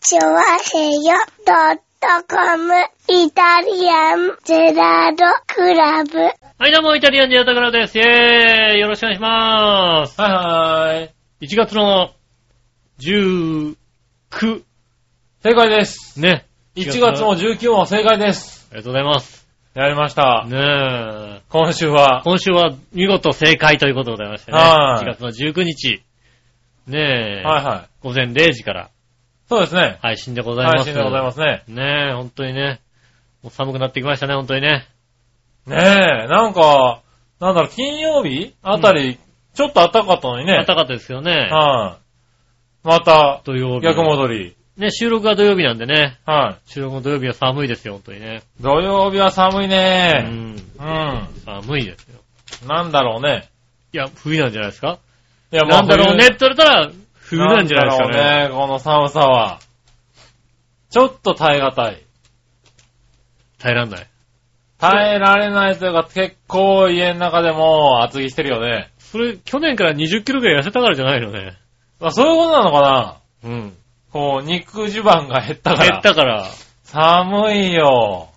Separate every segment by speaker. Speaker 1: チョワヘヨドットコムイタリアンゼラードクラブ。
Speaker 2: はい、どうも、イタリアンジェラタクラブです。イェーイよろしくお願いしまーす。
Speaker 3: はいはーい。
Speaker 2: 1月の19、
Speaker 3: 正解です。
Speaker 2: ね。
Speaker 3: 1月
Speaker 2: の
Speaker 3: も19も正解です。
Speaker 2: ありがとうございます。
Speaker 3: やりました。
Speaker 2: ねえ。
Speaker 3: 今週は、
Speaker 2: 今週は見事正解ということでございましてね。
Speaker 3: は
Speaker 2: 1
Speaker 3: い
Speaker 2: 月の19日。ねえ。
Speaker 3: はいはい。
Speaker 2: 午前0時から
Speaker 3: そうですね。
Speaker 2: 配信でございます。
Speaker 3: 配信でございますね。
Speaker 2: す。ねえ、本当にね。もう寒くなってきましたね、本当にね。
Speaker 3: ねえ、なんか、なんだろう、金曜日あたり、ちょっと暖かかったのにね。
Speaker 2: 暖かかったですよね。
Speaker 3: はい。また、
Speaker 2: 土曜日。
Speaker 3: 逆戻り。
Speaker 2: ね、収録が土曜日なんでね。
Speaker 3: は
Speaker 2: 収録の土曜日は寒いですよ、本当にね。
Speaker 3: い。土曜日は寒いうね。
Speaker 2: ん。
Speaker 3: うん。
Speaker 2: 寒いですよ。
Speaker 3: なんだろうね。
Speaker 2: いや、冬なんじゃないですか
Speaker 3: いや
Speaker 2: なんだろうねって言われたら、冬なんじゃないですか
Speaker 3: んだ
Speaker 2: ね。
Speaker 3: ろうね、この寒さは。ちょっと耐え難い。
Speaker 2: 耐えらんない。
Speaker 3: 耐えられないというか、結構家の中でも厚着してるよね。
Speaker 2: それ、去年から20キロぐらい痩せたからじゃないのね。
Speaker 3: まあ、そういうことなのかな
Speaker 2: うん。
Speaker 3: こう、肉襦袢が減ったから。
Speaker 2: 減ったから、
Speaker 3: 寒いよ。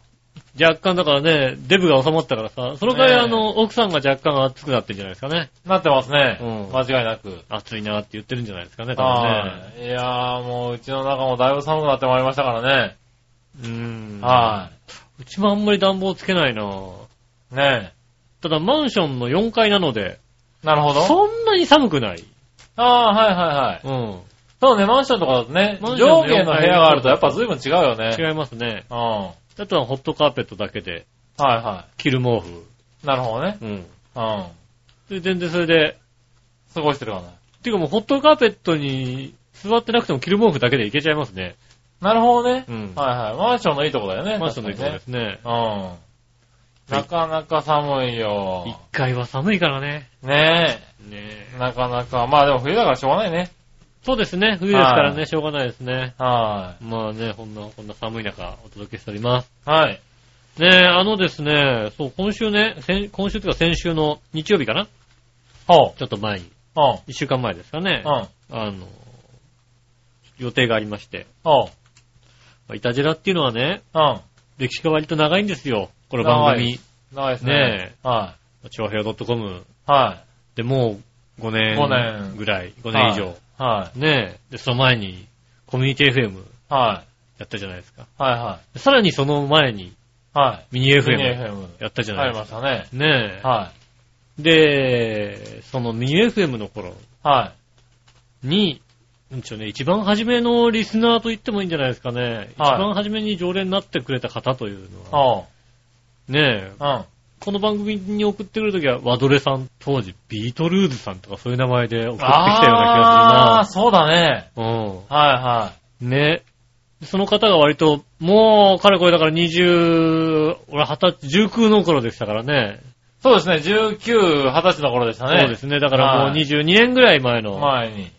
Speaker 2: 若干だからね、デブが収まったからさ、その代わり
Speaker 3: ねえ
Speaker 2: あの、奥さんが若干熱くなってんじゃないですかね。
Speaker 3: なってますね。
Speaker 2: うん
Speaker 3: 間違いなく。
Speaker 2: 暑いなって言ってるんじゃないですかね、多分ね。
Speaker 3: はい。いやー、もううちの中もだいぶ寒くなってまいりましたからね。
Speaker 2: うーん。
Speaker 3: は
Speaker 2: うちもあんまり暖房つけないなぁ
Speaker 3: い。ね
Speaker 2: ただマンションの4階なので、
Speaker 3: え。なるほど。
Speaker 2: そんなに寒くない。
Speaker 3: あー、はいはいはい。
Speaker 2: うん。
Speaker 3: そうね、マンションとかだとね、
Speaker 2: マンション
Speaker 3: 上
Speaker 2: の
Speaker 3: 下の部屋があるとやっぱ随分違うよね。
Speaker 2: 違いますね。
Speaker 3: うん。は
Speaker 2: あとはホットカーペットだけで、
Speaker 3: いは
Speaker 2: 着る毛布。
Speaker 3: い。なるほどね。
Speaker 2: うん。
Speaker 3: うん。
Speaker 2: で、全然それで、
Speaker 3: 過ごしてるかな。
Speaker 2: ていうかもうホットカーペットに座ってなくても着る毛布だけでいけちゃいますね。
Speaker 3: なるほどね。
Speaker 2: うん
Speaker 3: はいはい。マンションのいいとこだよね。
Speaker 2: マンションのいいとこですね。
Speaker 3: 確かにね。うん。なかなか寒いよ。
Speaker 2: 1階は寒いからね。
Speaker 3: ね
Speaker 2: ね
Speaker 3: え。なかなか。まあでも冬だからしょうがないね。
Speaker 2: そうですね。冬ですから
Speaker 3: は
Speaker 2: ね、しょうがないですね。
Speaker 3: は
Speaker 2: まあね、こんな、こんな寒い中、お届けしております。
Speaker 3: い。はい。
Speaker 2: ねえ、あのですね、そう、今週ね、先今週というか先週の日曜日かな
Speaker 3: ほ
Speaker 2: ちょっと前に、
Speaker 3: う。うん。
Speaker 2: 一週間前ですかね。
Speaker 3: うん。
Speaker 2: あの、予定がありまして。
Speaker 3: ほう。
Speaker 2: まあイタジェラっていうのはね、
Speaker 3: うん。
Speaker 2: 歴史が割と長いんですよ。この番組。
Speaker 3: 長いですね。
Speaker 2: ね
Speaker 3: は
Speaker 2: 長平 .com
Speaker 3: い。は
Speaker 2: で、もう5
Speaker 3: 五年
Speaker 2: 年ぐらい、5
Speaker 3: い。
Speaker 2: 年以上。
Speaker 3: は
Speaker 2: ねえ。で、その前に、コミュニティ FM
Speaker 3: い。は
Speaker 2: やったじゃないですか。
Speaker 3: い。はい。は
Speaker 2: でさらにその前に、
Speaker 3: い。はい。
Speaker 2: ミニ FM
Speaker 3: FM。
Speaker 2: やったじゃな
Speaker 3: あ
Speaker 2: い
Speaker 3: り
Speaker 2: で
Speaker 3: ますし
Speaker 2: か。
Speaker 3: たね。
Speaker 2: ねえ。
Speaker 3: は
Speaker 2: で、そのミニ FM の頃
Speaker 3: い。は
Speaker 2: に、うんちょね、一番初めのリスナーと言ってもいいんじゃないですかね。一
Speaker 3: はい
Speaker 2: 番初めに常連になってくれた方というの
Speaker 3: い。
Speaker 2: は、
Speaker 3: ほ
Speaker 2: ねえ、
Speaker 3: う。うん。
Speaker 2: この番組に送ってくるときは、ワドレさん、当時、ビートルーズさんとかそういう名前で送ってきたよう
Speaker 3: ああー、
Speaker 2: な
Speaker 3: そうだね。
Speaker 2: 気がするな。
Speaker 3: はいは
Speaker 2: うん。ね。その方が割と、もう、かれこれだから20、俺20歳、19の頃でしたからね。
Speaker 3: い。そうですね。19、20歳の頃でしたね。
Speaker 2: そうですね。だからもう
Speaker 3: はい
Speaker 2: 22年ぐらい前の
Speaker 3: 前に。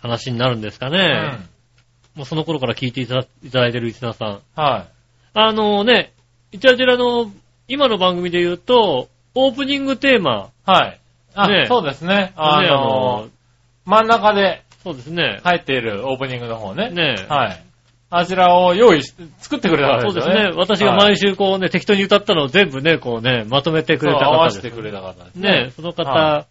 Speaker 2: 話になるんですかね。
Speaker 3: うん。
Speaker 2: もうその頃から聞いていただいただいてるリスナーさん。
Speaker 3: はい。
Speaker 2: あのね、イチャジェラの、今の番組で言うと、オープニングテーマ、
Speaker 3: はい。あ、
Speaker 2: ねえ
Speaker 3: そうですね。あ
Speaker 2: ね、あの
Speaker 3: の、真ん中で
Speaker 2: そうですね。
Speaker 3: 入っているオープニングの方ね。
Speaker 2: ねえ
Speaker 3: はい。あちらを用意し、作ってくれたわけ
Speaker 2: そう
Speaker 3: です
Speaker 2: で
Speaker 3: よ
Speaker 2: す
Speaker 3: ね。
Speaker 2: ね。私が
Speaker 3: はい
Speaker 2: 毎週こうね、適当に歌ったのを全部ね、こうね、まとめてくれた
Speaker 3: そう合
Speaker 2: 方で
Speaker 3: わ
Speaker 2: す
Speaker 3: せ。てくれた方ですね。
Speaker 2: ね、その方、
Speaker 3: は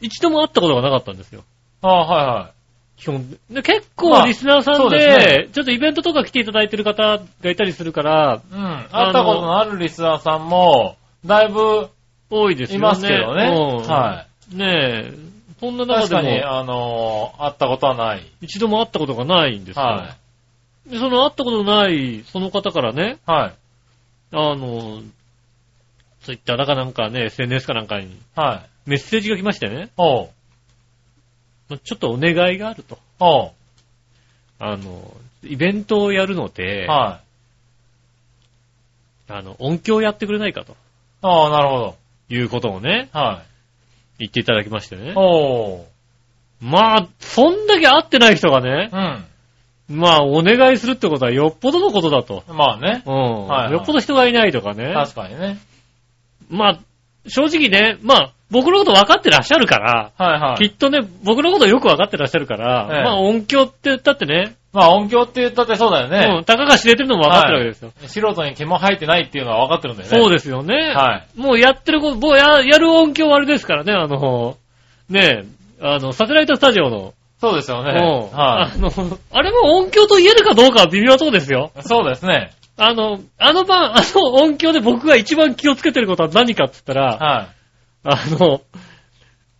Speaker 2: 一度も会ったことがなかったんですよ。
Speaker 3: あはいはい。
Speaker 2: 基本。で結
Speaker 3: ま
Speaker 2: 構
Speaker 3: あ
Speaker 2: リスナーさん
Speaker 3: そう
Speaker 2: で、
Speaker 3: です
Speaker 2: ちょっとイベントとか来ていただいてる方がいたりするから、
Speaker 3: うん。会ったことのあるリスナーさんも、だいぶ
Speaker 2: 多いですよね。。
Speaker 3: いますけどね。はい。
Speaker 2: ねえ、そんない
Speaker 3: 確
Speaker 2: 中
Speaker 3: かに、
Speaker 2: でも、
Speaker 3: あのー、会ったことはない。
Speaker 2: 一度も会ったことがないんですよ。
Speaker 3: は
Speaker 2: で、その会ったことのない、その方からね、
Speaker 3: い。はい。
Speaker 2: あの、ツイッターだかなんかね、SNS かなんかに
Speaker 3: はい。
Speaker 2: メッセージが来ましてね、
Speaker 3: おう。
Speaker 2: ちょっとお願いがあると。
Speaker 3: おう。
Speaker 2: あの、イベントをやるので、
Speaker 3: はい。
Speaker 2: あの、音響やってくれないかと
Speaker 3: ああ、なるほど。
Speaker 2: いうことをね、
Speaker 3: は
Speaker 2: 言っていただきましてね
Speaker 3: い。。おう。
Speaker 2: まあ、そんだけ会ってない人がね、
Speaker 3: うん。
Speaker 2: まあ、お願いするってことはよっぽどのことだと。
Speaker 3: まあね。
Speaker 2: うん。
Speaker 3: はいはい
Speaker 2: よっぽど人がいないとかね。
Speaker 3: 確かにね。
Speaker 2: まあ、正直ね、まあ、僕のこと分かってらっしゃるから、
Speaker 3: はいは
Speaker 2: き
Speaker 3: い。
Speaker 2: っとね、僕のことよく分かってらっしゃらっしゃるから、
Speaker 3: ええ
Speaker 2: まあ音響って言ったってね、
Speaker 3: まあ音響って言ったってそうだよ
Speaker 2: う
Speaker 3: ね。
Speaker 2: ん、たかが知れてるのも分かってるわけですよ。
Speaker 3: 素人に毛も生えてないっていうのは分かってるんだよね。
Speaker 2: そう
Speaker 3: で
Speaker 2: ですよね。。
Speaker 3: はい
Speaker 2: もうやってること、もうや、やる音響はあれですからね、あの、ねえ、あの、サテライトスタジオの、
Speaker 3: す。そうですよね。
Speaker 2: うん
Speaker 3: は
Speaker 2: あの、あれも音響と言えるかどうかは微妙なとこですよ。
Speaker 3: い。そうですね。
Speaker 2: あの、あの晩、あの音響で僕が一番気をつけてることは何かって言ったら、
Speaker 3: は
Speaker 2: あの、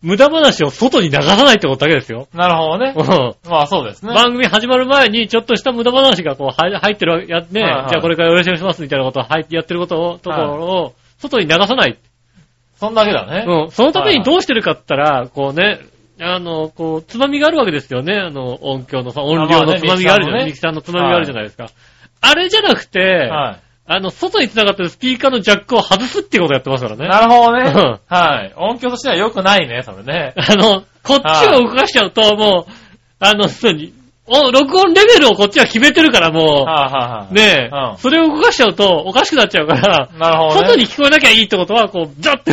Speaker 2: 無駄話を外に流さないってことだけですよ。
Speaker 3: い。なるほどね
Speaker 2: う。ん。
Speaker 3: まあそうですね。
Speaker 2: 番組始まる前に、ちょっとした無駄話がこう、はい入ってるわけ、やね、
Speaker 3: はいはい
Speaker 2: じゃあこれからよろしくお願いしますみたいなことを、はい、やってることを、ところを、外に流さない。
Speaker 3: そんだけだね。
Speaker 2: うん。そのためにどうしてるかって言ったら、こうね、あの、こう、つまみがあるわけですよね。あの、音響のさ、音量のつまみがあるじゃ
Speaker 3: まあ
Speaker 2: ない
Speaker 3: ね
Speaker 2: ミキサーのつまみがあるじゃないですか。あれじゃなくて、
Speaker 3: は
Speaker 2: あの、外に繋がってるスピーカーのジャックを外すっていうことやってますから
Speaker 3: い。
Speaker 2: ね。
Speaker 3: なるほど
Speaker 2: うん
Speaker 3: ね。はい。音響としては良くないね、それね。
Speaker 2: あの、こっちを動かしちゃうと、もう、あの、何お録音レベルをこっちは決めてるから、もう。
Speaker 3: はいはいはい。
Speaker 2: ねえ、
Speaker 3: うん
Speaker 2: それを動かしちゃうとおかしくなっちゃうから、
Speaker 3: なるほどね。
Speaker 2: 外に聞こえなきゃいいってことは、こう、ジャッて、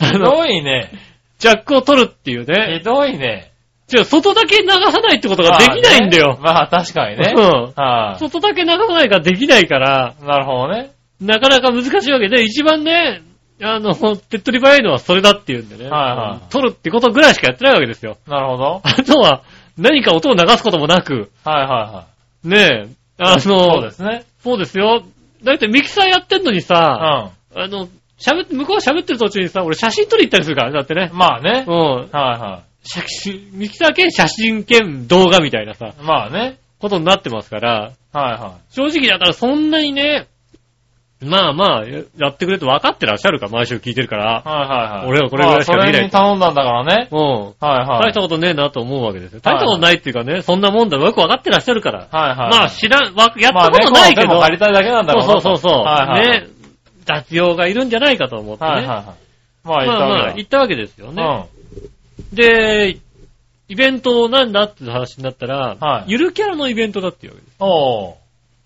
Speaker 2: あ
Speaker 3: ひ
Speaker 2: の、
Speaker 3: どいね。
Speaker 2: ジャックを取るっていうね。
Speaker 3: ひどいね。
Speaker 2: じゃあ、外だけ流さないってことができないんだよ。
Speaker 3: まあねまあ確かにね。
Speaker 2: うん
Speaker 3: はい。
Speaker 2: 外だけ流さないからできないから、
Speaker 3: なるほどね。
Speaker 2: なかなか難しいわけで、一番ね、あの、手っ取り早いのはそれだっていうんでね。
Speaker 3: はいはい
Speaker 2: 取るってことぐらいしかやってないわけですよ。
Speaker 3: なるほど。はい
Speaker 2: あとは、何か音を流すこともなく、
Speaker 3: はいは
Speaker 2: ねえ、あの、
Speaker 3: い。そうですね。
Speaker 2: そうですよ。だってミキサーやってんのに
Speaker 3: う
Speaker 2: さ、
Speaker 3: ん。
Speaker 2: あの、喋って、向こうが喋ってる途中にさ、俺写真撮り行ったりするからね、だってね。
Speaker 3: まあね。
Speaker 2: うん。
Speaker 3: はいは
Speaker 2: 写真ミキサー兼写真兼動画みたいなさ、
Speaker 3: い。まあね。
Speaker 2: ことになってますから、
Speaker 3: はいは
Speaker 2: 正直だからそんなにね、まあまあ、ややってくれと分かってらっしゃるから、毎週聞いてるから
Speaker 3: い。。はいはいはい。
Speaker 2: 俺はこれぐらいしか
Speaker 3: まあ
Speaker 2: 見
Speaker 3: そ
Speaker 2: ない
Speaker 3: れに頼んだんだからね。
Speaker 2: うん。
Speaker 3: はいは
Speaker 2: 大
Speaker 3: い
Speaker 2: し。たことねえなと思うわけですよ。
Speaker 3: は
Speaker 2: 大
Speaker 3: い
Speaker 2: したことないっていうかね、そんなもんだろ。よく分かってらっしゃるから。
Speaker 3: はいはい。
Speaker 2: まあ知らん、わやったことないけ
Speaker 3: まあねこの手も
Speaker 2: ど。
Speaker 3: 借りたいだけなんだろうな
Speaker 2: そ
Speaker 3: と
Speaker 2: うそうそうそう。
Speaker 3: はいはい。
Speaker 2: ね。雑用がいるんじゃないかと思ってね。
Speaker 3: はいはいはい。まあ、
Speaker 2: まあまあ、
Speaker 3: 言
Speaker 2: 行
Speaker 3: っ
Speaker 2: ったわけですよ
Speaker 3: た
Speaker 2: ね。
Speaker 3: わ
Speaker 2: で、イベントなんだって話になったら、
Speaker 3: はい
Speaker 2: ゆるキャラのイベントだっていうわけです
Speaker 3: うん。お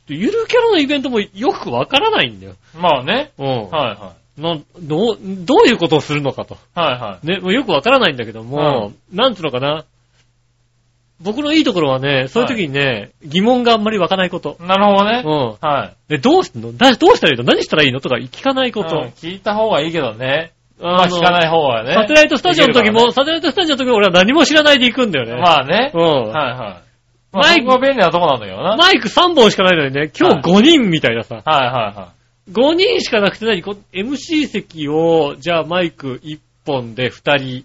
Speaker 2: でゆるキャラのイベントもよくわからないんだよ。
Speaker 3: ー。まあね。
Speaker 2: うん
Speaker 3: はいは
Speaker 2: などう、どういうことをするのかと。
Speaker 3: い。はいは
Speaker 2: ね、もうよくわからないんだけども、なんつうのかな。僕のいいところはね、そういう時にね、疑問があんまり湧かないこと。
Speaker 3: い。なるほど
Speaker 2: う
Speaker 3: ね。
Speaker 2: ん。
Speaker 3: はい。
Speaker 2: で、どうすんのだどうしたらいいの何したらいいのとか聞かないこ
Speaker 3: うん
Speaker 2: と。
Speaker 3: 聞いた方がいいけどね。ま
Speaker 2: あ
Speaker 3: あ
Speaker 2: の
Speaker 3: 聞かない方がね。
Speaker 2: サテライトスタジオの時も、
Speaker 3: い
Speaker 2: サテライトスタジオの時も俺は何も知らないで行くんだよ
Speaker 3: け
Speaker 2: ね。
Speaker 3: るからね。まあね。
Speaker 2: うん。
Speaker 3: はいはい。まあ、
Speaker 2: マイ
Speaker 3: そ
Speaker 2: ク
Speaker 3: こが便利なとこなんだけどな。
Speaker 2: マイク3本しかないのにね、今日5人みたいなさ。
Speaker 3: はいはいは
Speaker 2: 5人しかなくて何こ ?MC 席を、じゃあマイク1本で2人。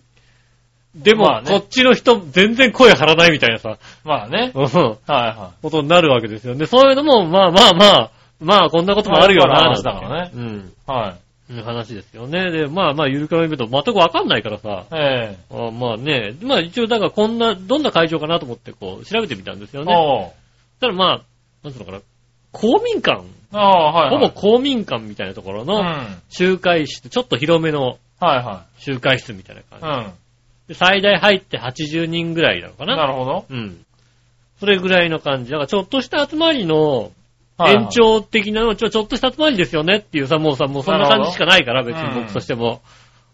Speaker 2: でも、
Speaker 3: まあね
Speaker 2: こっちの人全然声張らないみたいなさ、
Speaker 3: い。まあね。
Speaker 2: うん、こ
Speaker 3: はいは
Speaker 2: とになるわけですよね。そういうのも、まあまあまあ、まあこんなこともあるよな、
Speaker 3: ま
Speaker 2: な
Speaker 3: あ
Speaker 2: ん
Speaker 3: よくある話だからね
Speaker 2: てうん。
Speaker 3: い。はい。
Speaker 2: いう話ですよね。で、まあまあ、ゆるかわイベント全くわかんないからさ。
Speaker 3: え
Speaker 2: あまあね、まあ一応、だからこんな、どんな会場かなと思ってこう、調べてみたんです
Speaker 3: え
Speaker 2: よね。
Speaker 3: おう。
Speaker 2: ただまあ、なんつうのかな、公民館
Speaker 3: ああー、はい、
Speaker 2: ほ
Speaker 3: はい。
Speaker 2: ぼ公民館みたいなところ
Speaker 3: うん。
Speaker 2: の集会室、ちょっと広めの
Speaker 3: はいは
Speaker 2: 集会室みたいな感
Speaker 3: い。
Speaker 2: じ
Speaker 3: う。ん。
Speaker 2: で最大入って80人ぐらいなのかな。
Speaker 3: なるほど。
Speaker 2: うん。それぐらいの感じ。だからちょっとした集まりの
Speaker 3: はいはい
Speaker 2: 延長的なの、ちょ、ちょっとした集まりですよねっていうさ、もうさ、もうそんな感じしかないから、別
Speaker 3: ほど
Speaker 2: に
Speaker 3: う
Speaker 2: 僕
Speaker 3: ん
Speaker 2: としても。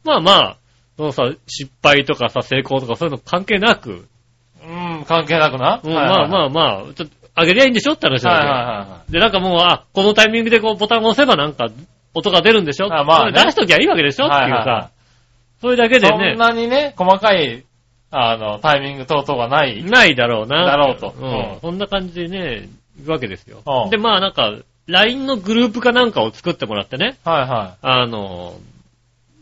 Speaker 2: まあまあ、そのさ、失敗とかさ、成功とかそういうの関係なく、
Speaker 3: うん、関係なくな。
Speaker 2: うんまあま
Speaker 3: あ。
Speaker 2: あまあ、ちょっと、あげりゃいいんでしょって話
Speaker 3: はいはい
Speaker 2: だ
Speaker 3: はいは
Speaker 2: け
Speaker 3: い。
Speaker 2: で、なんかもう、あ、このタイミングでこうボタンを押せばなんか、音が出るんでしょ
Speaker 3: あまあね
Speaker 2: それ出しときゃいいわけでしょっていう
Speaker 3: はいはいは
Speaker 2: さ、それだけで
Speaker 3: そん
Speaker 2: ね、
Speaker 3: なにね、細かい、あの、タイミング等々がない。
Speaker 2: ないだろうな。
Speaker 3: だろうと
Speaker 2: うん
Speaker 3: うん
Speaker 2: そんな感じでね、いくわけですよ
Speaker 3: う。ん
Speaker 2: で、まあなんか、LINE のグループかなんかを作ってもらってね、
Speaker 3: はいは
Speaker 2: あの、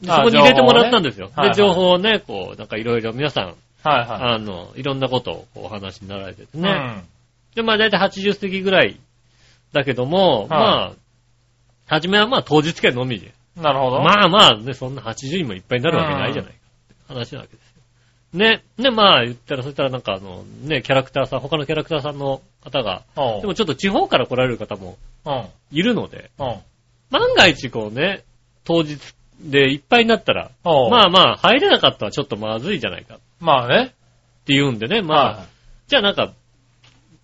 Speaker 2: でそ
Speaker 3: あ
Speaker 2: こに入れてもらったんですよ。
Speaker 3: 情報をねはい
Speaker 2: で、
Speaker 3: はい
Speaker 2: 情報をね、こう、なんかいろいろ皆さん、
Speaker 3: い。はいは
Speaker 2: あの、いろんなことをこうお話になられてて
Speaker 3: い。
Speaker 2: ね。で、まあ大体80席ぐらいだけども、まあ、初めはまあ当日券のみで。
Speaker 3: うん。なるほど。
Speaker 2: まあまあね、そんな80人もいっぱいになるわけないじゃないかって話なわけですよ。ね、ね、まあ言ったら、そしたらなんかあの、ね、キャラクターさん、他のキャラクターさんの方が、
Speaker 3: おう
Speaker 2: でもちょっと地方から来られる方も
Speaker 3: うん。
Speaker 2: いるので、
Speaker 3: うん。
Speaker 2: 万が一こうね、当日でいっぱいになったら、
Speaker 3: おう
Speaker 2: まあまあ、入れなかったらちょっとまずいじゃないかっ
Speaker 3: まあね。
Speaker 2: ていうんでね、まあ、じゃあなんか、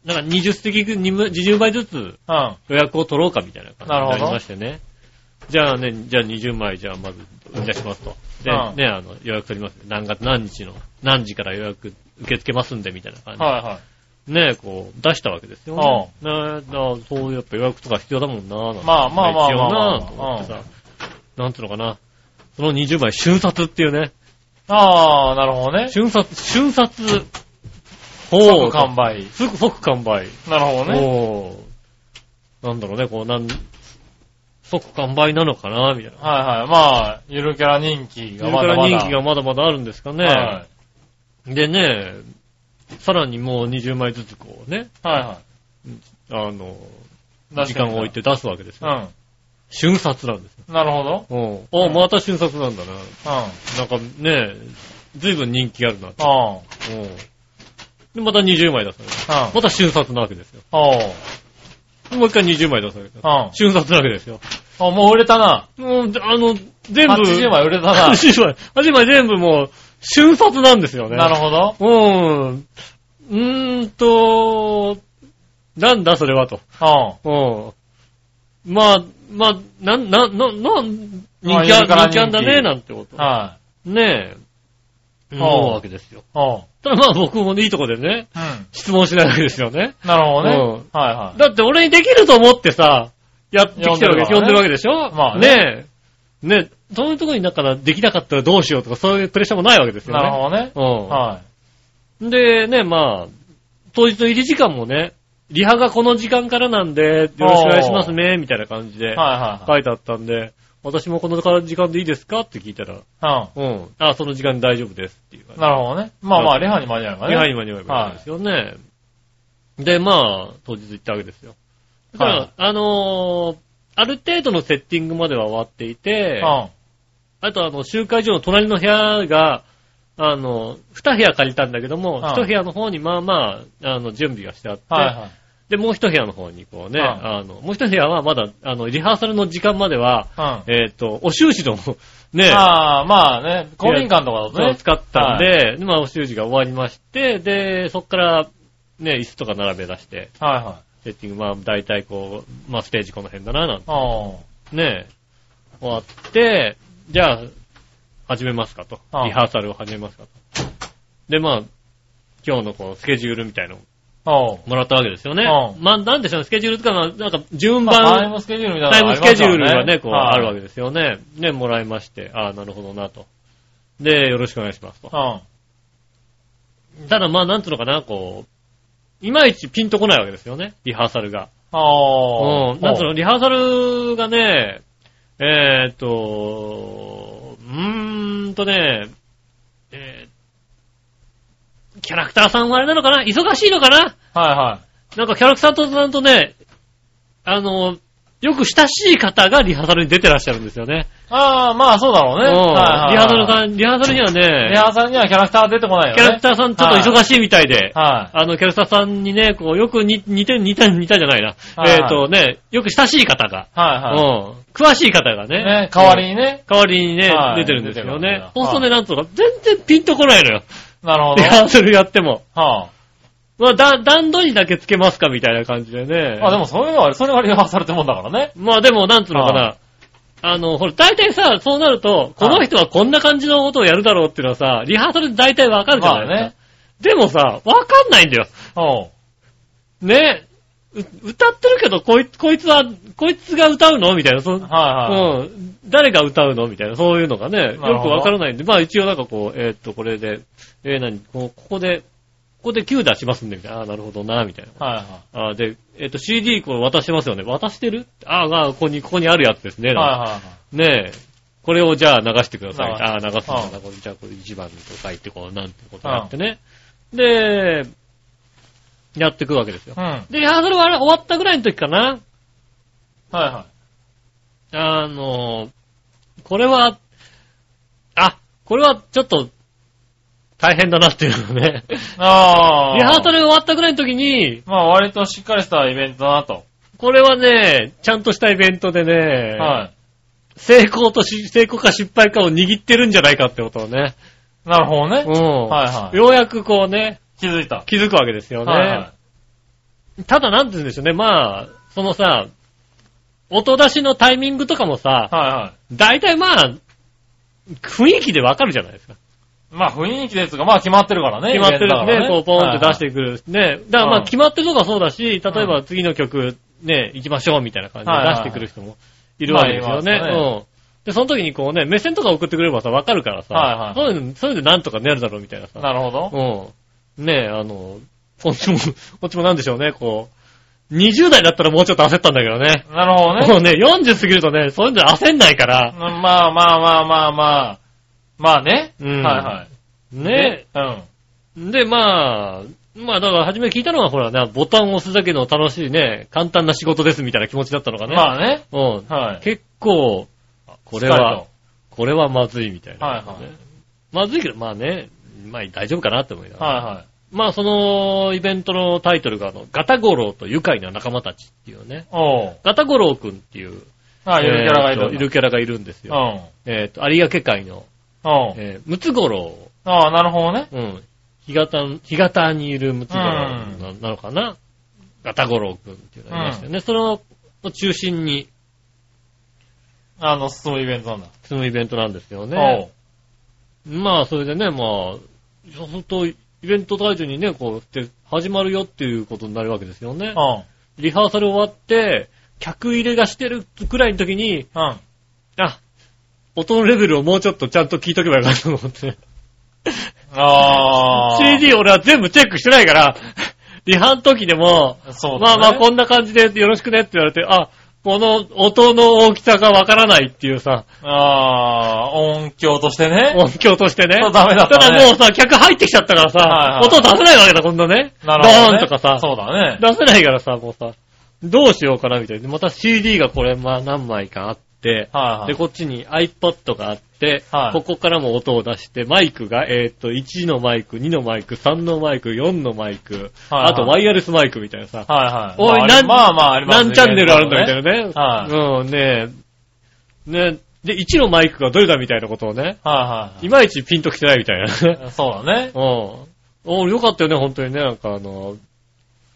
Speaker 2: なんか20席、20倍ずつ
Speaker 3: はい。
Speaker 2: 予約を取ろうかみたいな感じに
Speaker 3: なる
Speaker 2: な
Speaker 3: ほど
Speaker 2: りましてね。じゃあね、じゃあ20枚、じゃあまず、いたしますと。で、
Speaker 3: うん
Speaker 2: ね、あの、予約取ります。何月何日の、何時から予約受け付けますんで、みたいな
Speaker 3: う
Speaker 2: 感
Speaker 3: ん。
Speaker 2: じ
Speaker 3: はいは
Speaker 2: ね、こう、出したわけですよね。ねだからそういうやっぱ予約とか必要だもんなぁ、なんて
Speaker 3: まあまあまあ
Speaker 2: 必
Speaker 3: ま
Speaker 2: 要
Speaker 3: あまあ
Speaker 2: なぁと思ってさ、なんていうのかな。その20枚、瞬殺っていうね。
Speaker 3: ああ、なるほどね。
Speaker 2: 瞬殺、瞬殺。完
Speaker 3: 即完売。
Speaker 2: すぐ即完売。
Speaker 3: なるほどね。
Speaker 2: おーなんだろうね、こう、なん、即完売なのかな、みたいな。
Speaker 3: はいはい。まあ、ゆるキャラ人気
Speaker 2: それ
Speaker 3: がま
Speaker 2: か
Speaker 3: だ
Speaker 2: ら
Speaker 3: まだ。
Speaker 2: 人気がまだまだあるんですかね。
Speaker 3: はい
Speaker 2: でね、さらにもう20枚ずつこうね、
Speaker 3: はいは
Speaker 2: あの、
Speaker 3: い。確かに
Speaker 2: 時間を置い。て出すわけです
Speaker 3: う
Speaker 2: よ。
Speaker 3: ん。
Speaker 2: 瞬殺なんですよ。
Speaker 3: なるほど。
Speaker 2: おおまた瞬殺なんだな。
Speaker 3: うん。うん。
Speaker 2: なんかね、ずいぶん人気あるなって。
Speaker 3: お
Speaker 2: おうで、また20枚出される。
Speaker 3: うん。
Speaker 2: また瞬殺なわけですよ。
Speaker 3: おう。
Speaker 2: もう一回20枚出される。
Speaker 3: うん。あ、
Speaker 2: 瞬殺なわけですよ。
Speaker 3: もう売れたな。
Speaker 2: もう、あの、全部。
Speaker 3: 80枚 売れたな。
Speaker 2: 80枚。80枚全部もう、瞬殺なんですよね。
Speaker 3: なるほど。
Speaker 2: うん。うーんと、なんだそれはと。
Speaker 3: うん。
Speaker 2: うん。まあ、まあ、なん、なん、なん、なん、人
Speaker 3: まあ
Speaker 2: 気あ、
Speaker 3: いるから
Speaker 2: 人気あんだ
Speaker 3: 人
Speaker 2: ね、
Speaker 3: 気
Speaker 2: なんてこと。
Speaker 3: は
Speaker 2: ねえ。
Speaker 3: ん
Speaker 2: 思うわけですよ
Speaker 3: い。。おう。
Speaker 2: ただまあ僕もねいいとこでね、
Speaker 3: うん。
Speaker 2: 質問しないわけですよね。
Speaker 3: なるほどね。
Speaker 2: う
Speaker 3: はいは
Speaker 2: だって俺にできると思ってさ、やってきてるわけ、呼
Speaker 3: 呼
Speaker 2: ん
Speaker 3: ん
Speaker 2: でる
Speaker 3: でる
Speaker 2: わ
Speaker 3: わ
Speaker 2: けでしょ
Speaker 3: まあ
Speaker 2: ねえ。ねえ、そういうとこにだからできなかったらどうしようとかそういうプレッシャーもないわけです
Speaker 3: い。
Speaker 2: よね。
Speaker 3: なるほどね。
Speaker 2: うん。
Speaker 3: は
Speaker 2: で、ね、まあ、当日の入り時間もね、リハがこの時間からなんで、よろしくお願いしますね、みたいな感じ
Speaker 3: い。
Speaker 2: で
Speaker 3: はい
Speaker 2: 書いてあったんで、私もこの時間でいいですかって聞いたら、
Speaker 3: はい。
Speaker 2: うん。あ、その時間で大丈夫ですっていう
Speaker 3: う
Speaker 2: 感
Speaker 3: ん。なるほどね。まあまあ、レハに間に合えば
Speaker 2: じ。リハ
Speaker 3: ね。
Speaker 2: に間に合えばいいんですよね。で、まあ、当日行ったわけですよ。だから、
Speaker 3: はい
Speaker 2: あのーある程度のセッティングまでは終わっていて、あとあの、集会所の隣の部屋が、あの、二部屋借りたんだけども、
Speaker 3: はい
Speaker 2: 一部屋の方にまあまあ、あの、準備がしてあって、
Speaker 3: うん。はいはい。
Speaker 2: で、もう一部屋の方にこうね、
Speaker 3: はい
Speaker 2: あの、もう一部屋はまだ、あの、リハーサルの時間までは、
Speaker 3: うん。
Speaker 2: えっ、と、お習字の、ね、
Speaker 3: ああ、まあね、公民館とかだと
Speaker 2: そう
Speaker 3: ね。
Speaker 2: 使ったんで、でまあ、お習字が終わりまして、で、そこから、ね、椅子とか並べ出して、
Speaker 3: はいはい。
Speaker 2: セッティング、まあ、大体こう、まあ、ステージこの辺だな、なんて、
Speaker 3: おー
Speaker 2: ね、終わって、じゃあ、始めますかと。
Speaker 3: うん
Speaker 2: リハーサルを始めますかと。で、まあ、今日のこう、スケジュールみたいのを
Speaker 3: おう。
Speaker 2: もらったわけですよね。
Speaker 3: う
Speaker 2: まあ、なんでしょうね、スケジュールとか、まあなんか、順
Speaker 3: まあタイ
Speaker 2: 番、
Speaker 3: ムスケジュールみたい
Speaker 2: タ
Speaker 3: な
Speaker 2: イ
Speaker 3: のが
Speaker 2: ム
Speaker 3: あ
Speaker 2: スケ
Speaker 3: ります
Speaker 2: ジ
Speaker 3: か
Speaker 2: ュー
Speaker 3: ら
Speaker 2: ルがね、こう、
Speaker 3: はい
Speaker 2: あるわけですよね。ね、もらいまして、ああ、なるほどな、と。で、よろしくお願いしますと。
Speaker 3: うん。
Speaker 2: ただ、まあ、なんつうのかな、こう、いまいちピンとこないわけですよね、リハーサルが。
Speaker 3: ああ。
Speaker 2: うん。なんつうの、リハーサルがね、えーっと、うーんとね、えーキャラクターさんはあれなのかな忙しいのかな
Speaker 3: はいは
Speaker 2: なんかキャラクターさんとね、あの、よく親しい方がリハーサルに出てらっしゃるんですよね。
Speaker 3: い。ああ、まあそうだろう
Speaker 2: う
Speaker 3: ね。
Speaker 2: ん
Speaker 3: はいはいはい
Speaker 2: リハーサルさん、リハーサルには
Speaker 3: リ
Speaker 2: ね、
Speaker 3: ハーサルにはキャラクター出てこないよ
Speaker 2: キ
Speaker 3: ね。
Speaker 2: ャラクターさんちょっと忙しいみたいで、
Speaker 3: はい。
Speaker 2: あの、キャラクターさんにね、こう、よく似似て、似た、似たじゃないな。
Speaker 3: はい
Speaker 2: えーっとね、よく親しい方が。
Speaker 3: はいは
Speaker 2: うん。詳しい方が
Speaker 3: い。
Speaker 2: ね。
Speaker 3: ね、代わりにね。
Speaker 2: 代わりにね、
Speaker 3: は
Speaker 2: 出
Speaker 3: い
Speaker 2: てるんですよ
Speaker 3: 出てるん
Speaker 2: ね
Speaker 3: だ。
Speaker 2: そうするとね、
Speaker 3: は
Speaker 2: なんとか、全然ピンとこないのよ。
Speaker 3: なるほ
Speaker 2: リ
Speaker 3: ど。
Speaker 2: ハーサルやっても。
Speaker 3: は
Speaker 2: まあ、だ、段取りだけつけますかみたいな感じでね。
Speaker 3: あ。あ、でもそういうのは、それはリハーサルってもんだからね。
Speaker 2: まあでも、なんつうのか
Speaker 3: は
Speaker 2: な。あの、ほら、大体さ、そうなると、この人はこんな感じのことをやるだろうっていうのはさ、リハーサルで大体わかるじゃないですか。
Speaker 3: まあね
Speaker 2: でもさ、わかんないんだよ。
Speaker 3: おう。
Speaker 2: ね。う歌ってるけど、こいつ、こいつは、こいつが歌うのみたいな、そ
Speaker 3: はいはい。
Speaker 2: うん。誰が歌うのみたいな、そういうのがね、よく
Speaker 3: なるほど
Speaker 2: わからないんで、まあ一応なんかこう、えーっと、これで、えー、何こうここで、ここで9出しますんで、みたいな。あーなるほどな、みたいな。
Speaker 3: はいは
Speaker 2: あーで、えーっと、CD こう渡してますよね。渡してるあーあー、ここに、ここにあるやつですね。
Speaker 3: い。はいはいはい。
Speaker 2: ねえ。これをじゃあ流してください。
Speaker 3: 流す
Speaker 2: ああー、流すんだ
Speaker 3: う
Speaker 2: な。これじゃあこれ1番と書いて、こう、なんてことやってね。で、やってくわけですよ
Speaker 3: う。ん。はい
Speaker 2: で、リハーサルは終わったぐらいの時かな。
Speaker 3: は
Speaker 2: あの、これは、あ、これはちょっと、大変だなっていうのね。リ
Speaker 3: い。ああ。
Speaker 2: ハーサル終わったぐらいの時に、
Speaker 3: まあ割としっかりしたイベントだなと。
Speaker 2: これはね、ちゃんとしたイベントでね、
Speaker 3: は
Speaker 2: 成功とし、成功か失敗かを握ってるんじゃないかってことをね。
Speaker 3: い。なるほどね
Speaker 2: う。ん。
Speaker 3: はいはい
Speaker 2: ようやくこうね、
Speaker 3: 気づいた。
Speaker 2: 気づくわけですよね。
Speaker 3: はいはい。
Speaker 2: ただなんて言うんでしょうね、まあ、そのさ、音出しのタイミングとかもさ、
Speaker 3: はいはい。
Speaker 2: 大体まあ、雰囲気でわかるじゃないですか。
Speaker 3: まあ雰囲気ですが、まあ決まってるからね。
Speaker 2: 決まってる
Speaker 3: イベントだから
Speaker 2: ね、こう、ポンって出してくる。ね。だからま
Speaker 3: う
Speaker 2: あ、
Speaker 3: ん
Speaker 2: 決まってるとかそうだし、例え
Speaker 3: う
Speaker 2: ば次の曲、ね、行きましょうみたいな感じで
Speaker 3: はいはい
Speaker 2: 出してくる人もいるわけですよね。
Speaker 3: まあいますね
Speaker 2: うん。で、その時にこうね、目線とか送ってくればさ、わかるからさ、
Speaker 3: はいはい
Speaker 2: そういうの、そういうのなんとかなるだろうみたいなさ。
Speaker 3: なるほど。
Speaker 2: うん。ねえ、あの、こっちも、 こっちもなんでしょうね、こう。20代だったらもうちょっと焦ったんだけどね。
Speaker 3: なるほど ね。
Speaker 2: もうね、40過ぎるとね、そういうの焦んないから。
Speaker 3: まあまあまあまあまあ。まあね。
Speaker 2: うん
Speaker 3: はいは
Speaker 2: ね
Speaker 3: い。うん。
Speaker 2: で、まあ、まあだから初め聞いたのはほらね、ボタンを押すだけの楽しいね、簡単な仕事ですみたいな気持ちだったのかね。
Speaker 3: まあね。
Speaker 2: うん。
Speaker 3: はい。
Speaker 2: 結構、これ
Speaker 3: しっかり
Speaker 2: は
Speaker 3: と、。
Speaker 2: これはまずいみたいな。
Speaker 3: はいはい。
Speaker 2: まずいけど、まあね、まあ大丈夫かなって思いながら。
Speaker 3: はいはい。
Speaker 2: まあそのイベントのタイトルがあの、ガタゴロウと愉快な仲間たちっていうね。
Speaker 3: おう。
Speaker 2: ガタゴロウくんっていう、
Speaker 3: あ、ゆるキャラがい
Speaker 2: えー
Speaker 3: る
Speaker 2: と
Speaker 3: ん
Speaker 2: い
Speaker 3: だ。
Speaker 2: るキャラがいるんです
Speaker 3: う
Speaker 2: よ。
Speaker 3: ん。
Speaker 2: えっ、と、有明海の、
Speaker 3: うん。
Speaker 2: えー、ムツゴロウ
Speaker 3: ああ、なるほどね。
Speaker 2: うん。日潟、日潟にいるムツゴロウ
Speaker 3: うん
Speaker 2: ななのかなガタゴロウくんっていうのがいましたよね。その中心に
Speaker 3: あの、進むイベントなんだ。
Speaker 2: そのイベントなんですよ
Speaker 3: お
Speaker 2: ね。まあ、それでね、まあ、そうすると、イベント会場にね、こうって始まるよっていうことになるわけですよね。
Speaker 3: う。うん。
Speaker 2: リハーサル終わって、客入れがしてるくらいの時に、
Speaker 3: うん。
Speaker 2: あ、音のレベルをもうちょっとちゃんと聞いとけばよかったと思って。
Speaker 3: ああ。
Speaker 2: CD 俺は全部チェックしてないから、リハの時でも、
Speaker 3: そう
Speaker 2: ま
Speaker 3: だ
Speaker 2: あ
Speaker 3: ね。
Speaker 2: まあこんな感じでよろしくねって言われて、あ、この音の大きさがわからないっていうさ、
Speaker 3: ああ、音響としてね。
Speaker 2: 音響としてね。
Speaker 3: そうダメだったね
Speaker 2: ただもうさ、客入ってきちゃったからさ、
Speaker 3: はいはい
Speaker 2: 音出せないわけだ、こんなね。
Speaker 3: なるほど、
Speaker 2: ドー
Speaker 3: ね。
Speaker 2: ンとかさ、
Speaker 3: そうだね。
Speaker 2: 出せないからさ、もうさ、どうしようかなみたいな。また CD がこれ、まあ何枚かあって、
Speaker 3: はいはい。
Speaker 2: で、こっちに iPod があって、
Speaker 3: はい
Speaker 2: ここからも音を出して、マイクが、えーっと、1のマイク、2のマイク、3のマイク、4のマイク、
Speaker 3: はいはい
Speaker 2: あとワイヤレスマイクみたいなさ、
Speaker 3: はいは
Speaker 2: おい、
Speaker 3: い。まあ
Speaker 2: なん、
Speaker 3: まあまあ、ありますね
Speaker 2: 何チャンネルあるんだみたいなね。
Speaker 3: はい
Speaker 2: うん、ねえ。ねえで、1のマイクがどれだみたいなことをね、
Speaker 3: はい
Speaker 2: まいちピンときてないみたいな
Speaker 3: はい
Speaker 2: ね。
Speaker 3: はい。そうだね。
Speaker 2: うん。およかったよね、本当にね。なんかあの、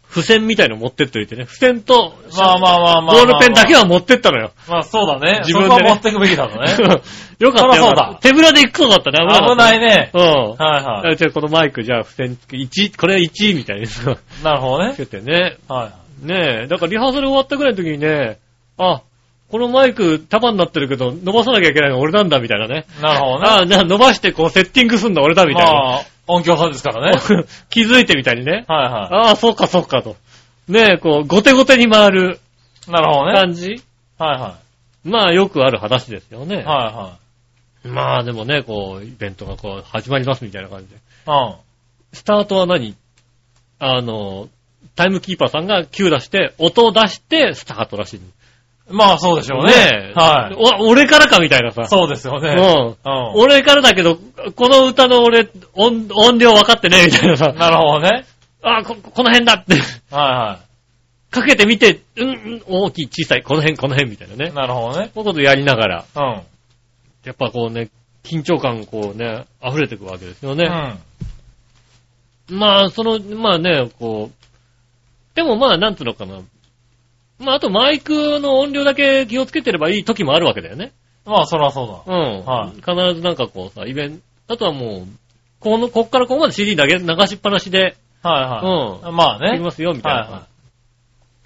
Speaker 2: 付箋みたいの持ってっといてね。付箋と、
Speaker 3: まあまあまあまあまあ。
Speaker 2: ボールペンだけは持ってったのよ。
Speaker 3: まあそうだね。
Speaker 2: 自
Speaker 3: 自
Speaker 2: 分
Speaker 3: 分
Speaker 2: でね
Speaker 3: で、持ってくべきだとね。
Speaker 2: よかったよ
Speaker 3: そらそうだ
Speaker 2: 手ぶらで行くそうだったね。
Speaker 3: 危
Speaker 2: い。
Speaker 3: ないね。
Speaker 2: うん。
Speaker 3: はいは
Speaker 2: あじゃあこのマイク、じゃあ付箋つけ、1、これは1みたいにさ、
Speaker 3: い。なるほどね
Speaker 2: つ。けてね。
Speaker 3: はいはい。
Speaker 2: ねえ、だからリハーサル終わったぐらいの時にね、あ、このマイク束になってるけど、伸ばさなきゃいけないの俺なんだみたいなね。
Speaker 3: なるほどね。
Speaker 2: ああ、な伸ばしてこうセッティングすんだ俺だみたいな。
Speaker 3: まあ、音響さんですからね。
Speaker 2: 気づいてみたいにね。
Speaker 3: はいは
Speaker 2: ああ、そうかそうかと。ねえ、こう、ごてごてに回る
Speaker 3: い。なるほどね。
Speaker 2: 感じ。
Speaker 3: はいは
Speaker 2: まあ、よくある話ですよね。
Speaker 3: い。は
Speaker 2: まあ、でもね、こう、イベントがこう、始まりますみたいな感じで。
Speaker 3: いはい。
Speaker 2: スタートは何あの、タイムキーパーさんが Q 出して、音を出して、スタートらしい。
Speaker 3: うん。まあそうでしょう
Speaker 2: ね
Speaker 3: ね。はい。
Speaker 2: お俺からかみたいなさ。
Speaker 3: そうですよね。
Speaker 2: うん。
Speaker 3: うん。
Speaker 2: 俺からだけど、この歌の俺、音音量分かってね、みたいなさ。
Speaker 3: なるほどね。
Speaker 2: あこ、この辺だって。
Speaker 3: は
Speaker 2: かけてみて、うん、うん、大きい、小さい、この辺、この辺、みたいない
Speaker 3: は
Speaker 2: ね
Speaker 3: い。。なるほどね。
Speaker 2: こういうことやりながら、
Speaker 3: うん。
Speaker 2: やっぱこうね、緊張感こうね、溢れてくわけですよね。
Speaker 3: うん。
Speaker 2: まあ、その、まあね、こう、でもまあ、なんつうのかな。まあ、あとマイクの音量だけ気をつけてればいい時もあるわけだよね。
Speaker 3: まあそりゃそうだ。
Speaker 2: うん。
Speaker 3: はい
Speaker 2: 必ずなんかこうさ、イベント、あとはもう、この、こっからここまで CD だけ流しっぱなしで、
Speaker 3: はいはい。まあ
Speaker 2: やり
Speaker 3: ね
Speaker 2: ま。すよ、みたいな、
Speaker 3: はいは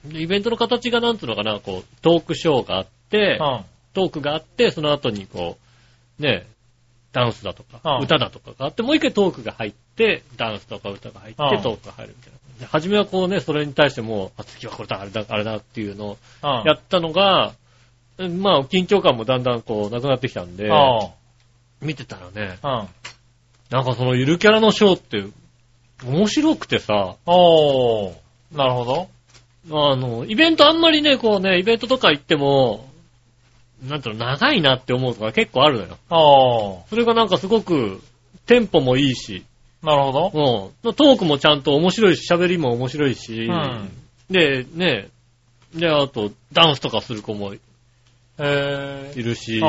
Speaker 2: でイベントの形がなんつうのかな、こう、トークショーがあって
Speaker 3: う、ん。
Speaker 2: トークがあって、その後にこう、ね、ダンスだとか、
Speaker 3: うん
Speaker 2: 歌だとかがあって、もう一回トークが入って、ダンスとか歌が入って、
Speaker 3: うん
Speaker 2: トークが入るみたいな。で初めはこうね、それに対してもう、あ、次はこれだ、あれだ、あれだっていうのを
Speaker 3: うん。
Speaker 2: やったのが、うんまあ、緊張感もだんだんこう、なくなってきたんで、見てたらね、
Speaker 3: うん。うん。
Speaker 2: なんかそのゆるキャラのショーって、面白くてさ、
Speaker 3: おー。なるほど。
Speaker 2: あの、イベントあんまりね、こうね、イベントとか行っても、なんていうの、長いなって思うとか結構あるのよ。
Speaker 3: おー。
Speaker 2: それがなんかすごく、テンポもいいし、
Speaker 3: なるほど。
Speaker 2: うん。トークもちゃんと面白いし、喋りも面白いし、
Speaker 3: うん。
Speaker 2: で、ね、で、あと、ダンスとかする子もい
Speaker 3: えー。
Speaker 2: るし、あ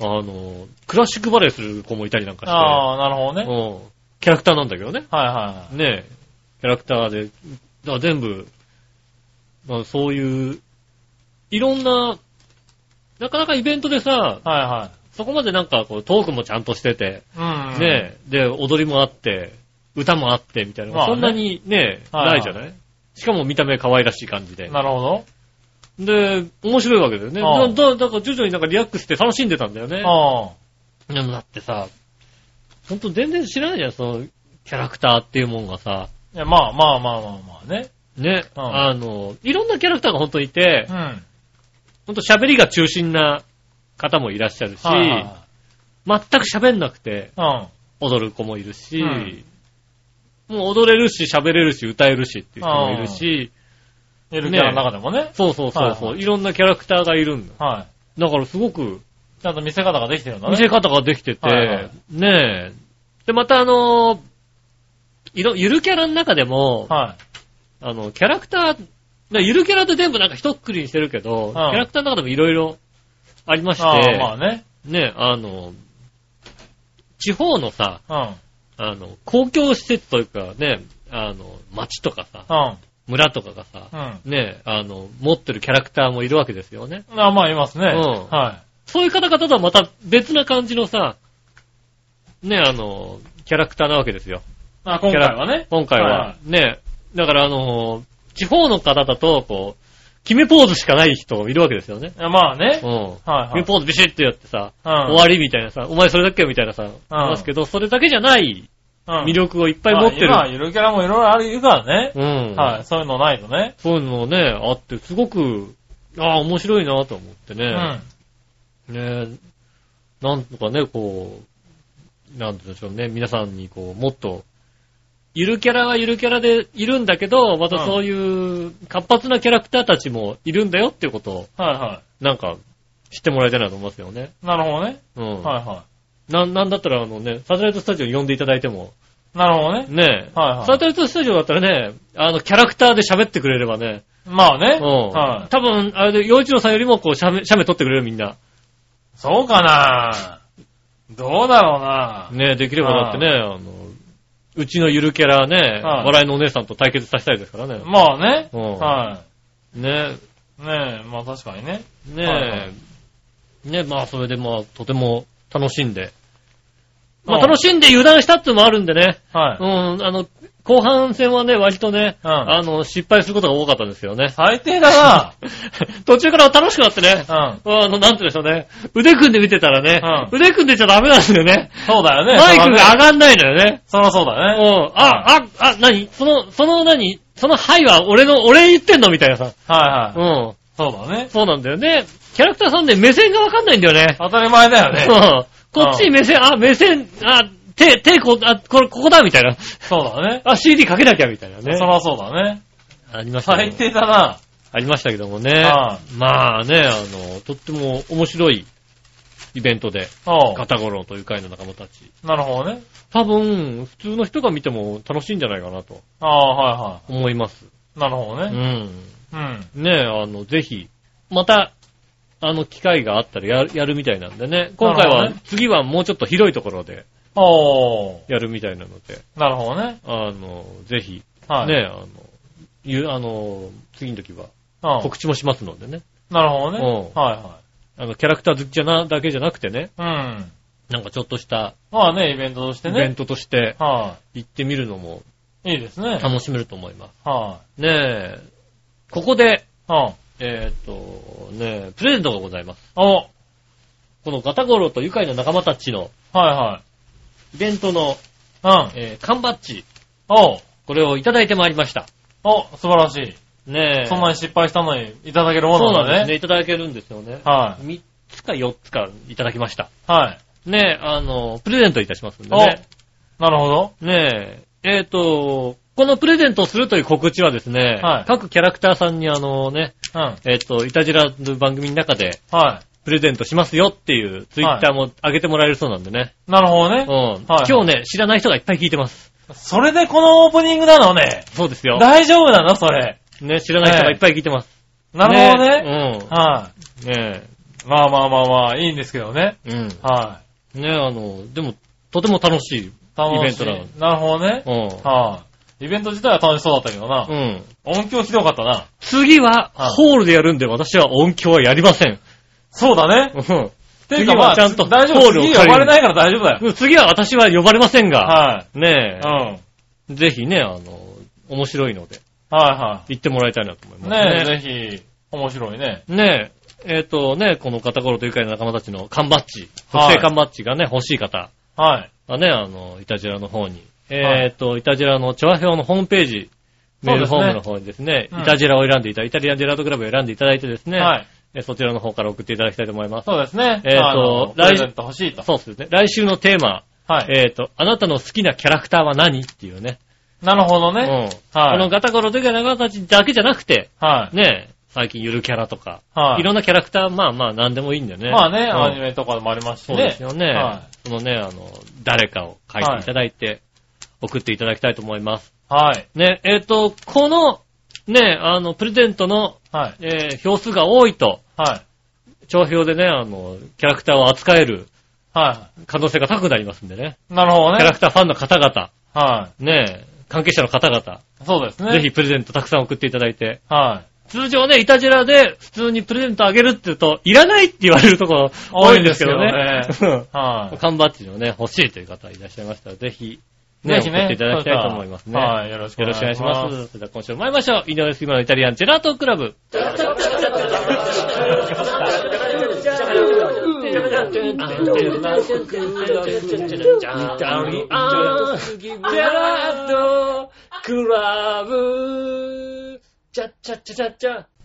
Speaker 3: うん
Speaker 2: の、クラシックバレエする子もいたりなんか
Speaker 3: ああ、なるほど
Speaker 2: して、
Speaker 3: ね。
Speaker 2: うん。キャラクターなんだけどね。
Speaker 3: はいは
Speaker 2: ねキャラクターで、だから全部、まあそういう、いろんな、なかなかイベントでさ、
Speaker 3: いはい。はいはい。
Speaker 2: そこまでなんかこうトークもちゃんとしてて、
Speaker 3: うんうんうん。
Speaker 2: ねえ、で、踊りもあって、歌もあって、みたいなのが、
Speaker 3: まあね
Speaker 2: そんなにね、
Speaker 3: はい
Speaker 2: ないじゃないしかも見た目可愛らしい感じで。
Speaker 3: なるほど。
Speaker 2: で、面白いわけだよね。
Speaker 3: ああ
Speaker 2: だ、だ、だから徐々になんかリラックスして楽しんでたんだよね。
Speaker 3: あ
Speaker 2: でもだってさ、ほんと全然知らないじゃん、その、キャラクターっていうもんがさ、
Speaker 3: あ。いや、まあまあまあまあまあね。
Speaker 2: ね、
Speaker 3: うん
Speaker 2: あの、いろんなキャラクターがほんといて
Speaker 3: う、ん。
Speaker 2: ほんと喋りが中心な方もいらっしゃるし、
Speaker 3: はいは
Speaker 2: 全く喋んなくて
Speaker 3: いはい。
Speaker 2: 踊る子もいるし、
Speaker 3: うん
Speaker 2: もう踊れるし、喋れるし、歌えるしっていう人もいるし、
Speaker 3: うん。いるキャラの中でもね。
Speaker 2: そうそうそうそう、
Speaker 3: はいい
Speaker 2: ろんなキャラクターがいるんだ。
Speaker 3: は
Speaker 2: だからすごく
Speaker 3: い。ちゃんと見せ方ができてるんだね。
Speaker 2: 見せ方ができてて、
Speaker 3: はいはい
Speaker 2: ねえ。で、またあのいろ、ゆるキャラの中でも、
Speaker 3: は
Speaker 2: あの、キャラクター、なゆるキャラって全部なんか一括りにしてるけど、キャラクターの中でもいろいろありまし
Speaker 3: い。
Speaker 2: て、
Speaker 3: ああ、まあね。
Speaker 2: ね、あの、地方のさ、
Speaker 3: うん。
Speaker 2: あの、公共施設というかね、あの、町とかさ、村とかがさ、
Speaker 3: うん。うん。
Speaker 2: ね、あの、持ってるキャラクターもいるわけですよね。
Speaker 3: あまあ、いますね。
Speaker 2: うん
Speaker 3: は
Speaker 2: そういう方々とはまた別な感じのさ、ね、あの、キャラクターなわけですよ。
Speaker 3: い。あ今回はね。
Speaker 2: 今回
Speaker 3: はい
Speaker 2: は
Speaker 3: は。
Speaker 2: ね、だからあの、地方の方だと、こう、決めポーズしかない人もいるわけですよね。
Speaker 3: いやまあね
Speaker 2: う。ん。
Speaker 3: はい
Speaker 2: 決
Speaker 3: はい。
Speaker 2: めポーズビシッとやってさ、
Speaker 3: うん
Speaker 2: 終わりみたいなさ、お前それだけよみたいなさ、ありますけど、それだけじゃない
Speaker 3: うん
Speaker 2: 魅力をいっぱい持ってる
Speaker 3: まあ、。ゆるキャラもいろいろあるいるからね。
Speaker 2: うん。
Speaker 3: はい。そういうのないとね。
Speaker 2: そういうのもね、あって、すごく、ああ、面白いなと思って
Speaker 3: う
Speaker 2: ね。
Speaker 3: ん。
Speaker 2: ねえなんとかね、こう、なんて言うんでしょうね、皆さんにこう、もっと、ゆるキャラはゆるキャラでいるんだけど、またそういう活発なキャラクターたちもいるんだよっていうことを、
Speaker 3: はいは
Speaker 2: なんか、知ってもらいたいなと思いますよね。
Speaker 3: い。なるほどね。
Speaker 2: うん。
Speaker 3: はいは
Speaker 2: な、なんだったらあのね、サテライトスタジオに呼んでいただいても、
Speaker 3: い。なるほどね。
Speaker 2: ねえ、
Speaker 3: はいはい
Speaker 2: サテライトスタジオだったらね、あの、キャラクターで喋ってくれればね、
Speaker 3: まあね。
Speaker 2: うん。
Speaker 3: はい。
Speaker 2: 多分、あれで、洋一郎さんよりも、こう、写メ、写メ撮ってくれるみんな。
Speaker 3: そうかなどうだろうな
Speaker 2: ねできればだってね、あの、うちのゆるキャラね、
Speaker 3: はい
Speaker 2: 笑いのお姉さんと対決させたいですからね。
Speaker 3: まあね。
Speaker 2: うん
Speaker 3: は
Speaker 2: ね
Speaker 3: い。ねえ、まあ確かにね。
Speaker 2: ね
Speaker 3: はいはい
Speaker 2: ねまあ、それでまあ、とても楽しんで。まあ、
Speaker 3: うん
Speaker 2: 楽しんで油断したっていうのもあるんでね。
Speaker 3: は
Speaker 2: う
Speaker 3: い。
Speaker 2: ん、あの、後半戦はね、割とね、
Speaker 3: うん
Speaker 2: あの、失敗することが多かったんですよね。
Speaker 3: 最低だ
Speaker 2: 途中から楽しくなってね、
Speaker 3: なうん。
Speaker 2: あの、なんて言うんでしょうね。腕組んで見てたらね、
Speaker 3: う
Speaker 2: 腕組んでちゃダメなんですよね。
Speaker 3: そうだよね。
Speaker 2: マイクが上
Speaker 3: る。
Speaker 2: がんないのよね。
Speaker 3: そらそうだ
Speaker 2: う
Speaker 3: ね。
Speaker 2: ん。あ、あ、あ、なにその、そのなにそのはいは俺の、俺言ってんのみたいなさ。
Speaker 3: はいは
Speaker 2: う
Speaker 3: い。
Speaker 2: ん。
Speaker 3: そうだね。
Speaker 2: そうなんだよね。キャラクターさんね、目線がわかんないんだよね。
Speaker 3: 当たり前だよ
Speaker 2: う
Speaker 3: ね。
Speaker 2: ん。こっちに目線、あ、目線、あ、手、手、こ、あ、これ、ここだみたいな。
Speaker 3: そうだね。
Speaker 2: あ、CD かけなきゃみたいなね
Speaker 3: そ。らそうだね。
Speaker 2: ありました
Speaker 3: 最
Speaker 2: ね。
Speaker 3: 低だな
Speaker 2: ありましたけどもね
Speaker 3: は。
Speaker 2: まあね、あの、とっても面白いイベントで。
Speaker 3: おう
Speaker 2: 片五郎という会の仲間たち。
Speaker 3: なるほどね。
Speaker 2: 多分、普通の人が見ても楽しいんじゃないかなと
Speaker 3: ああ、はいは
Speaker 2: 思います。
Speaker 3: い。なるほど
Speaker 2: う
Speaker 3: ね。
Speaker 2: ん。
Speaker 3: うん。
Speaker 2: ねえ、あの、ぜひ、また、あの、機会があったらやるやるみたいなんでね。今回
Speaker 3: なる
Speaker 2: は、
Speaker 3: ほどね
Speaker 2: 次はもうちょっと広いところで
Speaker 3: おー。
Speaker 2: やるみたいなので、
Speaker 3: なるほどね。
Speaker 2: あの、ぜひ、
Speaker 3: はい。
Speaker 2: ねえ、あの、ゆあの、次の時は
Speaker 3: うん。
Speaker 2: 告知もしますのでね。
Speaker 3: なるほどね。
Speaker 2: うん
Speaker 3: は
Speaker 2: あの、キャラクター好きじゃな、だけじゃなくてね、
Speaker 3: いはい。うん。
Speaker 2: なんかちょっとした
Speaker 3: まあね、イベントとして
Speaker 2: イ
Speaker 3: ね。
Speaker 2: ベントとして
Speaker 3: は
Speaker 2: 行ってみるのも
Speaker 3: い。いいですね。はい。
Speaker 2: 楽しめると思います。
Speaker 3: は
Speaker 2: ねえ、ここで、
Speaker 3: い。
Speaker 2: えーっと、ねえ、プレゼントがございます。
Speaker 3: おはい
Speaker 2: このガタゴロと愉快な仲間たちの
Speaker 3: は
Speaker 2: イベントの、
Speaker 3: い。うん。
Speaker 2: えー缶バッジ、
Speaker 3: おう
Speaker 2: これをいただいてまいりました。
Speaker 3: お素晴らしい。
Speaker 2: ねえ。
Speaker 3: そんなに失敗したのにいただけるも
Speaker 2: そうな
Speaker 3: の
Speaker 2: んで
Speaker 3: な
Speaker 2: す
Speaker 3: んだ
Speaker 2: ね。
Speaker 3: ね。
Speaker 2: いただけるんですよね。
Speaker 3: はい。
Speaker 2: 3つか4つかいただきました。
Speaker 3: はい。
Speaker 2: ねえ、あの、プレゼントいたしますんで
Speaker 3: お
Speaker 2: ね。
Speaker 3: なるほど。
Speaker 2: ねえ、えーっと、このプレゼントをするという告知はですね、
Speaker 3: はい
Speaker 2: 各キャラクターさんにあのね、
Speaker 3: うん。はい。
Speaker 2: えーっと、いたじらの番組の中で、プレゼントしますよっていうツイッターも上げてもらえるそうなんでね。
Speaker 3: なるほどね。
Speaker 2: うん。
Speaker 3: はい
Speaker 2: 今日ね、知らない人がいっぱい聞いてます。
Speaker 3: それでこのオープニングなのね。
Speaker 2: そうですよ。
Speaker 3: 大丈夫なのそれ。
Speaker 2: ね、知らない人がいっぱい聞いてます。
Speaker 3: なるほどね。は
Speaker 2: うん。ね
Speaker 3: い。まあまあまあまあ、いいんですけどね。
Speaker 2: え。うん。
Speaker 3: は
Speaker 2: ねあの、でも、とても楽しいイ
Speaker 3: い。楽しい。
Speaker 2: ベントなの。
Speaker 3: なるほどね。
Speaker 2: う
Speaker 3: はい。イベント自体は楽しそうだったけどな。
Speaker 2: ん。うん。
Speaker 3: 音響ひどかったな。
Speaker 2: 次は、
Speaker 3: はい
Speaker 2: ホールでやるんで私は音響はやりません。
Speaker 3: そうだね。
Speaker 2: うん。
Speaker 3: ていうか
Speaker 2: 次
Speaker 3: まあ、
Speaker 2: はちゃんと
Speaker 3: 大丈
Speaker 2: ホー
Speaker 3: 夫。
Speaker 2: ルを借り
Speaker 3: 次
Speaker 2: る
Speaker 3: 呼ばれないから大丈夫だよ。
Speaker 2: 次は私は呼ばれませんが、
Speaker 3: はい。
Speaker 2: ね
Speaker 3: うん。はい
Speaker 2: え、ぜひね、あの、面白いので、
Speaker 3: は
Speaker 2: 行ってもらいたいなと思い
Speaker 3: い。
Speaker 2: ます
Speaker 3: ね
Speaker 2: ね。
Speaker 3: え、ぜひ、面白いね。
Speaker 2: ねえ、えっ、とね、この肩ころというかの仲間たちの缶バッジ、
Speaker 3: はい
Speaker 2: 特製缶バッジがね、欲しい方
Speaker 3: はい。
Speaker 2: はね、あの、イタジェラの方に、
Speaker 3: はい
Speaker 2: えっ、と、イタジェラの調和表のホームページ、メールフォームの方にですね、
Speaker 3: うん
Speaker 2: イタジェラを選んでいた、イタリアンジェラートクラブを選んでいただいてですね、
Speaker 3: はい。
Speaker 2: えそちらの方から送っていただきたいと思います。
Speaker 3: そうですね。
Speaker 2: えーと
Speaker 3: あのプ
Speaker 2: 来
Speaker 3: レゼント欲しいと。
Speaker 2: そうですね。来週のテーマ、
Speaker 3: はい。
Speaker 2: えっ、と、あなたの好きなキャラクターは何っていうね。
Speaker 3: なるほど
Speaker 2: うん。
Speaker 3: ね。
Speaker 2: この
Speaker 3: はい。
Speaker 2: ガタゴロというか仲間たちだけじゃなくて、
Speaker 3: はい。
Speaker 2: ね、最近ゆるキャラとか、
Speaker 3: はい。
Speaker 2: いろんなキャラクター、まあまあ何でもいいんだよね。
Speaker 3: まあね、
Speaker 2: うん
Speaker 3: アニメとかでもありますし
Speaker 2: そ
Speaker 3: ね。
Speaker 2: うですよね。
Speaker 3: は
Speaker 2: そのね、あの、誰かを書いていただいて、送っていただきたいと思います。
Speaker 3: い。はい。
Speaker 2: ね、えっ、と、この、ね、あの、プレゼントの、
Speaker 3: はい。
Speaker 2: えー票数が多いと、
Speaker 3: はい。
Speaker 2: 帳票でね、あの、キャラクターを扱える
Speaker 3: は
Speaker 2: 可能性が高くなりますんでね。
Speaker 3: い。なるほど
Speaker 2: キャラ
Speaker 3: ね。
Speaker 2: クターファンの方々、
Speaker 3: は
Speaker 2: ねえ、関係者の方々、
Speaker 3: い。そうですね。
Speaker 2: ぜひプレゼントたくさん送っていただいて、
Speaker 3: は
Speaker 2: 通常ね、イタジェラで普通にプレゼントあげるって言うと、いらないって言われるところ多いんですけどね
Speaker 3: 多い。です はい。
Speaker 2: 缶バッジのね、欲しいという方いらっしゃいましたら、ぜひ、ね、
Speaker 3: ぜひ
Speaker 2: 送
Speaker 3: ね。
Speaker 2: っていただきたいと思いますね。
Speaker 3: はい。よろしくお
Speaker 2: よ
Speaker 3: 願
Speaker 2: ろ
Speaker 3: い
Speaker 2: しく
Speaker 3: し
Speaker 2: お願
Speaker 3: ま
Speaker 2: い
Speaker 3: す。
Speaker 2: します。それでは今週も参りましょう。井上杉村のイタリアンジェラートクラブ。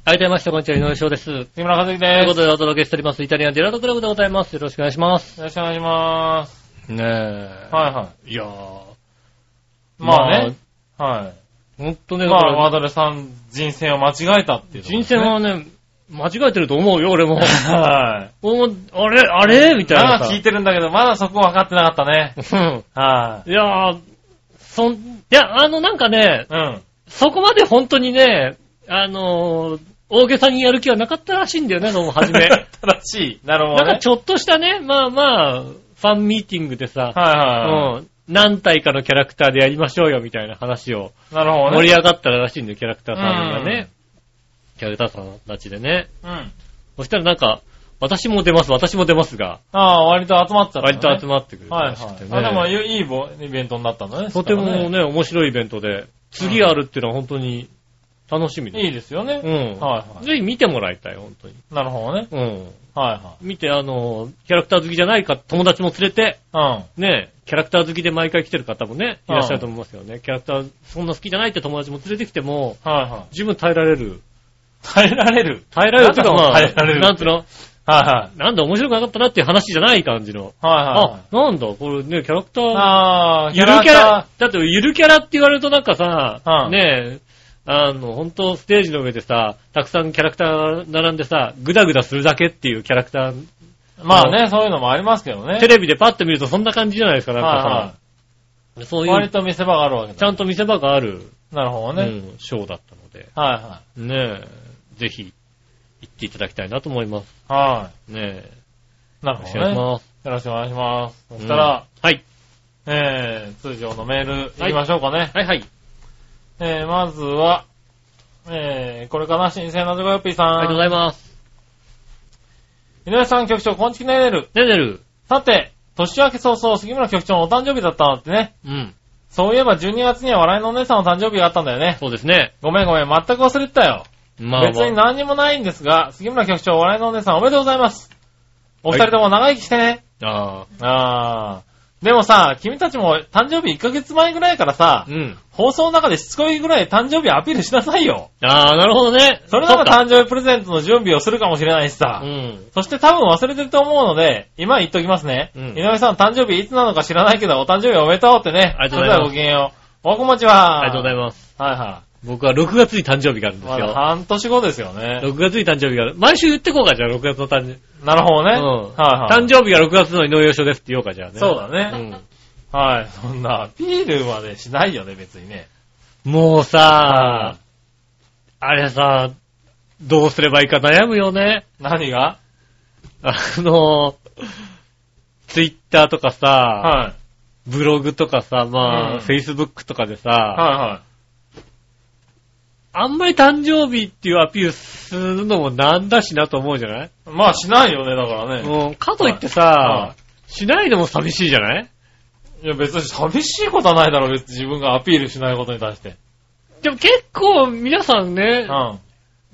Speaker 2: 改めまして、こんにちは、井上翔です。
Speaker 3: 木村和樹
Speaker 2: という
Speaker 3: で
Speaker 2: こ
Speaker 3: す。
Speaker 2: とでお届けしております、イタリアンジェラートクラブでございます。よろしくお願いします。
Speaker 3: よろしくお願いします。
Speaker 2: ねえ。。
Speaker 3: はいはい
Speaker 2: いやー。
Speaker 3: い。まあね。は
Speaker 2: まあ。ほんと
Speaker 3: い。
Speaker 2: ね、だ
Speaker 3: ま
Speaker 2: から
Speaker 3: あ、ワードレさん、人選を間違えたっていうとこ
Speaker 2: 人
Speaker 3: ろですね、
Speaker 2: 選はね、間違えてると思うよ、俺も。
Speaker 3: はい。
Speaker 2: 俺も、あれあれみたい
Speaker 3: ま
Speaker 2: な
Speaker 3: だ
Speaker 2: さ。
Speaker 3: 聞いてるんだけど、まだそこ分かってなかったね。は
Speaker 2: うんいやー、そん、いや、あの、なんかね、
Speaker 3: い。うん。
Speaker 2: そこまで本当にね、あのー大げさにやる気はなかったらしいんだよね、その初 め。な
Speaker 3: 正しい。なるほど
Speaker 2: ん
Speaker 3: ね。
Speaker 2: かちょっとしたね、まあまあ、ファンミーティングでさ、
Speaker 3: はいはいは
Speaker 2: うん、何体かのキャラクターでやりましょうよ、みたいな話を
Speaker 3: い。なるほど
Speaker 2: 盛
Speaker 3: ね。
Speaker 2: り上がったらしいんだよ、キャラクターさんがね。キャラクターさんたちでね。
Speaker 3: うん。
Speaker 2: そしたらなんか、私も出ます、私も出ますが、
Speaker 3: ああ、割と集まっちゃった、ね。
Speaker 2: 割と集
Speaker 3: ま
Speaker 2: まってくる
Speaker 3: はい
Speaker 2: らしくてね。
Speaker 3: はい。あ、でも、いいぼイベントになったんだね。
Speaker 2: とて
Speaker 3: そした
Speaker 2: も
Speaker 3: ら
Speaker 2: ね、面白いイベントで、次あるっていうのは本当に楽しみ
Speaker 3: い
Speaker 2: で
Speaker 3: いですよね。
Speaker 2: す。うん。
Speaker 3: はいは
Speaker 2: ぜひ見てもらいたい、本当に。
Speaker 3: い。なるほどね。
Speaker 2: うん。
Speaker 3: は
Speaker 2: 見て、あの、キャラクター好きじゃないか、友達も連れて、
Speaker 3: いはい。
Speaker 2: ね、キャラクター好きで毎回来てる方もね、いらっしゃると思いますよね。キャラクター、そんな好きじゃないって友達も連れてきても、
Speaker 3: うん。はいはい。
Speaker 2: 十分耐えられる。
Speaker 3: 耐えられる。
Speaker 2: 耐えられるっていうか、
Speaker 3: なん
Speaker 2: ま
Speaker 3: だ
Speaker 2: あ、
Speaker 3: 耐えられるって
Speaker 2: なんつうの
Speaker 3: は
Speaker 2: なんだ面白くなかったなっていう話じゃない感じの。
Speaker 3: いはい。はいはいは
Speaker 2: あ
Speaker 3: い。、
Speaker 2: なんだ、これね、キャラクター、
Speaker 3: ああ、
Speaker 2: ゆるキャラ、だってゆるキャラって言われるとなんかさ、
Speaker 3: うん
Speaker 2: ねえ、あの、本当ステージの上でさ、たくさんキャラクター並んでさ、ぐだぐだするだけっていうキャラクター、
Speaker 3: まあね、そういうのもありますけどね。
Speaker 2: テレビでパッと見るとそんな感じじゃないですか、なんかさ、
Speaker 3: は
Speaker 2: そう
Speaker 3: いはい。
Speaker 2: い
Speaker 3: 割
Speaker 2: う、
Speaker 3: と見せ場があるわけだ。
Speaker 2: ちゃんと見せ場がある、
Speaker 3: なるほどね。
Speaker 2: うんショーだったので、
Speaker 3: はいは
Speaker 2: ねえ、ぜひ、行っていただきたいなと思います。
Speaker 3: い。は
Speaker 2: ねえ、
Speaker 3: い。なる
Speaker 2: お
Speaker 3: ほ
Speaker 2: 願いし
Speaker 3: どね。
Speaker 2: ます。
Speaker 3: よろしくお願いします。そ
Speaker 2: そ
Speaker 3: したら、、
Speaker 2: はい、
Speaker 3: えー、通常のメール、行きましょうかね。
Speaker 2: はいはい、
Speaker 3: えー、まずは、えー、これかな、新鮮なジョコヨッピーさ
Speaker 2: ありがとうご
Speaker 3: ん。
Speaker 2: ざいます。
Speaker 3: 井上さん局長、こんちきねるる。
Speaker 2: ねねる、
Speaker 3: さて、年明け早々、杉村局長のお誕生日だったんだってね。
Speaker 2: うん、
Speaker 3: そういえば12月には笑いのお姉さんの誕生日があったんだよね。
Speaker 2: そうですね。
Speaker 3: ごめんごめん、全く忘れてたよ。
Speaker 2: まあ、まあ、
Speaker 3: 別に何にもないんですが、杉村局長、お笑いのお姉さんおめでとうございます。お二人とも長生きしてね。
Speaker 2: あ
Speaker 3: あー。でもさ、君たちも誕生日1ヶ月前ぐらいからさ
Speaker 2: あ、、うん。
Speaker 3: 放送の中でしつこいぐらい誕生日アピールしなさいよ。
Speaker 2: ああ、なるほどね。
Speaker 3: それなら
Speaker 2: か
Speaker 3: 誕生日プレゼントの準備をするかもしれないしさ。
Speaker 2: うん。
Speaker 3: そして多分忘れてると思うので、今言っときますね。
Speaker 2: うん
Speaker 3: 井上さん誕生日いつなのか知らないけど、お誕生日おめでとうってね。
Speaker 2: ありがとうございます
Speaker 3: それではごきげんよう。おこもちは。
Speaker 2: ありがとうござい
Speaker 3: ま
Speaker 2: ます。
Speaker 3: す。はいは
Speaker 2: 僕は6月に誕生日があるん
Speaker 3: い。
Speaker 2: です
Speaker 3: まだ
Speaker 2: よ。
Speaker 3: 半年後ですよね。
Speaker 2: 6月に誕生日がある。毎週言ってこうか、じゃあ6月の誕生日。
Speaker 3: なるほどね。
Speaker 2: うん
Speaker 3: はいはい。
Speaker 2: 誕生日が6月の井上洋書ですって言おうか、じゃあね。
Speaker 3: そうだね。
Speaker 2: ね。
Speaker 3: はい。そんな、アピールまでしないよね、別にね。
Speaker 2: うん。もう
Speaker 3: は
Speaker 2: さ、あれさ、どうすればいいか悩むよね。
Speaker 3: 何が
Speaker 2: あの、ツイッターとかさ、
Speaker 3: はい。
Speaker 2: ブログとかさ、ま
Speaker 3: う
Speaker 2: あ、
Speaker 3: ん
Speaker 2: フェイスブックとかでさ、
Speaker 3: はいはい。
Speaker 2: あんまり誕生日っていうアピールするのもなんだしなと思うじゃない、
Speaker 3: まあしないよね、だからね。
Speaker 2: うん、かといって
Speaker 3: は
Speaker 2: さ、しないのも寂しいじゃない
Speaker 3: いや別に寂しいことはないだろう、別に自分がアピールしないことに対して。
Speaker 2: でも結構皆さん
Speaker 3: う
Speaker 2: ね
Speaker 3: ん。、あ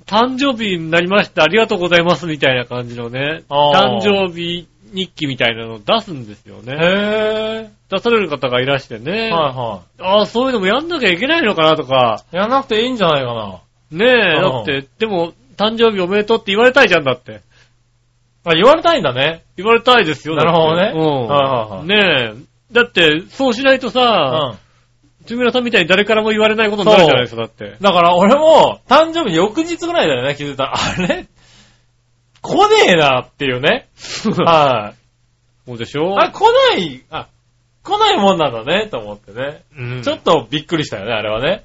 Speaker 2: 誕生日になりました、ありがとうございますみたいな感じのね、
Speaker 3: あ
Speaker 2: 誕
Speaker 3: ー
Speaker 2: 生日日記みたいなのを出すんですよ
Speaker 3: へ
Speaker 2: ね。
Speaker 3: え。
Speaker 2: 出される方がいらしてね、
Speaker 3: はいは
Speaker 2: ああ、そういうのもやんなきゃいけないのかなとか、
Speaker 3: い。やらなくていいんじゃないかな。
Speaker 2: ねえ、
Speaker 3: うん
Speaker 2: だって、でも、誕生日おめでとうって言われたいじゃんだって。
Speaker 3: あ、言われたいんだね。
Speaker 2: 言われたいですよ、だって
Speaker 3: なるほど
Speaker 2: う
Speaker 3: ね
Speaker 2: ん。
Speaker 3: はい
Speaker 2: ねえ。だって、そうしないと
Speaker 3: う
Speaker 2: さ、
Speaker 3: ん。
Speaker 2: ジュミラさんみたいに誰からも言われないことになるじゃないですか、だって。
Speaker 3: だから俺も、誕生日翌日ぐらいだよね、気づいたら。 あれ来ねえなっていうね。はい。
Speaker 2: そうでしょ
Speaker 3: あ、来ない、あ、来ないもんなんだね、と思ってね。
Speaker 2: うん
Speaker 3: ちょっとびっくりしたよね、あれはね。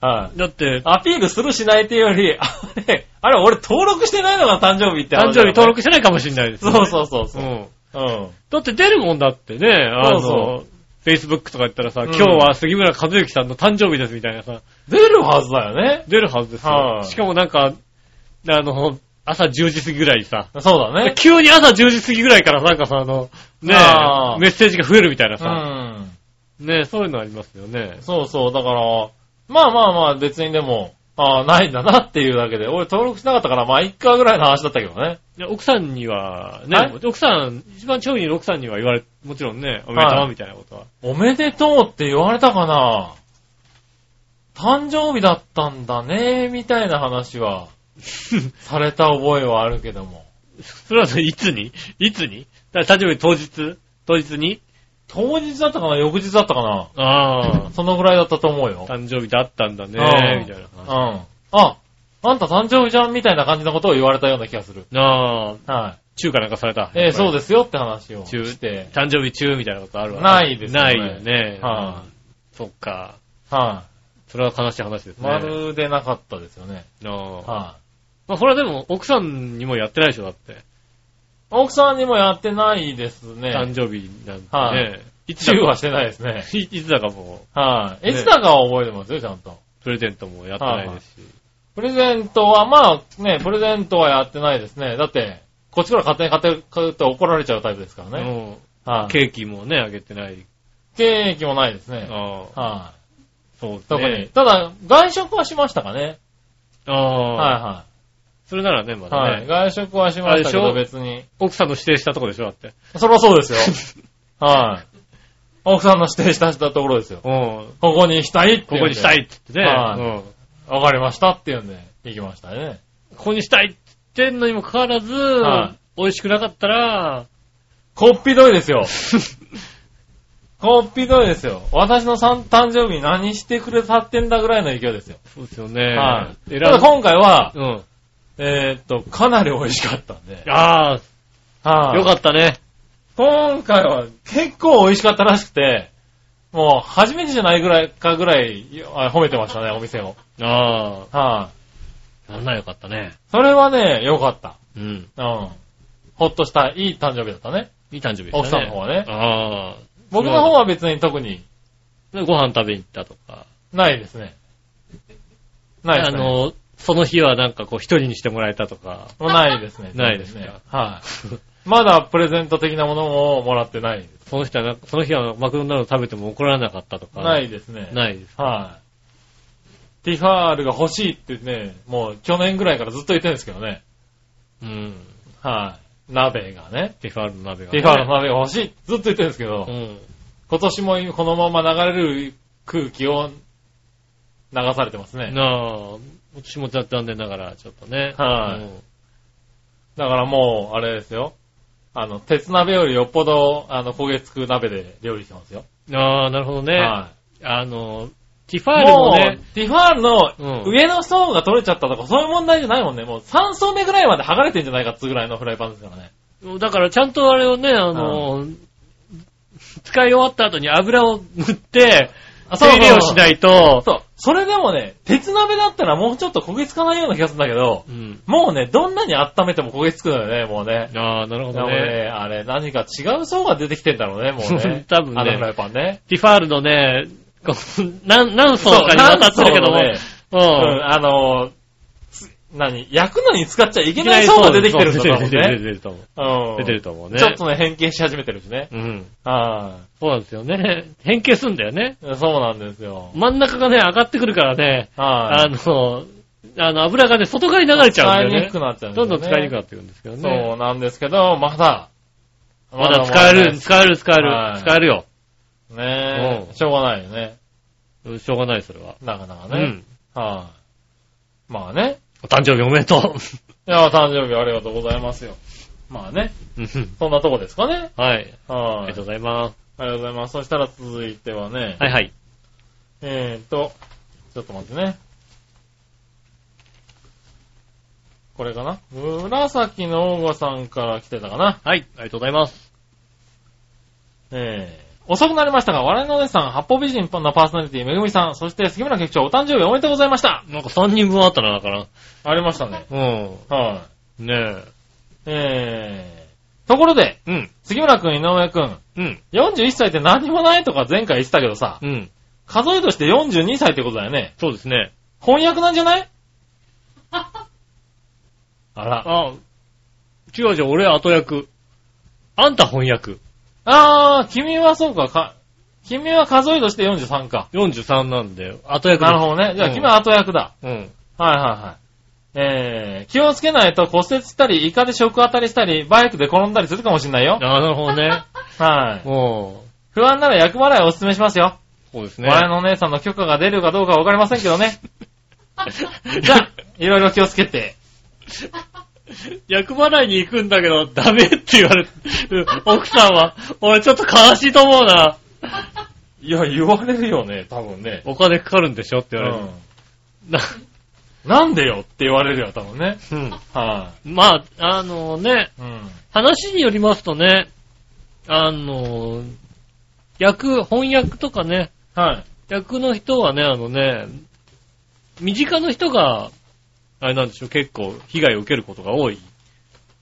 Speaker 3: はい。
Speaker 2: だって、
Speaker 3: アピールするしないっていうより、あれ、あれ俺登録してないのが誕生日って
Speaker 2: 誕生
Speaker 3: 話だ
Speaker 2: 日
Speaker 3: よね、
Speaker 2: 登録してないかもしれないです。
Speaker 3: そうそうそうそうう。
Speaker 2: ん。
Speaker 3: うん。
Speaker 2: だって出るもんだってね、あ
Speaker 3: そうそ
Speaker 2: の、Facebook とか言ったらさ、
Speaker 3: うん
Speaker 2: 今日は杉村和之さんの誕生日ですみたいなさ、
Speaker 3: 出るはずだよね。
Speaker 2: 出るはずですよ
Speaker 3: は。い
Speaker 2: しかもなんか、あの、朝10時過ぎぐらいにさ、
Speaker 3: そうだね。
Speaker 2: 急に朝10時過ぎぐらいからなんかさ、あの、ね
Speaker 3: あー
Speaker 2: メッセージが増えるみたいな
Speaker 3: う
Speaker 2: さ、
Speaker 3: ん。
Speaker 2: ねそういうのありますよね。
Speaker 3: そうそう、だから、まあまあまあ別にでも、ああ、ないんだなっていうだけで、俺登録しなかったから、まあ一回ぐらいの話だったけどね。
Speaker 2: で奥さんには、
Speaker 3: は
Speaker 2: ね
Speaker 3: い、
Speaker 2: 奥さん、一番長いの奥さんには言われ、もちろんね、おめでと
Speaker 3: は
Speaker 2: う
Speaker 3: い
Speaker 2: みたいなことは。
Speaker 3: おめでとうって言われたかな誕生日だったんだね、みたいな話は、された覚えはあるけども。
Speaker 2: それは、いつにいつにだから誕生日当日当日に
Speaker 3: 当日だったかな翌日だったかな
Speaker 2: ああ。
Speaker 3: そのぐらいだったと思うよ。
Speaker 2: 誕生日だったんだ
Speaker 3: う
Speaker 2: ね、み
Speaker 3: ん
Speaker 2: たいな話。
Speaker 3: うん。あ、あんた誕生日じゃんみたいな感じのことを言われたような気がする。
Speaker 2: ああ、
Speaker 3: は
Speaker 2: 中華なんかされた。。
Speaker 3: い。えーそうですすよって話を
Speaker 2: 中
Speaker 3: して。
Speaker 2: 誕生日中みたいなことあるわ。
Speaker 3: ないですよ
Speaker 2: な
Speaker 3: ね
Speaker 2: いよね。
Speaker 3: はい
Speaker 2: そっか。
Speaker 3: は
Speaker 2: それは悲しい話です
Speaker 3: い。
Speaker 2: ね。
Speaker 3: まるでなかったですよね。
Speaker 2: ああ。
Speaker 3: はい。
Speaker 2: まあ、それはでも、奥さんにもやってないでしょ、だって。
Speaker 3: 奥さんにもやってないです
Speaker 2: 誕
Speaker 3: ね。
Speaker 2: 生日なんて
Speaker 3: は
Speaker 2: ね。いつ
Speaker 3: 中はしてない
Speaker 2: い。
Speaker 3: ですね。
Speaker 2: いいつだかも
Speaker 3: はい。
Speaker 2: ね
Speaker 3: いつだかは覚えてますよ、ちゃんと。
Speaker 2: う、プレゼントもやってないですし。
Speaker 3: プレゼントは、まあね、プレゼントはやってないですね。だって、こっちから勝手に買って、買うと怒られちゃうタイプですからね。
Speaker 2: うん
Speaker 3: はい。
Speaker 2: ケーキもね、あげてない。
Speaker 3: ケーキもないですね。
Speaker 2: ああ。
Speaker 3: は
Speaker 2: そうですね
Speaker 3: い。特に。。ただ、外食はしましたかね。
Speaker 2: ああ。
Speaker 3: はいはい。
Speaker 2: それならね、ま
Speaker 3: は
Speaker 2: だ
Speaker 3: い。
Speaker 2: ね。
Speaker 3: 外食はしましたけ
Speaker 2: あ
Speaker 3: ど、
Speaker 2: れ
Speaker 3: 別に。
Speaker 2: 奥さんの指定したとこでしょ、だって。
Speaker 3: そりゃそうです よ。はい。奥さんの指定したしたところですよ。
Speaker 2: うん。
Speaker 3: ここにしたいって
Speaker 2: ここにした
Speaker 3: い。
Speaker 2: いって言ってね
Speaker 3: は。
Speaker 2: うん
Speaker 3: わかりましたっていうんで、行きましたね。
Speaker 2: ここにしたいって言ってんのにもかかわらず、
Speaker 3: は
Speaker 2: 美味しくなかった ら、
Speaker 3: こっぴどいですよ。こっぴどいですよ。私のさん誕生日に何してくれたってんだぐらいの勢いですよ。
Speaker 2: そうですよね。
Speaker 3: はい。
Speaker 2: 選
Speaker 3: ただ
Speaker 2: ぶ。
Speaker 3: 今回は、
Speaker 2: うん。
Speaker 3: えーっと、かなり美味しかったんで。
Speaker 2: ああ、
Speaker 3: はい。
Speaker 2: よかったね。
Speaker 3: 今回は結構美味しかったらしくて、もう初めてじゃないぐらいかぐらいあ褒めてましたね、お店を。はい、
Speaker 2: ああ、なんならよかったね。
Speaker 3: それはね、良かった。
Speaker 2: うん。
Speaker 3: うん。ほっとした、いい誕生日だったね。
Speaker 2: いい誕生日でしたね。
Speaker 3: 奥さんの方はね。
Speaker 2: ああ。
Speaker 3: 僕の方は別に特に
Speaker 2: でご飯食べに行ったとか。
Speaker 3: ないですね。ないで
Speaker 2: あ
Speaker 3: すね。
Speaker 2: の、その日はなんかこう一人にしてもらえたとか。
Speaker 3: もうないですね。
Speaker 2: ないですか
Speaker 3: ね。はい。まだプレゼント的なものももらってないです。
Speaker 2: その人はなんか、その日はマクドナルド食べても怒られなかったとか。
Speaker 3: ないですね。
Speaker 2: ないです。
Speaker 3: はい。ティファールが欲しいってね、もう去年ぐらいからずっと言ってるんですけどね。
Speaker 2: うん。
Speaker 3: はい。鍋がね。
Speaker 2: ティファールの鍋が、
Speaker 3: ティファールの鍋が欲しい。ずっと言ってるんですけど、
Speaker 2: うん。
Speaker 3: 今年もこのまま流れる空気を流されてますね。
Speaker 2: なあ、私も残念ながら、ちょっとね。
Speaker 3: はい
Speaker 2: うん
Speaker 3: だからもう、あれですよ。あの、鉄鍋よりよっぽど、あの、焦げつく鍋で料理してますよ。
Speaker 2: ああ、なるほどね。
Speaker 3: は
Speaker 2: あの、ティフ
Speaker 3: い。
Speaker 2: ァールも
Speaker 3: も
Speaker 2: ね
Speaker 3: う、、ティファール
Speaker 2: うん
Speaker 3: の上の層が取れちゃったとか、そういう問題じゃないもんね。もう3層目ぐらいまで剥がれてんじゃないかっつうぐらいのフライパンですからね。
Speaker 2: だからちゃんとあれをね、あの、使い終わった後に油を塗って、
Speaker 3: あ。
Speaker 2: 手入れをしないいと、
Speaker 3: そう。それでもね、鉄鍋だったらもうちょっと焦げつかないような気がするんだけど、
Speaker 2: うん。
Speaker 3: もうね、どんなに温めても焦げつくのよね、もうね。
Speaker 2: ああ、なるほ
Speaker 3: で
Speaker 2: ど
Speaker 3: も
Speaker 2: ね。
Speaker 3: ね、あれ、何か違う層が出てきてんだろうね、もうね。
Speaker 2: 多分ね
Speaker 3: あのフライパンね。
Speaker 2: ティファールのね、こう何、何層かにわたってるけども、
Speaker 3: そう何層のねうん、あのー、つ何焼くのに使っちゃいけない層が出てきてるんだ
Speaker 2: そう
Speaker 3: ろ
Speaker 2: 出
Speaker 3: う
Speaker 2: てる
Speaker 3: ね。
Speaker 2: 出てると思う。
Speaker 3: うん
Speaker 2: 出てると思うね。
Speaker 3: ちょっとね、変形し始めてるしね。
Speaker 2: うん。
Speaker 3: は
Speaker 2: そうなんですよね。 変形すんだよね。
Speaker 3: い。そうなんですよ。
Speaker 2: 真ん中がね、上がってくるからね、あ
Speaker 3: はい。
Speaker 2: の、あの、油がね、外側に流れちゃ
Speaker 3: 使
Speaker 2: うんだよ
Speaker 3: いに
Speaker 2: ね
Speaker 3: く。くなっちゃうんです
Speaker 2: ど
Speaker 3: よ
Speaker 2: ん
Speaker 3: ね
Speaker 2: どん使いにくくなっていくんですけど
Speaker 3: そ
Speaker 2: ね。
Speaker 3: うなんですけど、まだ。
Speaker 2: まだ使える、
Speaker 3: です
Speaker 2: 使える、使える
Speaker 3: は、い
Speaker 2: 使えるよ。
Speaker 3: ね
Speaker 2: う
Speaker 3: え。
Speaker 2: ん
Speaker 3: しょうがないよね。
Speaker 2: うんしょうがない、それは。
Speaker 3: なかなか
Speaker 2: う
Speaker 3: ね。
Speaker 2: ん。
Speaker 3: はい。まあね。
Speaker 2: お誕生日おめでと
Speaker 3: いや、誕生日ありがとうございますよ。まあね。
Speaker 2: う。うん
Speaker 3: そんなとこですかね。
Speaker 2: はい。あ
Speaker 3: は
Speaker 2: りが。
Speaker 3: い
Speaker 2: とうございます。
Speaker 3: ありがとうございます。そしたら続いてはね、
Speaker 2: はいはい。
Speaker 3: えーと、ちょっと待ってね。これかな紫のオーガさんから来てたかな
Speaker 2: はい、ありがとうございます。
Speaker 3: えー、遅くなりましたが、我々のお姉さん、八方美人のパーソナリティ、めぐみさん、そして杉村局長、お誕生日おめでとうございました
Speaker 2: なんか3人分あったな、だから。
Speaker 3: ありましたね。
Speaker 2: うん。
Speaker 3: は
Speaker 2: ね
Speaker 3: い。えー、ところで、
Speaker 2: え。うん。
Speaker 3: 杉村くん、井上くん、
Speaker 2: うん。
Speaker 3: 41歳って何もないとか前回言ってたけどさ、
Speaker 2: うん。
Speaker 3: 数えとして42歳ってことだよね。
Speaker 2: そうですね。
Speaker 3: 翻訳なんじゃないあら。
Speaker 2: あ、違う違う、俺後役。あんた翻訳。
Speaker 3: あー、君はそうか、か、君は数えとして43か。
Speaker 2: 43なんで、後役です
Speaker 3: なるほどね。じゃあ、
Speaker 2: うん
Speaker 3: 君は後役だ。
Speaker 2: うん。
Speaker 3: はいはいはい。えー、気をつけないと骨折したり、イカで食当たりしたり、バイクで転んだりするかもしんないよ。
Speaker 2: あなるほど ね。
Speaker 3: はい。
Speaker 2: うん。
Speaker 3: 不安なら役払いをお勧めしますよ。
Speaker 2: そうですね。
Speaker 3: 我々のお姉さんの許可が出るかどうかはわかりませんけど ね。
Speaker 2: じ
Speaker 3: じ
Speaker 2: ゃ
Speaker 3: ゃ
Speaker 2: あ
Speaker 3: あ、いろいろ気をつけて。
Speaker 2: 役払いに行くんだけど、ダメって言われて、奥さんは、 俺ちょっと悲しいと思うな。
Speaker 3: いや、言われるよね、多分ね。
Speaker 2: お金かかるんでしょって
Speaker 3: う
Speaker 2: 言われる。
Speaker 3: ん。なんでよって言われるよ、多分ね。
Speaker 2: うん。
Speaker 3: は
Speaker 2: まあ、あのね、
Speaker 3: い。うん。
Speaker 2: 話によりますとね、あの、役、翻訳とかね、
Speaker 3: はい。
Speaker 2: 役の人はね、あのね、身近の人が、あれなんでしょう、結構被害を受けることが多い。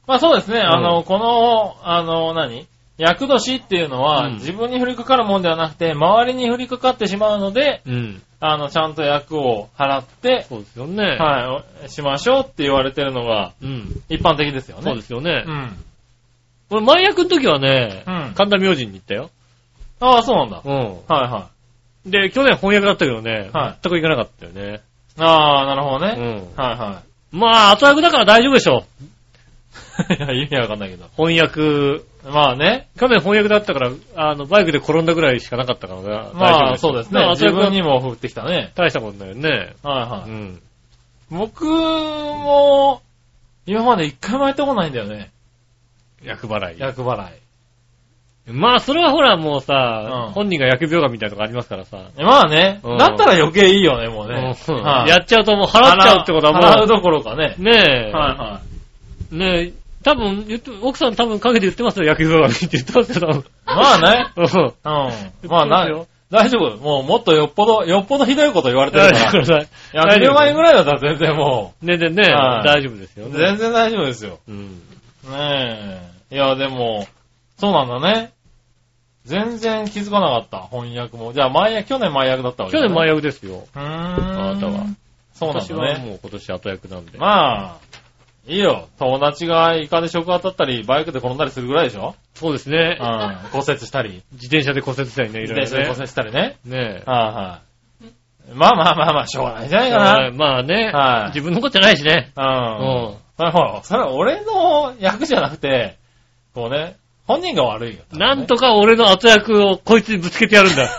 Speaker 3: まあそうですね、あ
Speaker 2: うん
Speaker 3: の、この、あの、何厄年っていうのは、
Speaker 2: うん
Speaker 3: 自分に降りかかるもんではなくて、周りに降りかかってしまうので、
Speaker 2: うん。
Speaker 3: あの、ちゃんと厄を払って、
Speaker 2: そうですよね。
Speaker 3: はい、しましょうって言われてるのが、
Speaker 2: うん。
Speaker 3: 一般的ですよね。。
Speaker 2: そうですすよね。
Speaker 3: うん。
Speaker 2: 俺、前役の時はね、
Speaker 3: うん
Speaker 2: 神田明神に行ったよ。
Speaker 3: ああ、そうなんだ。
Speaker 2: うん。
Speaker 3: はいは
Speaker 2: で、去年翻訳だったけどね、
Speaker 3: はい
Speaker 2: 全く行かなかったよね。
Speaker 3: い。ああ、なるほど
Speaker 2: う
Speaker 3: ね。
Speaker 2: ん。
Speaker 3: はいは
Speaker 2: まあ、後役だから大丈夫でしょ。
Speaker 3: い。い や、意味わかんないけど。
Speaker 2: 翻訳。
Speaker 3: まあね。
Speaker 2: 去年翻訳だったから、あの、バイクで転んだぐらいしかなかったからね。大
Speaker 3: ま
Speaker 2: 丈夫
Speaker 3: あ、そうです
Speaker 2: だ。
Speaker 3: ね
Speaker 2: から後
Speaker 3: 自
Speaker 2: 役は
Speaker 3: 分にも降ってきたね。
Speaker 2: 大したことないよね。
Speaker 3: はいは
Speaker 2: う
Speaker 3: い。
Speaker 2: ん。
Speaker 3: 僕も、今まで一回もやったことないんだよね。
Speaker 2: 役払い。
Speaker 3: 厄払い。
Speaker 2: まあ、それはほらもうさ、
Speaker 3: うん
Speaker 2: 本人が疫病神みたいなとこありますからさ。
Speaker 3: まあね、
Speaker 2: うん
Speaker 3: だったら余計いいよね、もうね。
Speaker 2: うん
Speaker 3: はい
Speaker 2: やっちゃうともう払っちゃうってことは
Speaker 3: 払
Speaker 2: も
Speaker 3: うどころかね
Speaker 2: う、。ねえ、
Speaker 3: はいは
Speaker 2: ねえ、多分言って、奥さん多分陰で言ってますよ、疫病神って言ってますよ、
Speaker 3: い。まあ
Speaker 2: 多分。
Speaker 3: ね。う
Speaker 2: うん
Speaker 3: ん。まあな
Speaker 2: 言って、
Speaker 3: 大丈夫。もうもっとよっぽど、よっぽどひどいこと言われ て
Speaker 2: 大
Speaker 3: る
Speaker 2: 丈
Speaker 3: か
Speaker 2: 夫だ。
Speaker 3: ら。1 0万ぐらいだったら全然も
Speaker 2: ねでね、
Speaker 3: はい
Speaker 2: 大丈夫ですよ
Speaker 3: う、
Speaker 2: ね。
Speaker 3: 全然大丈夫ですよ。
Speaker 2: うん。
Speaker 3: ねえ。いや、でも、そうなんだね。全然気づかなかった、翻訳も。じゃあ、前役、去年前役だったわけ
Speaker 2: 去
Speaker 3: だね
Speaker 2: 年前役ですよ。
Speaker 3: うーん。
Speaker 2: あなたは。
Speaker 3: そうなん
Speaker 2: 私
Speaker 3: だ
Speaker 2: は
Speaker 3: ね。
Speaker 2: もう今年後役なんで。
Speaker 3: まあ、いいよ。友達がイカで食当たったり、バイクで転んだりするぐらいでしょ
Speaker 2: そうですね
Speaker 3: う。ん。骨折したり、
Speaker 2: 自転車で骨折したりね、い
Speaker 3: 自
Speaker 2: ろい
Speaker 3: 転
Speaker 2: ろね
Speaker 3: 車で骨。折したりね。
Speaker 2: ねえ。
Speaker 3: はいはい。まあまあまあまあ、しょうがないんじゃない
Speaker 2: は
Speaker 3: か
Speaker 2: いまあね、
Speaker 3: はい
Speaker 2: 自分のことじゃないしね。う
Speaker 3: な。うん。それはほら、それは俺の役じゃなくて、こうね、本人が悪いよ。
Speaker 2: ん。なんとか俺の後役をこいつにぶつけてや るんだ。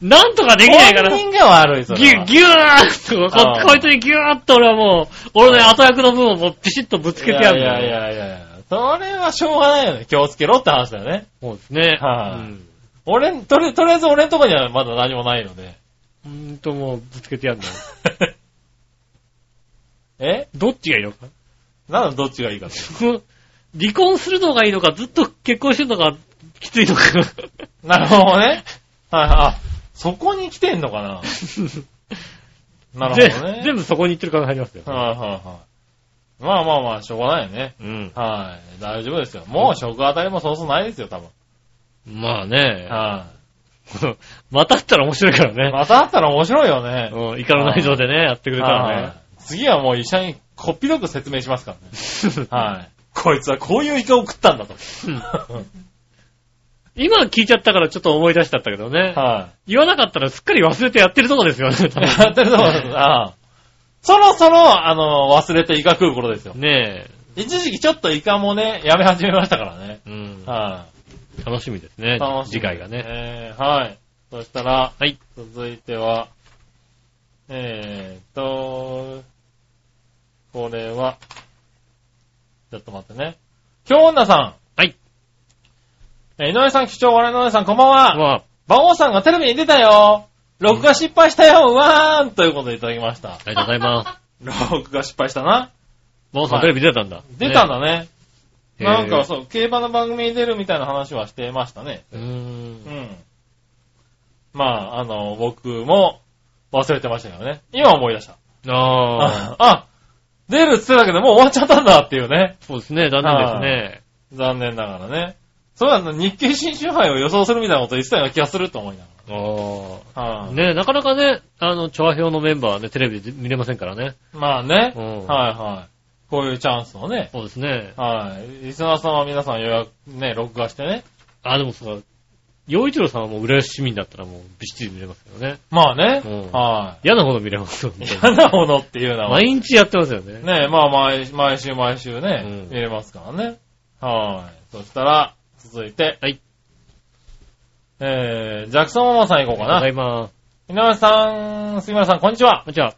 Speaker 2: なんとかで
Speaker 3: で
Speaker 2: き
Speaker 3: き
Speaker 2: な
Speaker 3: ないい
Speaker 2: か。
Speaker 3: からら。
Speaker 2: ギ
Speaker 3: 本人が悪い、そ
Speaker 2: ュ
Speaker 3: れは。
Speaker 2: ッ、ギューッと、
Speaker 3: あ
Speaker 2: ここいつにギューッと俺はもう、俺の後役の分をもうピシッとぶつけてやるん
Speaker 3: い
Speaker 2: だ。
Speaker 3: やいやいやいや。それはしょうがないよね。気をつけろって話だよね。
Speaker 2: そうですね。
Speaker 3: はい
Speaker 2: うん
Speaker 3: 俺、とりとりあえず俺のとこにはまだ何もないので。
Speaker 2: うーんともうぶつけてやるんだ。
Speaker 3: え
Speaker 2: どっちがいいのか
Speaker 3: なんだどっちがいいかって。
Speaker 2: 離婚するのがいいのか、ずっと結婚してるのがきついのか。
Speaker 3: なるほどね。はいはい。あ、そこに来てんのかな なるほどね
Speaker 2: ぜ。全部そこに行ってる可能性ありますよ。
Speaker 3: はいはいはい。まあまあまあ、しょうがないよね。
Speaker 2: うん。
Speaker 3: はい。大丈夫ですよ。もう食当たりもそうそうないですよ、多分。
Speaker 2: まあね、
Speaker 3: は
Speaker 2: またあったら面白いから
Speaker 3: い。
Speaker 2: ね。
Speaker 3: またあったら面白いよね。
Speaker 2: うん、イカの内臓でね、やってくれたらね。
Speaker 3: はい次はもう医者にこっぴどく説明しますからね。はい。こいつはこういうイカを食ったんだと。
Speaker 2: 今聞いちゃったからちょっと思い出しちゃったけどね。
Speaker 3: は
Speaker 2: 言わなかったらすっかり忘れてやってるとこですよ ね、多
Speaker 3: い。やってるとこです。ああそろそろ、あの、忘れてイカ食う頃ですよ
Speaker 2: 分。。ね
Speaker 3: 一時期ちょっとイカもね、やめ始めましたからね。
Speaker 2: え。うん。
Speaker 3: は
Speaker 2: 楽しみですね
Speaker 3: い。。楽しみ
Speaker 2: 次回がね。
Speaker 3: えーはい。そしたら、
Speaker 2: はい。
Speaker 3: 続いては、えーっと、これは、ちょっと待ってね。京女さん。
Speaker 2: はい。
Speaker 3: えー井上さん、貴重笑いのお姉さん、こんばんは。
Speaker 2: まあ、
Speaker 3: 馬王さんがテレビに出たよ。録画失敗したよ、うわーんということでいただきました。
Speaker 2: ありがとうござい ます。
Speaker 3: 録画失敗したな。
Speaker 2: もうさんテレビ出たんだ。
Speaker 3: 出たん
Speaker 2: ね
Speaker 3: だね。
Speaker 2: へー
Speaker 3: なんかそう、競馬の番組に出るみたいな話はしてましたね。
Speaker 2: うーん
Speaker 3: う。ん。まあ、あの、僕も忘れてましたけどね。今思い出した。
Speaker 2: ああ、
Speaker 3: ああ、出るっつってたけどもう終わっちゃったんだっていうね。
Speaker 2: そうですね、残念ですね。
Speaker 3: 残念ながらね。そうだな、日経新春杯を予想するみたいなこと言ってたような気がすると思いな
Speaker 2: ああ。
Speaker 3: がら。はい
Speaker 2: ねなかなかね、あの、調和表のメンバーはね、テレビで見れませんからね。
Speaker 3: まあね。
Speaker 2: うん
Speaker 3: はいはい。こういうチャンスをね。
Speaker 2: そうですね。
Speaker 3: はい。リスナーさんは皆さん予約、ね、録画してね。
Speaker 2: あ、でもそうか、洋一郎さんはもう浦安市民だったらもうびっしり見れますけどね。
Speaker 3: まあね。
Speaker 2: うん
Speaker 3: は
Speaker 2: 嫌なほど見れますよ、
Speaker 3: い。
Speaker 2: ね。
Speaker 3: 嫌なものっていうのは。
Speaker 2: 毎日やってますよね。
Speaker 3: ねえ、まあ毎、毎週毎週ね、
Speaker 2: うん
Speaker 3: 見れますからね。はい。そしたら、続いて。
Speaker 2: はい。
Speaker 3: えー、ジャクソンママさん行こうか
Speaker 2: あ
Speaker 3: な。
Speaker 2: りがとうございます。
Speaker 3: 井上さん、杉村さん、こんにちは。
Speaker 2: こんにちは。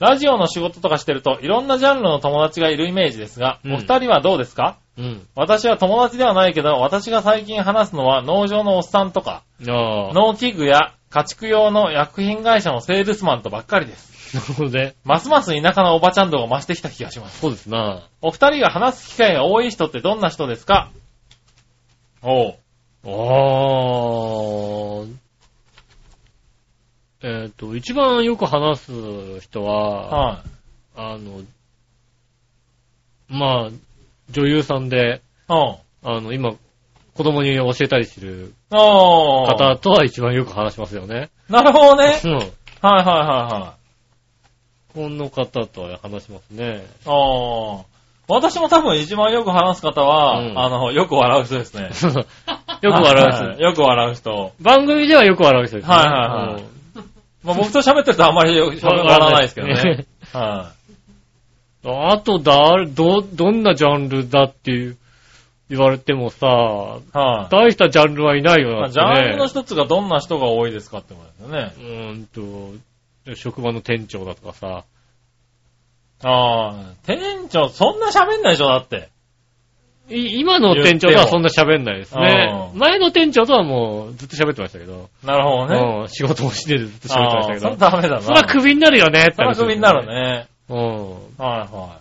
Speaker 3: ラジオの仕事とかしてると、いろんなジャンルの友達がいるイメージですが、
Speaker 2: うん
Speaker 3: お二人はどうですか
Speaker 2: うん。
Speaker 3: 私は友達ではないけど、私が最近話すのは農場のおっさんとか、
Speaker 2: ああ。な
Speaker 3: 農機具や家畜用の薬品会社のセールスマンとばっかりです。
Speaker 2: るほどね。
Speaker 3: ますます田舎のおばちゃん度が増してきた気がします。
Speaker 2: そうですな。
Speaker 3: お二人が話す機会が多い人ってどんな人ですかおう。
Speaker 2: ああ。えっ、と、一番よく話す人は、
Speaker 3: はい。
Speaker 2: あの、まあ、女優さんで、
Speaker 3: うん。
Speaker 2: あの、今、子供に教えたりする
Speaker 3: おー。
Speaker 2: 方とは一番よく話しますよね。
Speaker 3: なるほどね。
Speaker 2: うん。
Speaker 3: はいはいはいは
Speaker 2: この方とは話しますね。
Speaker 3: い。おー。私も多分一番よく話す方は、
Speaker 2: うん
Speaker 3: あの、よく笑う人ですね。
Speaker 2: よく笑う
Speaker 3: はい
Speaker 2: 人。
Speaker 3: よく笑う人。
Speaker 2: 番組ではよく笑う人ですね。
Speaker 3: はいはいはいまあ、僕と喋ってるとあんまりよく笑わないですけどね。。は
Speaker 2: うんあと、だ、ど、どんなジャンルだっていう、言われてもさ、
Speaker 3: い。はい。
Speaker 2: 大したジャンルはいないよ
Speaker 3: ま
Speaker 2: な
Speaker 3: あ
Speaker 2: っ
Speaker 3: ジ
Speaker 2: て、
Speaker 3: ャ
Speaker 2: ね。
Speaker 3: ンルの一つがどんな人が多いですかってことですよね。
Speaker 2: うーんと、職場の店長だとかさ、
Speaker 3: あー。店長、そんな喋んないでしょ、だって。
Speaker 2: い今の店長とはそんな喋んないですね。
Speaker 3: うん
Speaker 2: 前の店長とはもうずっと喋ってましたけど。
Speaker 3: なるほどね。
Speaker 2: うん、仕事もしてずっと喋ってましたけ
Speaker 3: あーそ
Speaker 2: ど。
Speaker 3: れダメだな。
Speaker 2: そりゃクビになるよねって
Speaker 3: そら
Speaker 2: 話です
Speaker 3: ク
Speaker 2: よ
Speaker 3: ビになる。ね。
Speaker 2: うん。
Speaker 3: はいは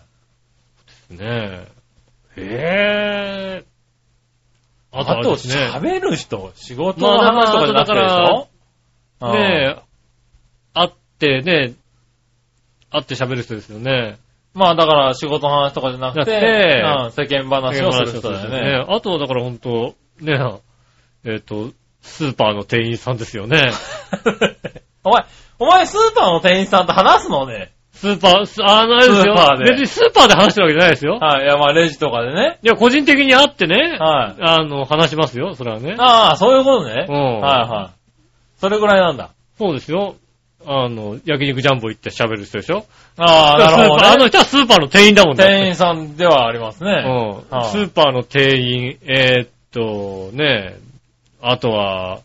Speaker 2: ねえ。へえ。
Speaker 3: い。あ
Speaker 2: あとあれ
Speaker 3: と、
Speaker 2: ですね。
Speaker 3: 喋る人、仕事の話とかじゃなくてでしょ
Speaker 2: ねえ、会ってね、会って喋る人ですよね。
Speaker 3: うんまあだから仕事の話とかじゃなくて、
Speaker 2: じゃ
Speaker 3: うん世間話をする人だよね。
Speaker 2: ねあとはだから本当ねえ、えっ、と、スーパーの店員さんですよ ね。
Speaker 3: お前、お前スーパーの店員さんと話すのね。
Speaker 2: スーパー、すあの、あれですよ
Speaker 3: スーパーで
Speaker 2: 別にスーパーで話してるわけじゃないですよ。
Speaker 3: はい、いやまあレジとかでね。
Speaker 2: いや、個人的に会ってね、
Speaker 3: はい。
Speaker 2: あの、話しますよ、それはね。
Speaker 3: ああ、そういうことね。
Speaker 2: うん
Speaker 3: はいはい。それぐらいなんだ。
Speaker 2: そうですよ。あの、焼肉ジャンボ行って喋る人でしょ
Speaker 3: ああ、なる
Speaker 2: スー
Speaker 3: ほ
Speaker 2: パーあ
Speaker 3: ど
Speaker 2: の
Speaker 3: ね。
Speaker 2: 人はスーパーの店員だもんね。
Speaker 3: 店員さんではありますね。
Speaker 2: うん
Speaker 3: はい
Speaker 2: スーパーの店員、えーっと、ね、あとは、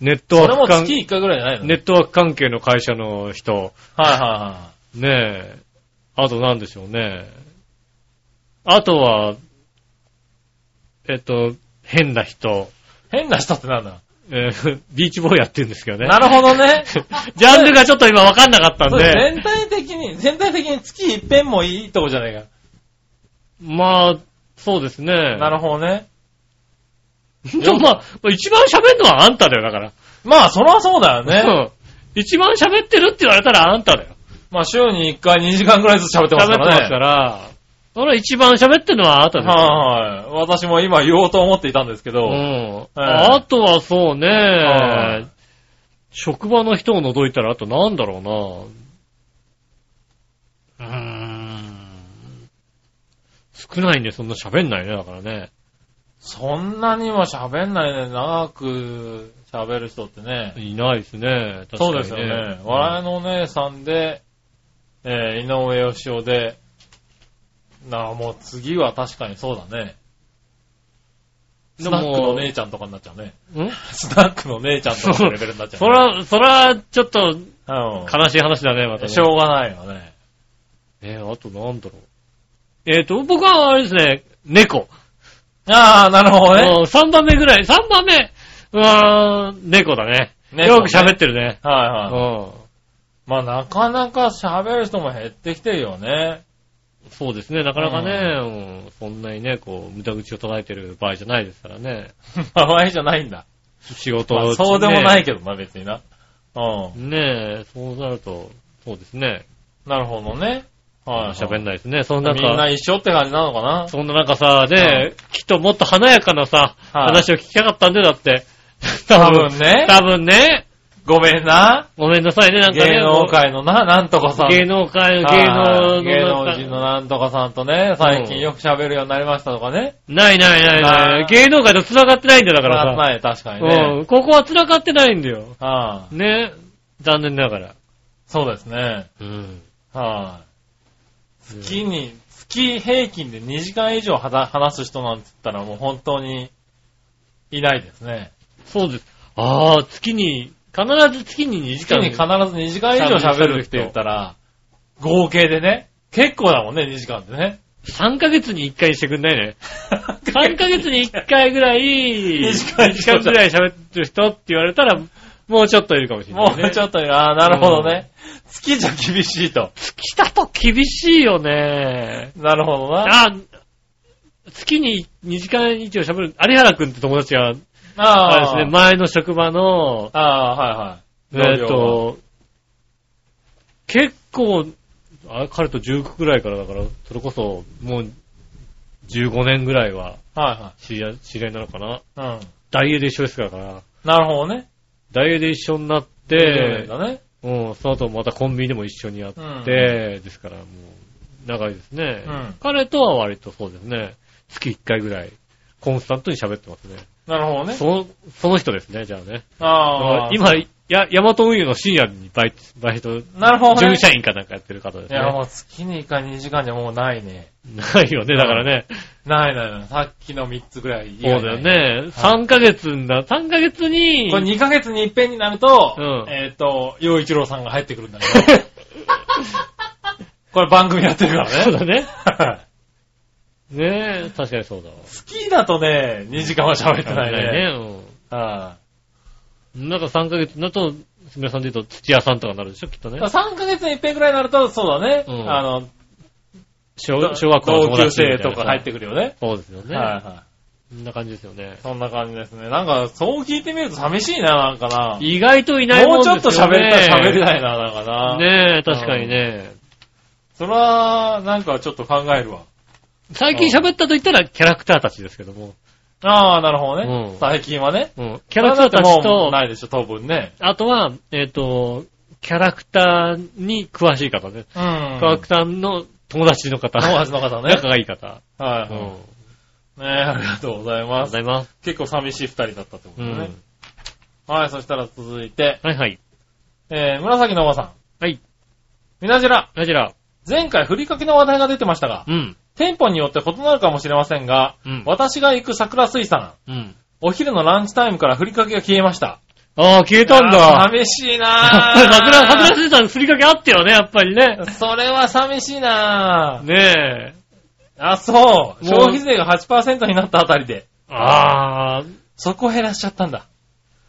Speaker 2: ネット
Speaker 3: そ
Speaker 2: ワ
Speaker 3: れ
Speaker 2: ー
Speaker 3: も
Speaker 2: ク関
Speaker 3: 月1回ぐらいじゃないの
Speaker 2: ネットワーク関係の会社の人、
Speaker 3: はいはいはい。
Speaker 2: ねあとなんでしょうね。あとは、えっと、変な人、
Speaker 3: 変な人ってなんだ
Speaker 2: えー ビーチボーイやってるんですけどね。
Speaker 3: なるほどね。
Speaker 2: ジャンルがちょっと今わかんなかったん
Speaker 3: そう
Speaker 2: で、
Speaker 3: 全体的に、全体的に月一遍もいいとこじゃないか。
Speaker 2: まあ、そうですね。
Speaker 3: なるほどね。
Speaker 2: でもまあ、一番喋るのはあんただよ、だから。
Speaker 3: まあ、そらそうだよね。
Speaker 2: うん。一番喋ってるって言われたらあんただよ。
Speaker 3: まあ、週に1回2時間ぐらいずつ喋ってます
Speaker 2: 喋って
Speaker 3: か
Speaker 2: ます
Speaker 3: ら
Speaker 2: か
Speaker 3: ね。
Speaker 2: ら、それ一番喋ってるのはあなたですよ。
Speaker 3: はいはい。私も今言おうと思っていたんですけど、
Speaker 2: うん。
Speaker 3: はい
Speaker 2: あとはそうね
Speaker 3: い、
Speaker 2: 職場の人を除いたら、あとなんだろうな。うーん。少ないんで、そんな喋んないね、だからね。
Speaker 3: そんなには喋んないね。長く喋る人ってね。
Speaker 2: いないですね。確か
Speaker 3: そ
Speaker 2: に
Speaker 3: うですよね。笑いのお姉さんで、えー、井上義雄で、なあ、もう次は確かにそうだね。ス
Speaker 2: で
Speaker 3: ナ
Speaker 2: も
Speaker 3: ックの姉ちゃんとかになっちゃうね。
Speaker 2: うん
Speaker 3: スナックの姉ちゃんとかのレベルになっちゃう、ね。
Speaker 2: そら、そら、ちょっと、
Speaker 3: うん
Speaker 2: 悲しい話だね、またね。
Speaker 3: しょうがないよね。
Speaker 2: えーあとなんだろう。えっ、と、僕はあれですね、猫。
Speaker 3: ああ、なるほどね。
Speaker 2: 3番目ぐらい、3番目うわー、猫だね。
Speaker 3: 猫ね
Speaker 2: よく喋ってるね。
Speaker 3: は
Speaker 2: う
Speaker 3: いはい。
Speaker 2: ん。
Speaker 3: まあ、なかなか喋る人も減ってきてるよね。
Speaker 2: そうですね、なかなかね、うんそんなにね、こう、無駄口を叩いてる場合じゃないですからね。
Speaker 3: 場合じゃないんだ。
Speaker 2: 仕事を、
Speaker 3: まあ、そうでもないけどな、別にな。うん。
Speaker 2: ね。ねえ、そうなると、そうですね。
Speaker 3: なるほどね。はい、はい。
Speaker 2: 喋んないですね。そんな
Speaker 3: みんな
Speaker 2: 中、
Speaker 3: 一緒って感じなのかな
Speaker 2: そんな中さ、ね、きっともっと華やかなさ、
Speaker 3: はい
Speaker 2: 話を聞きたかったんで、だって。
Speaker 3: 多分 ね。
Speaker 2: 多分ね。
Speaker 3: ごめんな。
Speaker 2: ごめんなさいね、なんかね。
Speaker 3: 芸能界のな、なんとかさん。
Speaker 2: 芸能界の
Speaker 3: はい
Speaker 2: 芸能の
Speaker 3: 芸能
Speaker 2: 中
Speaker 3: 人のなんとかさんとね、最近よく喋るようになりましたとかね。
Speaker 2: ないないないな
Speaker 3: ない
Speaker 2: い。芸能界と繋がってないんだよ、だ
Speaker 3: だ
Speaker 2: からさ。
Speaker 3: ない、確かにね。
Speaker 2: うん。ここは繋がってないんだよ。
Speaker 3: はい
Speaker 2: ね。残念ながら。
Speaker 3: そうですね。
Speaker 2: うん。
Speaker 3: はい。月に、月平均で2時間以上はだ話す人なんて言ったらもう本当にいないですね。
Speaker 2: そうです。ああ、月に、必ず月に2時
Speaker 3: 月
Speaker 2: 間。
Speaker 3: に必ず2時間以上喋るって言ったら、合計でね、結構だもんね、2時間って ね。
Speaker 2: 3ヶ月に1回にしてくんない ね。3ヶ月に1回ぐらい、2
Speaker 3: 時間以上
Speaker 2: 時間ぐらい喋ってる人って言われたら、もうちょっといるかもしれな
Speaker 3: も
Speaker 2: い、ね。
Speaker 3: うちょっと、ああ、なるほどね。月じゃ厳しいと。
Speaker 2: 月だと厳しいよね。
Speaker 3: なるほどな。
Speaker 2: あ、月に2時間以上喋る、有原くんって友達が、あれ
Speaker 3: あ
Speaker 2: です
Speaker 3: あ
Speaker 2: ね、前の職場の、
Speaker 3: ああ、
Speaker 2: え
Speaker 3: はいはい。
Speaker 2: ーっ、と、結構、あ彼と19くらいからだから、それこそ、もう、15年ぐらいは
Speaker 3: は
Speaker 2: 知り合い、知り合いなのかな。
Speaker 3: いはい。うん。
Speaker 2: 大英で一緒ですから、
Speaker 3: なるほどね。
Speaker 2: 大英で一緒になっ
Speaker 3: え
Speaker 2: て、
Speaker 3: だね。
Speaker 2: うん、その後またコンビニでも一緒にやって、
Speaker 3: うん
Speaker 2: ですからもう、長いですね、
Speaker 3: うん
Speaker 2: 彼とは割とそうですね、月1回ぐらい、コンスタントに喋ってますね。
Speaker 3: なるほどね。
Speaker 2: その、その人ですね、じゃあね。
Speaker 3: ああ。
Speaker 2: 今、や、ヤマト運輸の深夜にバイト、バイト、
Speaker 3: なるほどね。
Speaker 2: 従社員かなんかやってる方です
Speaker 3: い
Speaker 2: ね。
Speaker 3: や、もう月に1回2時間じゃもうないね。
Speaker 2: ないよね、だからね。
Speaker 3: ないないない。さっきの3つぐらい以
Speaker 2: そう
Speaker 3: 外
Speaker 2: だ
Speaker 3: ない
Speaker 2: よ。ね。3ヶ月んだ、3ヶ月に
Speaker 3: こ、れ2ヶ月に一遍になると、
Speaker 2: うん
Speaker 3: えっ、と、洋一郎さんが入ってくるんだけど。これ番組やってるからね。
Speaker 2: そうだね。
Speaker 3: だ。
Speaker 2: ねえ、確かにそうだわ。
Speaker 3: 月だとね、2時間は喋ってないね。
Speaker 2: ね。
Speaker 3: は
Speaker 2: うん。なんか3ヶ月だと、すみさんで言うと土屋さんとかになるでしょ、きっとね
Speaker 3: い。3ヶ月に一遍ぐらいになると、そうだね。
Speaker 2: うん
Speaker 3: あの、
Speaker 2: 小小学校の
Speaker 3: 同
Speaker 2: 友
Speaker 3: 級
Speaker 2: 達。
Speaker 3: 生とか入っててくるよね。
Speaker 2: そうですよね。
Speaker 3: はいは
Speaker 2: こんな感じですよね
Speaker 3: い。。そんな感じですね。なんか、そう聞いてみると寂しいな、なんかな。
Speaker 2: 意外といないも
Speaker 3: も
Speaker 2: ん
Speaker 3: う
Speaker 2: です
Speaker 3: ち
Speaker 2: よ
Speaker 3: ょ
Speaker 2: ね。
Speaker 3: っと喋りたい、喋りたいな、なんかな。
Speaker 2: ねえ、確かにね。
Speaker 3: それは、なんかちょっと考えるわ。
Speaker 2: 最近喋ったと言ったらキャラクターたちですけども。
Speaker 3: ああ、なるほどね。
Speaker 2: うん
Speaker 3: 最近はね。
Speaker 2: うん。キャラクターた
Speaker 3: まあだ
Speaker 2: ち
Speaker 3: ってもう
Speaker 2: と、
Speaker 3: ないでしょ、当分ね。
Speaker 2: あとは、えっ、と、キャラクターに詳しい方ね。
Speaker 3: うん。
Speaker 2: キャラクターの友達の方。
Speaker 3: 友達の方ね
Speaker 2: 仲。がいい方。
Speaker 3: は
Speaker 2: う
Speaker 3: い。
Speaker 2: ん。
Speaker 3: ねえ、ありがとうござい
Speaker 2: ありがとう
Speaker 3: ま
Speaker 2: ご
Speaker 3: す。
Speaker 2: ざいます。
Speaker 3: 結構寂しい二人だったってこと
Speaker 2: う
Speaker 3: ね。
Speaker 2: ん。
Speaker 3: はい、そしたら続いて、
Speaker 2: はいはい。
Speaker 3: えー、紫のおばさん。
Speaker 2: はい。
Speaker 3: みなじら、
Speaker 2: ラジラ。
Speaker 3: 前回ふりかけの話題が出てましたが、
Speaker 2: うん。
Speaker 3: 店舗によって異なるかもしれませんが、
Speaker 2: うん。
Speaker 3: 私が行く桜水産、
Speaker 2: うん。
Speaker 3: お昼のランチタイムからふりかけが消えました。
Speaker 2: ああ、消えたんだ。
Speaker 3: 寂しい
Speaker 2: や
Speaker 3: な
Speaker 2: っ ぱり
Speaker 3: ぁ。
Speaker 2: 桜、桜水産すりかけあったよね、やっぱりね。
Speaker 3: それは寂しいなぁ。
Speaker 2: ねえ。
Speaker 3: あ、そう。
Speaker 2: もう
Speaker 3: 消費税が8%になったあたりで、
Speaker 2: ああ、
Speaker 3: そこ減らしちゃったんだ。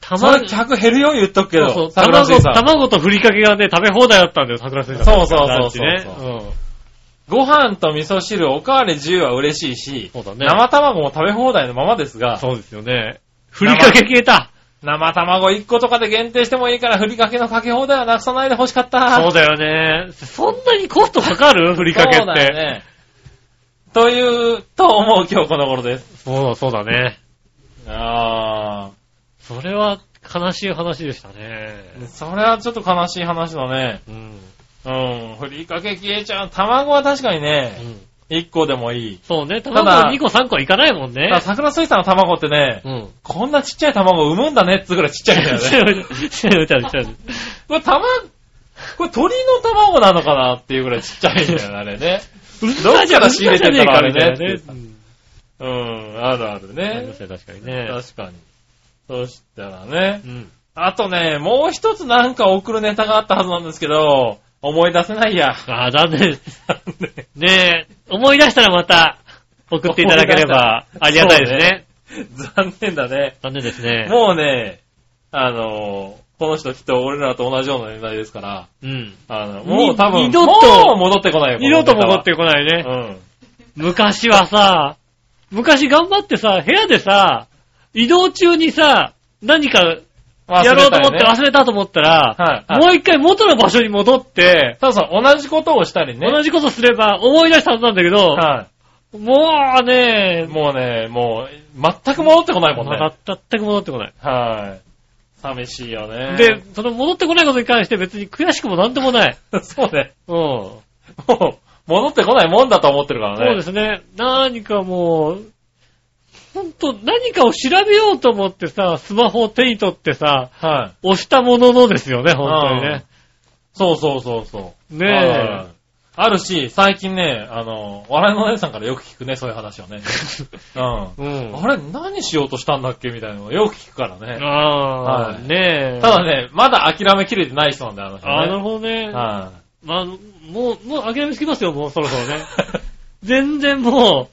Speaker 3: そ
Speaker 2: 卵
Speaker 3: れ、客減るよ、言っとくけど。
Speaker 2: そうそう
Speaker 3: 桜水
Speaker 2: 卵、
Speaker 3: 産
Speaker 2: 卵とふりかけがね、食べ放題だったんだよ、桜水産。
Speaker 3: そうそうそうそう
Speaker 2: ランチね。
Speaker 3: ご飯と味噌汁、おかわり自由は嬉しいし、
Speaker 2: そうだね
Speaker 3: 生卵も食べ放題のままです
Speaker 2: うん。
Speaker 3: が、
Speaker 2: そうですよね。ふりかけ消えた。
Speaker 3: 生卵1個とかで限定してもいいから、ふりかけのかけ放題はなくさないでほしかった。
Speaker 2: そうだよね。そんなにコストかかるふりかけって。
Speaker 3: そうだよね。という、と思う今日この頃です。
Speaker 2: そうそうだね。
Speaker 3: あ
Speaker 2: それは悲しい話でしたね
Speaker 3: ー。。それはちょっと悲しい話だね。
Speaker 2: うん。うん。
Speaker 3: ふりかけ消えちゃう。卵は確かに
Speaker 2: う
Speaker 3: ね、
Speaker 2: ん
Speaker 3: 1個でもいい。
Speaker 2: そうね。
Speaker 3: だ
Speaker 2: 卵2個3個いかないもん
Speaker 3: た
Speaker 2: ね
Speaker 3: だ。桜水産の卵ってね、
Speaker 2: うん。
Speaker 3: こんなちっちゃい卵を産むんだねっつうぐらいちっちゃいんだよ ね。
Speaker 2: 違う違う違う違う
Speaker 3: これ卵、これ鳥の卵なのかなっていうぐらいちっちゃいんだよね、あれね。
Speaker 2: う
Speaker 3: どっから仕入れてんだろうあれね
Speaker 2: うるさじゃね
Speaker 3: うん、あるある
Speaker 2: えかみたいなね。うんあり
Speaker 3: ね
Speaker 2: ま。すよ確かにね。
Speaker 3: 確かに。そしたらね
Speaker 2: う、ん。
Speaker 3: あとね、もう一つなんか送るネタがあったはずなんですけど、思い出せないや。
Speaker 2: ああ、残念。ねえ、思い出したらまた送っていただければあ
Speaker 3: 思い
Speaker 2: り
Speaker 3: 出し
Speaker 2: が
Speaker 3: た
Speaker 2: たいですね。
Speaker 3: 残念だね。
Speaker 2: 残念ですね。
Speaker 3: もうね、あの、この人きっと俺らと同じような年代ですから、
Speaker 2: うん。
Speaker 3: あの、もう多分、
Speaker 2: 二度と
Speaker 3: もう戻ってこないよ。
Speaker 2: 二度と戻ってこないね。
Speaker 3: このネタは。うん。
Speaker 2: 昔はさ、昔頑張ってさ、部屋でさ、移動中にさ、何か
Speaker 3: 忘れ
Speaker 2: や
Speaker 3: たよね
Speaker 2: ろうと思って忘れたと思ったら、
Speaker 3: はいはい
Speaker 2: もう一回元の場所に戻って、
Speaker 3: そうそう、同じことをしたりね。
Speaker 2: 同じことすれば思い出したはずなんだけど、
Speaker 3: は
Speaker 2: もう
Speaker 3: い。
Speaker 2: ね、
Speaker 3: もうね、もう、全く戻ってこないもんね。
Speaker 2: 全く戻ってこない。
Speaker 3: はい。寂しいよね。
Speaker 2: で、その戻ってこないことに関して別に悔しくもなんとも ない。
Speaker 3: で、そうね。
Speaker 2: うん。そ
Speaker 3: もう、戻ってこないもんだと思ってるからね。
Speaker 2: うですね。何かもう、ほんと、何かを調べようと思ってさ、スマホを手に取ってさ、
Speaker 3: はい。
Speaker 2: 押したもののですよね、本当にね。
Speaker 3: そうそうそうそう。
Speaker 2: ねえ
Speaker 3: はいあるし、最近ね、あの、笑いのお姉さんからよく聞くね、そういう話 をね。う
Speaker 2: うん
Speaker 3: ん。あれ、何しようとしたんだっけみたいなのをよく聞くからね。
Speaker 2: ああ、
Speaker 3: はい
Speaker 2: ねえ。
Speaker 3: ただね、まだ諦めきれてない人なんだよ、あの人ね。
Speaker 2: あー、なるほどね。
Speaker 3: は
Speaker 2: まあ、もう、もう諦めつきますよ、もうそろそろね。
Speaker 3: い。
Speaker 2: 全然も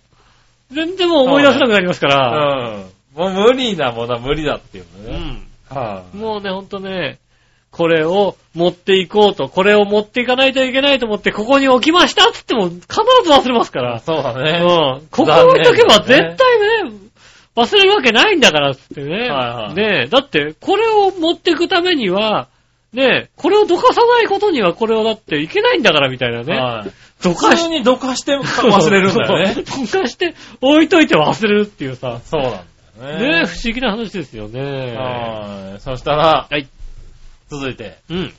Speaker 2: う、全然もう思い出せなくなりますから。
Speaker 3: うん。もう無理だもんな、無理だっていう
Speaker 2: う
Speaker 3: のね。
Speaker 2: ん
Speaker 3: はい。
Speaker 2: もうね、ほんとね、これを持っていこうと、これを持っていかないといけないと思って、ここに置きましたっつっても必ず忘れますから。
Speaker 3: そうだ
Speaker 2: う
Speaker 3: ね。
Speaker 2: ん。ここに置いとけば
Speaker 3: 残
Speaker 2: 絶
Speaker 3: 念
Speaker 2: 対
Speaker 3: だね
Speaker 2: ね、忘れるわけないんだからっつってね。
Speaker 3: はいはい
Speaker 2: ねえ、だって、これを持っていくためには、ねえ、これをどかさないことにはこれをだっていけないんだからみたいなね。
Speaker 3: はい。
Speaker 2: ど
Speaker 3: 普
Speaker 2: か
Speaker 3: 通
Speaker 2: し
Speaker 3: にどかして忘れるんだよね。
Speaker 2: そうどかして置いといて忘れるっていうさ。
Speaker 3: そうなんだよね。
Speaker 2: ねえ、不思議な話ですよね。
Speaker 3: はい。そしたら、
Speaker 2: はい。
Speaker 3: 続いて、
Speaker 2: うん。あり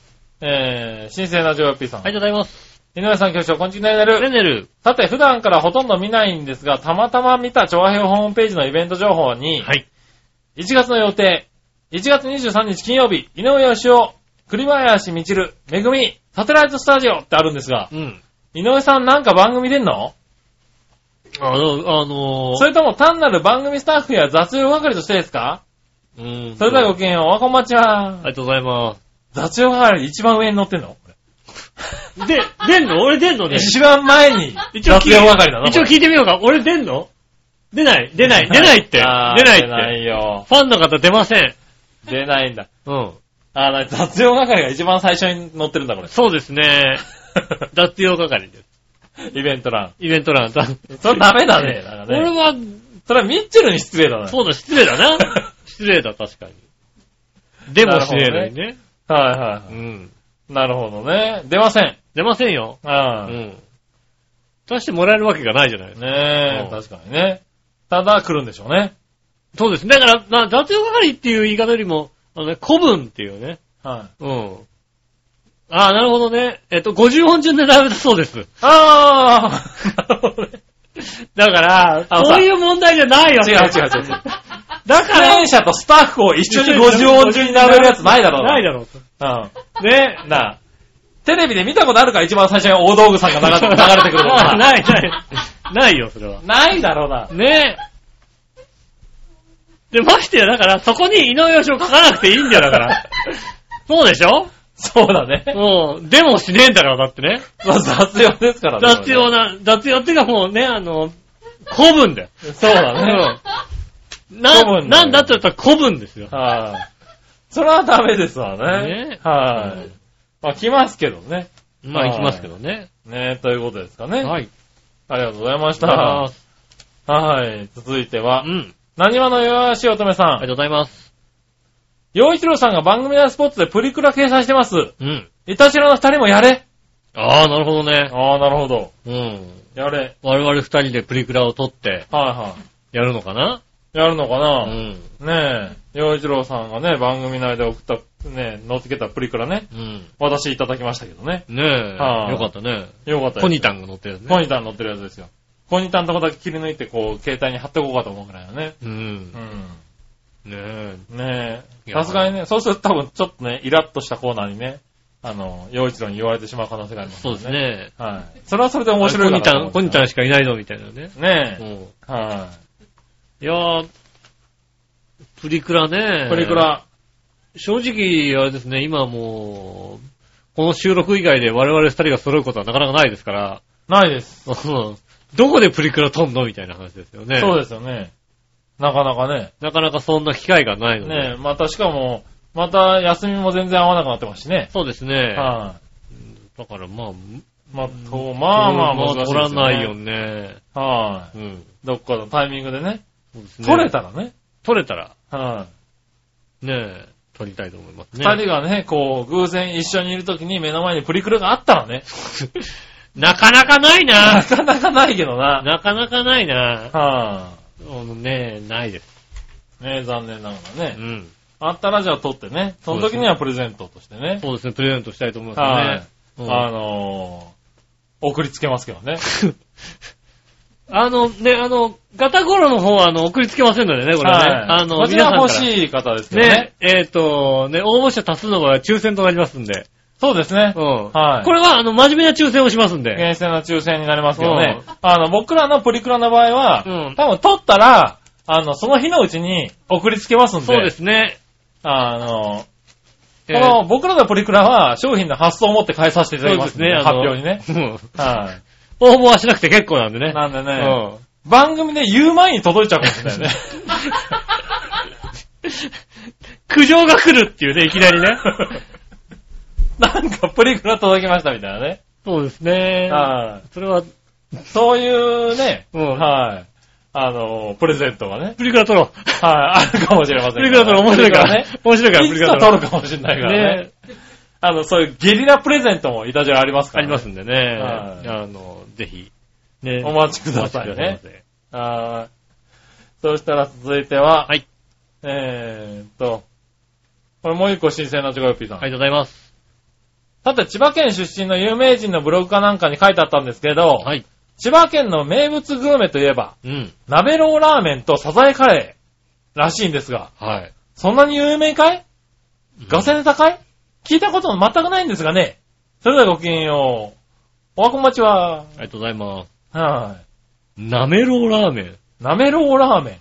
Speaker 3: えー、新鮮なジョーピーさん。
Speaker 2: がとうございます。
Speaker 3: 井上さん、局長、こんにちは、な
Speaker 2: レ
Speaker 3: る。
Speaker 2: ネル。
Speaker 3: さて、普段からほとんど見ないんですが、たまたま見た調和平ホームページのイベント情報に、
Speaker 2: はい。
Speaker 3: 1月の予定、1月23日金曜日、井上義雄、栗林みちる、めぐみ、サテライトスタジオってあるんですが、
Speaker 2: うん。
Speaker 3: 井上さんなんか番組出んの
Speaker 2: あの、あのー、
Speaker 3: それとも単なる番組スタッフや雑用係としてですか
Speaker 2: うん。
Speaker 3: それでは
Speaker 2: あ
Speaker 3: ごきげんよう、おわこんばんち
Speaker 2: り
Speaker 3: は。
Speaker 2: がとうございま
Speaker 3: 雑用係一番上に乗ってんの
Speaker 2: す。で、出んの俺出んのね。
Speaker 3: 一番前 に雑用係なの
Speaker 2: 一応聞いてみようか。俺出んの出ない、出 ない、出ないって。出
Speaker 3: あー
Speaker 2: ないって。
Speaker 3: 出ないよ。
Speaker 2: ファンの方出ません。
Speaker 3: 出ないんだ。
Speaker 2: うん。
Speaker 3: あー、雑用係が一番最初に乗ってるんだ、これ。
Speaker 2: そうです ね。脱用係です。
Speaker 3: イベント欄。
Speaker 2: イベント欄。 だ
Speaker 3: それダメだね。だから
Speaker 2: 俺
Speaker 3: ね
Speaker 2: は、
Speaker 3: それはミッチェルに失礼だな。
Speaker 2: そうだ、失礼だ な。失礼だ、確かに。でも失礼だよね。
Speaker 3: はいは
Speaker 2: うん。
Speaker 3: い。なるほどね。出ません。
Speaker 2: 出ませんよ。う
Speaker 3: ああ。
Speaker 2: ん。出してもらえるわけがないじゃないですか。
Speaker 3: ね
Speaker 2: う
Speaker 3: え、
Speaker 2: ん
Speaker 3: 確かにね。ただ来るんでしょうね。
Speaker 2: そうですね。だから、まあ、雑用係っていう言い方よりも、あのね、古文っていうね。
Speaker 3: はい。
Speaker 2: うん。ああ、なるほどね。えっと、50本順で並べたそうです。
Speaker 3: ああ
Speaker 2: だから、
Speaker 3: あのさ
Speaker 2: そういう問題じゃないよ
Speaker 3: 違う違う 違う。
Speaker 2: だから、
Speaker 3: 出演者とスタッフを一緒に50音順に並べるやつないだろう
Speaker 2: ないだ ろう。
Speaker 3: な。
Speaker 2: ね。
Speaker 3: うん。なあ。テレビで見たことあるから一番最初に大道具さん が流れ流れてくるの
Speaker 2: あない、ない。 ないよ、それは。
Speaker 3: ないだろうな。
Speaker 2: ねえ。で、ましてや、だから、そこに井上義を書かなくていいんだよ、だ から。そうでしょ
Speaker 3: そうだね。
Speaker 2: うん。でもしねえんだから、だってね。
Speaker 3: まあ雑用ですからね。
Speaker 2: 雑用な、雑用っていうかもうね、あの、古文だよ。
Speaker 3: そうだね。
Speaker 2: うん。な、
Speaker 3: 古文だよ
Speaker 2: なんだって言ったら古文ですよ。
Speaker 3: はい、それはダメですわね
Speaker 2: ね。
Speaker 3: はい、
Speaker 2: うん
Speaker 3: まあ来ますけどね。
Speaker 2: まあ、行きますけどね。
Speaker 3: ねということですかね。
Speaker 2: はい。
Speaker 3: ありがとうございまし
Speaker 2: あ
Speaker 3: た。はい。続いては
Speaker 2: う、ん。
Speaker 3: なにわのよしおとめ
Speaker 2: あり
Speaker 3: さ
Speaker 2: が
Speaker 3: ん。
Speaker 2: とうございます。
Speaker 3: ようひろさんが番組やスポーツでプリクラ掲載してます。
Speaker 2: うん。
Speaker 3: いたしろの二人もやれ。
Speaker 2: ああ、なるほどね。
Speaker 3: ああ、なるほど。
Speaker 2: うん。
Speaker 3: やれ。
Speaker 2: 我々二人でプリクラを撮って
Speaker 3: はいは
Speaker 2: やるのかな
Speaker 3: やるのか
Speaker 2: う
Speaker 3: な、
Speaker 2: ん。
Speaker 3: ねえ、洋一郎さんがね、番組内で送った、ねえ、乗ってけたプリクラね、
Speaker 2: うん。
Speaker 3: 私いただきましたけどね。
Speaker 2: ねえ。
Speaker 3: はあ
Speaker 2: よかったね。
Speaker 3: よかったです
Speaker 2: コニタンが乗ってるやつね。
Speaker 3: コニタン乗ってるやつですよ。コニタンのとこだけ切り抜いて、こう、携帯に貼っておこうかと思うくらいのね。
Speaker 2: うん
Speaker 3: う。ん。
Speaker 2: ねえ。
Speaker 3: ね
Speaker 2: い
Speaker 3: え。
Speaker 2: や
Speaker 3: さすがにね、そうすると多分ちょっとね、イラッとしたコーナーにね、あの、洋一郎に言われてしまう可能性があります、
Speaker 2: そうです。ね。
Speaker 3: はい。それはそれで面白
Speaker 2: コ
Speaker 3: いか
Speaker 2: ニ
Speaker 3: なと
Speaker 2: タ
Speaker 3: 思
Speaker 2: ン、
Speaker 3: う
Speaker 2: コ
Speaker 3: ん
Speaker 2: ニ
Speaker 3: です
Speaker 2: タ
Speaker 3: よ
Speaker 2: ンしかいないぞ、みたいなね。う
Speaker 3: ね
Speaker 2: ん。
Speaker 3: え。はい
Speaker 2: やー、プリクラね。
Speaker 3: い。プリク。ラ、
Speaker 2: 正直、あれですね、今もう、この収録以外で我々二人が揃うことはなかなかないですから、
Speaker 3: ないです。
Speaker 2: うんどこでプリクラ撮んのみたいな話ですよね。
Speaker 3: そう
Speaker 2: す。
Speaker 3: ですよね。なかなかね。
Speaker 2: なかなかそんな機会がないので。
Speaker 3: ねえ、またしかも、また休みも全然合わなくなってますしね。
Speaker 2: そうですね。
Speaker 3: は
Speaker 2: だからまあ、
Speaker 3: い。まあ、とまあまあ
Speaker 2: も
Speaker 3: 難
Speaker 2: う
Speaker 3: しいです
Speaker 2: 撮
Speaker 3: よ、ね。
Speaker 2: らないよ。ね。
Speaker 3: は
Speaker 2: うん。
Speaker 3: い。どっかのタイミングでね。
Speaker 2: そうですね
Speaker 3: 取れたらね。
Speaker 2: 撮れたら、
Speaker 3: はい。
Speaker 2: ね、撮りたいと思いますね。
Speaker 3: 二人がね、こう、偶然一緒にいるときに目の前にプリクラがあったらね。
Speaker 2: なかなかない
Speaker 3: な
Speaker 2: な。
Speaker 3: かなかないけどな。
Speaker 2: なかなかないな。
Speaker 3: は
Speaker 2: あのね、ないです。
Speaker 3: い。ねえ残念なが
Speaker 2: う
Speaker 3: らね。
Speaker 2: ん。
Speaker 3: あったらじゃあ取ってね。その時にはプレゼントとしてね。
Speaker 2: そうですね、プレゼントしたいと思い
Speaker 3: は
Speaker 2: ま
Speaker 3: い
Speaker 2: す。ね。
Speaker 3: あのー、送りつけますけどね。
Speaker 2: うんあのね、あの、ガタゴロの方は、あの、送りつけませんのでね、これはね。
Speaker 3: はい。
Speaker 2: あの、
Speaker 3: こちら
Speaker 2: 皆さん
Speaker 3: 欲
Speaker 2: から
Speaker 3: しい方ですけどね
Speaker 2: ね、。えっ、と、ね、応募者多数の場合は抽選となりますんで。
Speaker 3: そうですね
Speaker 2: う。ん。
Speaker 3: はい
Speaker 2: これは、あの、真面目な抽選をしますんで。
Speaker 3: 厳正な抽選になりますけどね
Speaker 2: う。
Speaker 3: あの、僕らのプリクラの場合は、
Speaker 2: うん
Speaker 3: 多分取ったら、あの、その日のうちに送りつけますんで、
Speaker 2: そうですね。
Speaker 3: あの、こ
Speaker 2: えー
Speaker 3: の、僕らのプリクラは商品の発送を持って返させていただきますん
Speaker 2: そう
Speaker 3: で、
Speaker 2: ですねあの
Speaker 3: 発表にね。
Speaker 2: うん
Speaker 3: は
Speaker 2: 応募はしなくて結構なんでね。
Speaker 3: い。なんで
Speaker 2: う
Speaker 3: ね、
Speaker 2: ん。
Speaker 3: 番組で言う前に届いちゃうかもしれ ないね。
Speaker 2: 苦情が来るっていうね、いきなりね。
Speaker 3: なんかプリクラ届きましたみたいなね。
Speaker 2: そうですね。
Speaker 3: は
Speaker 2: それは、
Speaker 3: い。そういうね、
Speaker 2: うん。
Speaker 3: はい。あの、プレゼントがね、
Speaker 2: プリクラ撮ろう。
Speaker 3: はい、あるかもしれませんか
Speaker 2: プリクラ撮ろう。面白いからね。面白いから、
Speaker 3: い
Speaker 2: プ
Speaker 3: つ
Speaker 2: リク
Speaker 3: か
Speaker 2: ラ撮ろう。
Speaker 3: 取るかもしれないからね。
Speaker 2: ね
Speaker 3: あの、そういうゲリラプレゼントもいたじらありますか
Speaker 2: あ
Speaker 3: ら、
Speaker 2: りますんでね。
Speaker 3: はい
Speaker 2: あの、ぜひ。ね
Speaker 3: お待ちください
Speaker 2: お待
Speaker 3: ね
Speaker 2: ちくださいませ
Speaker 3: あーそうしたら続いては、
Speaker 2: はい。
Speaker 3: えーっと、これもう一個新鮮なチョコヨッピーさん。
Speaker 2: ありがとうございます。
Speaker 3: さて、千葉県出身の有名人のブログかなんかに書いてあったんですけど、
Speaker 2: はい。
Speaker 3: 千葉県の名物グルメといえば、
Speaker 2: うん。
Speaker 3: 鍋ローラーメンとサザエカレーらしいんですが、
Speaker 2: はい。
Speaker 3: そんなに有名かいガセ
Speaker 2: ン
Speaker 3: ネタかい聞いたこと全くないんですがね。それではごきげんよう。おはこんばちは。
Speaker 2: ありがとうございます。
Speaker 3: はい。
Speaker 2: なめろうラーメン。
Speaker 3: なめろうラーメン。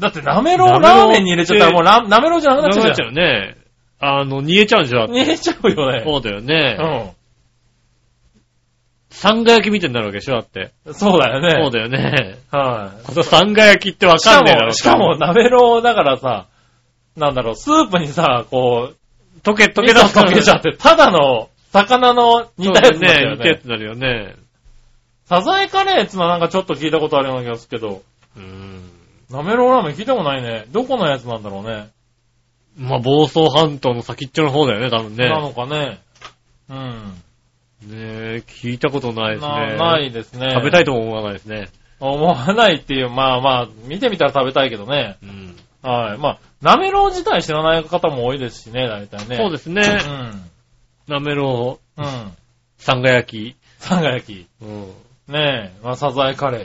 Speaker 3: だってなめろうラーメンに入れちゃったらもうラなめろうじゃなくなっちゃうじゃん。
Speaker 2: よね。あの、煮えちゃうんじゃん。
Speaker 3: 入れちゃうよね。
Speaker 2: そうだよね。
Speaker 3: う
Speaker 2: サンガ焼きみたいになるわけでしょだって。
Speaker 3: ん。そうだよね。
Speaker 2: そうだよね。
Speaker 3: はい。
Speaker 2: このサンガ焼きってわ
Speaker 3: しか
Speaker 2: かんねえだろ。
Speaker 3: も、しかも、なめろうだからさ、なんだろう、スープにさ、こ
Speaker 2: 溶け、
Speaker 3: う、
Speaker 2: 溶けだ
Speaker 3: 味噌溶けちゃって、ただの魚の煮たやつになっちゃうよ
Speaker 2: 似たや
Speaker 3: ね
Speaker 2: つ。になるよね。
Speaker 3: サザエカレーっつうのはなんかちょっと聞いたことあるような気がするけど、
Speaker 2: うーん。
Speaker 3: なめろうラーメン聞いたことないね。どこのやつなんだろうね。
Speaker 2: まあ、房総半島の先っちょの方だよね、多分ね。
Speaker 3: なのかね。うん。
Speaker 2: ねえ、聞いたことないですね。
Speaker 3: なないですね。
Speaker 2: 食べた
Speaker 3: い。
Speaker 2: いとも思わないですね。
Speaker 3: 思わないっていう、まあまあ、見てみたら食べたいけどね。
Speaker 2: うん。
Speaker 3: はい。まあ、なめろう自体知らない方も多いですしね、大体ね。
Speaker 2: そうですね。
Speaker 3: ね。
Speaker 2: なめろう、
Speaker 3: うん。うん。
Speaker 2: サンガ焼
Speaker 3: さんが焼
Speaker 2: き。うん。
Speaker 3: き。ねえ。まあ、サザエカレ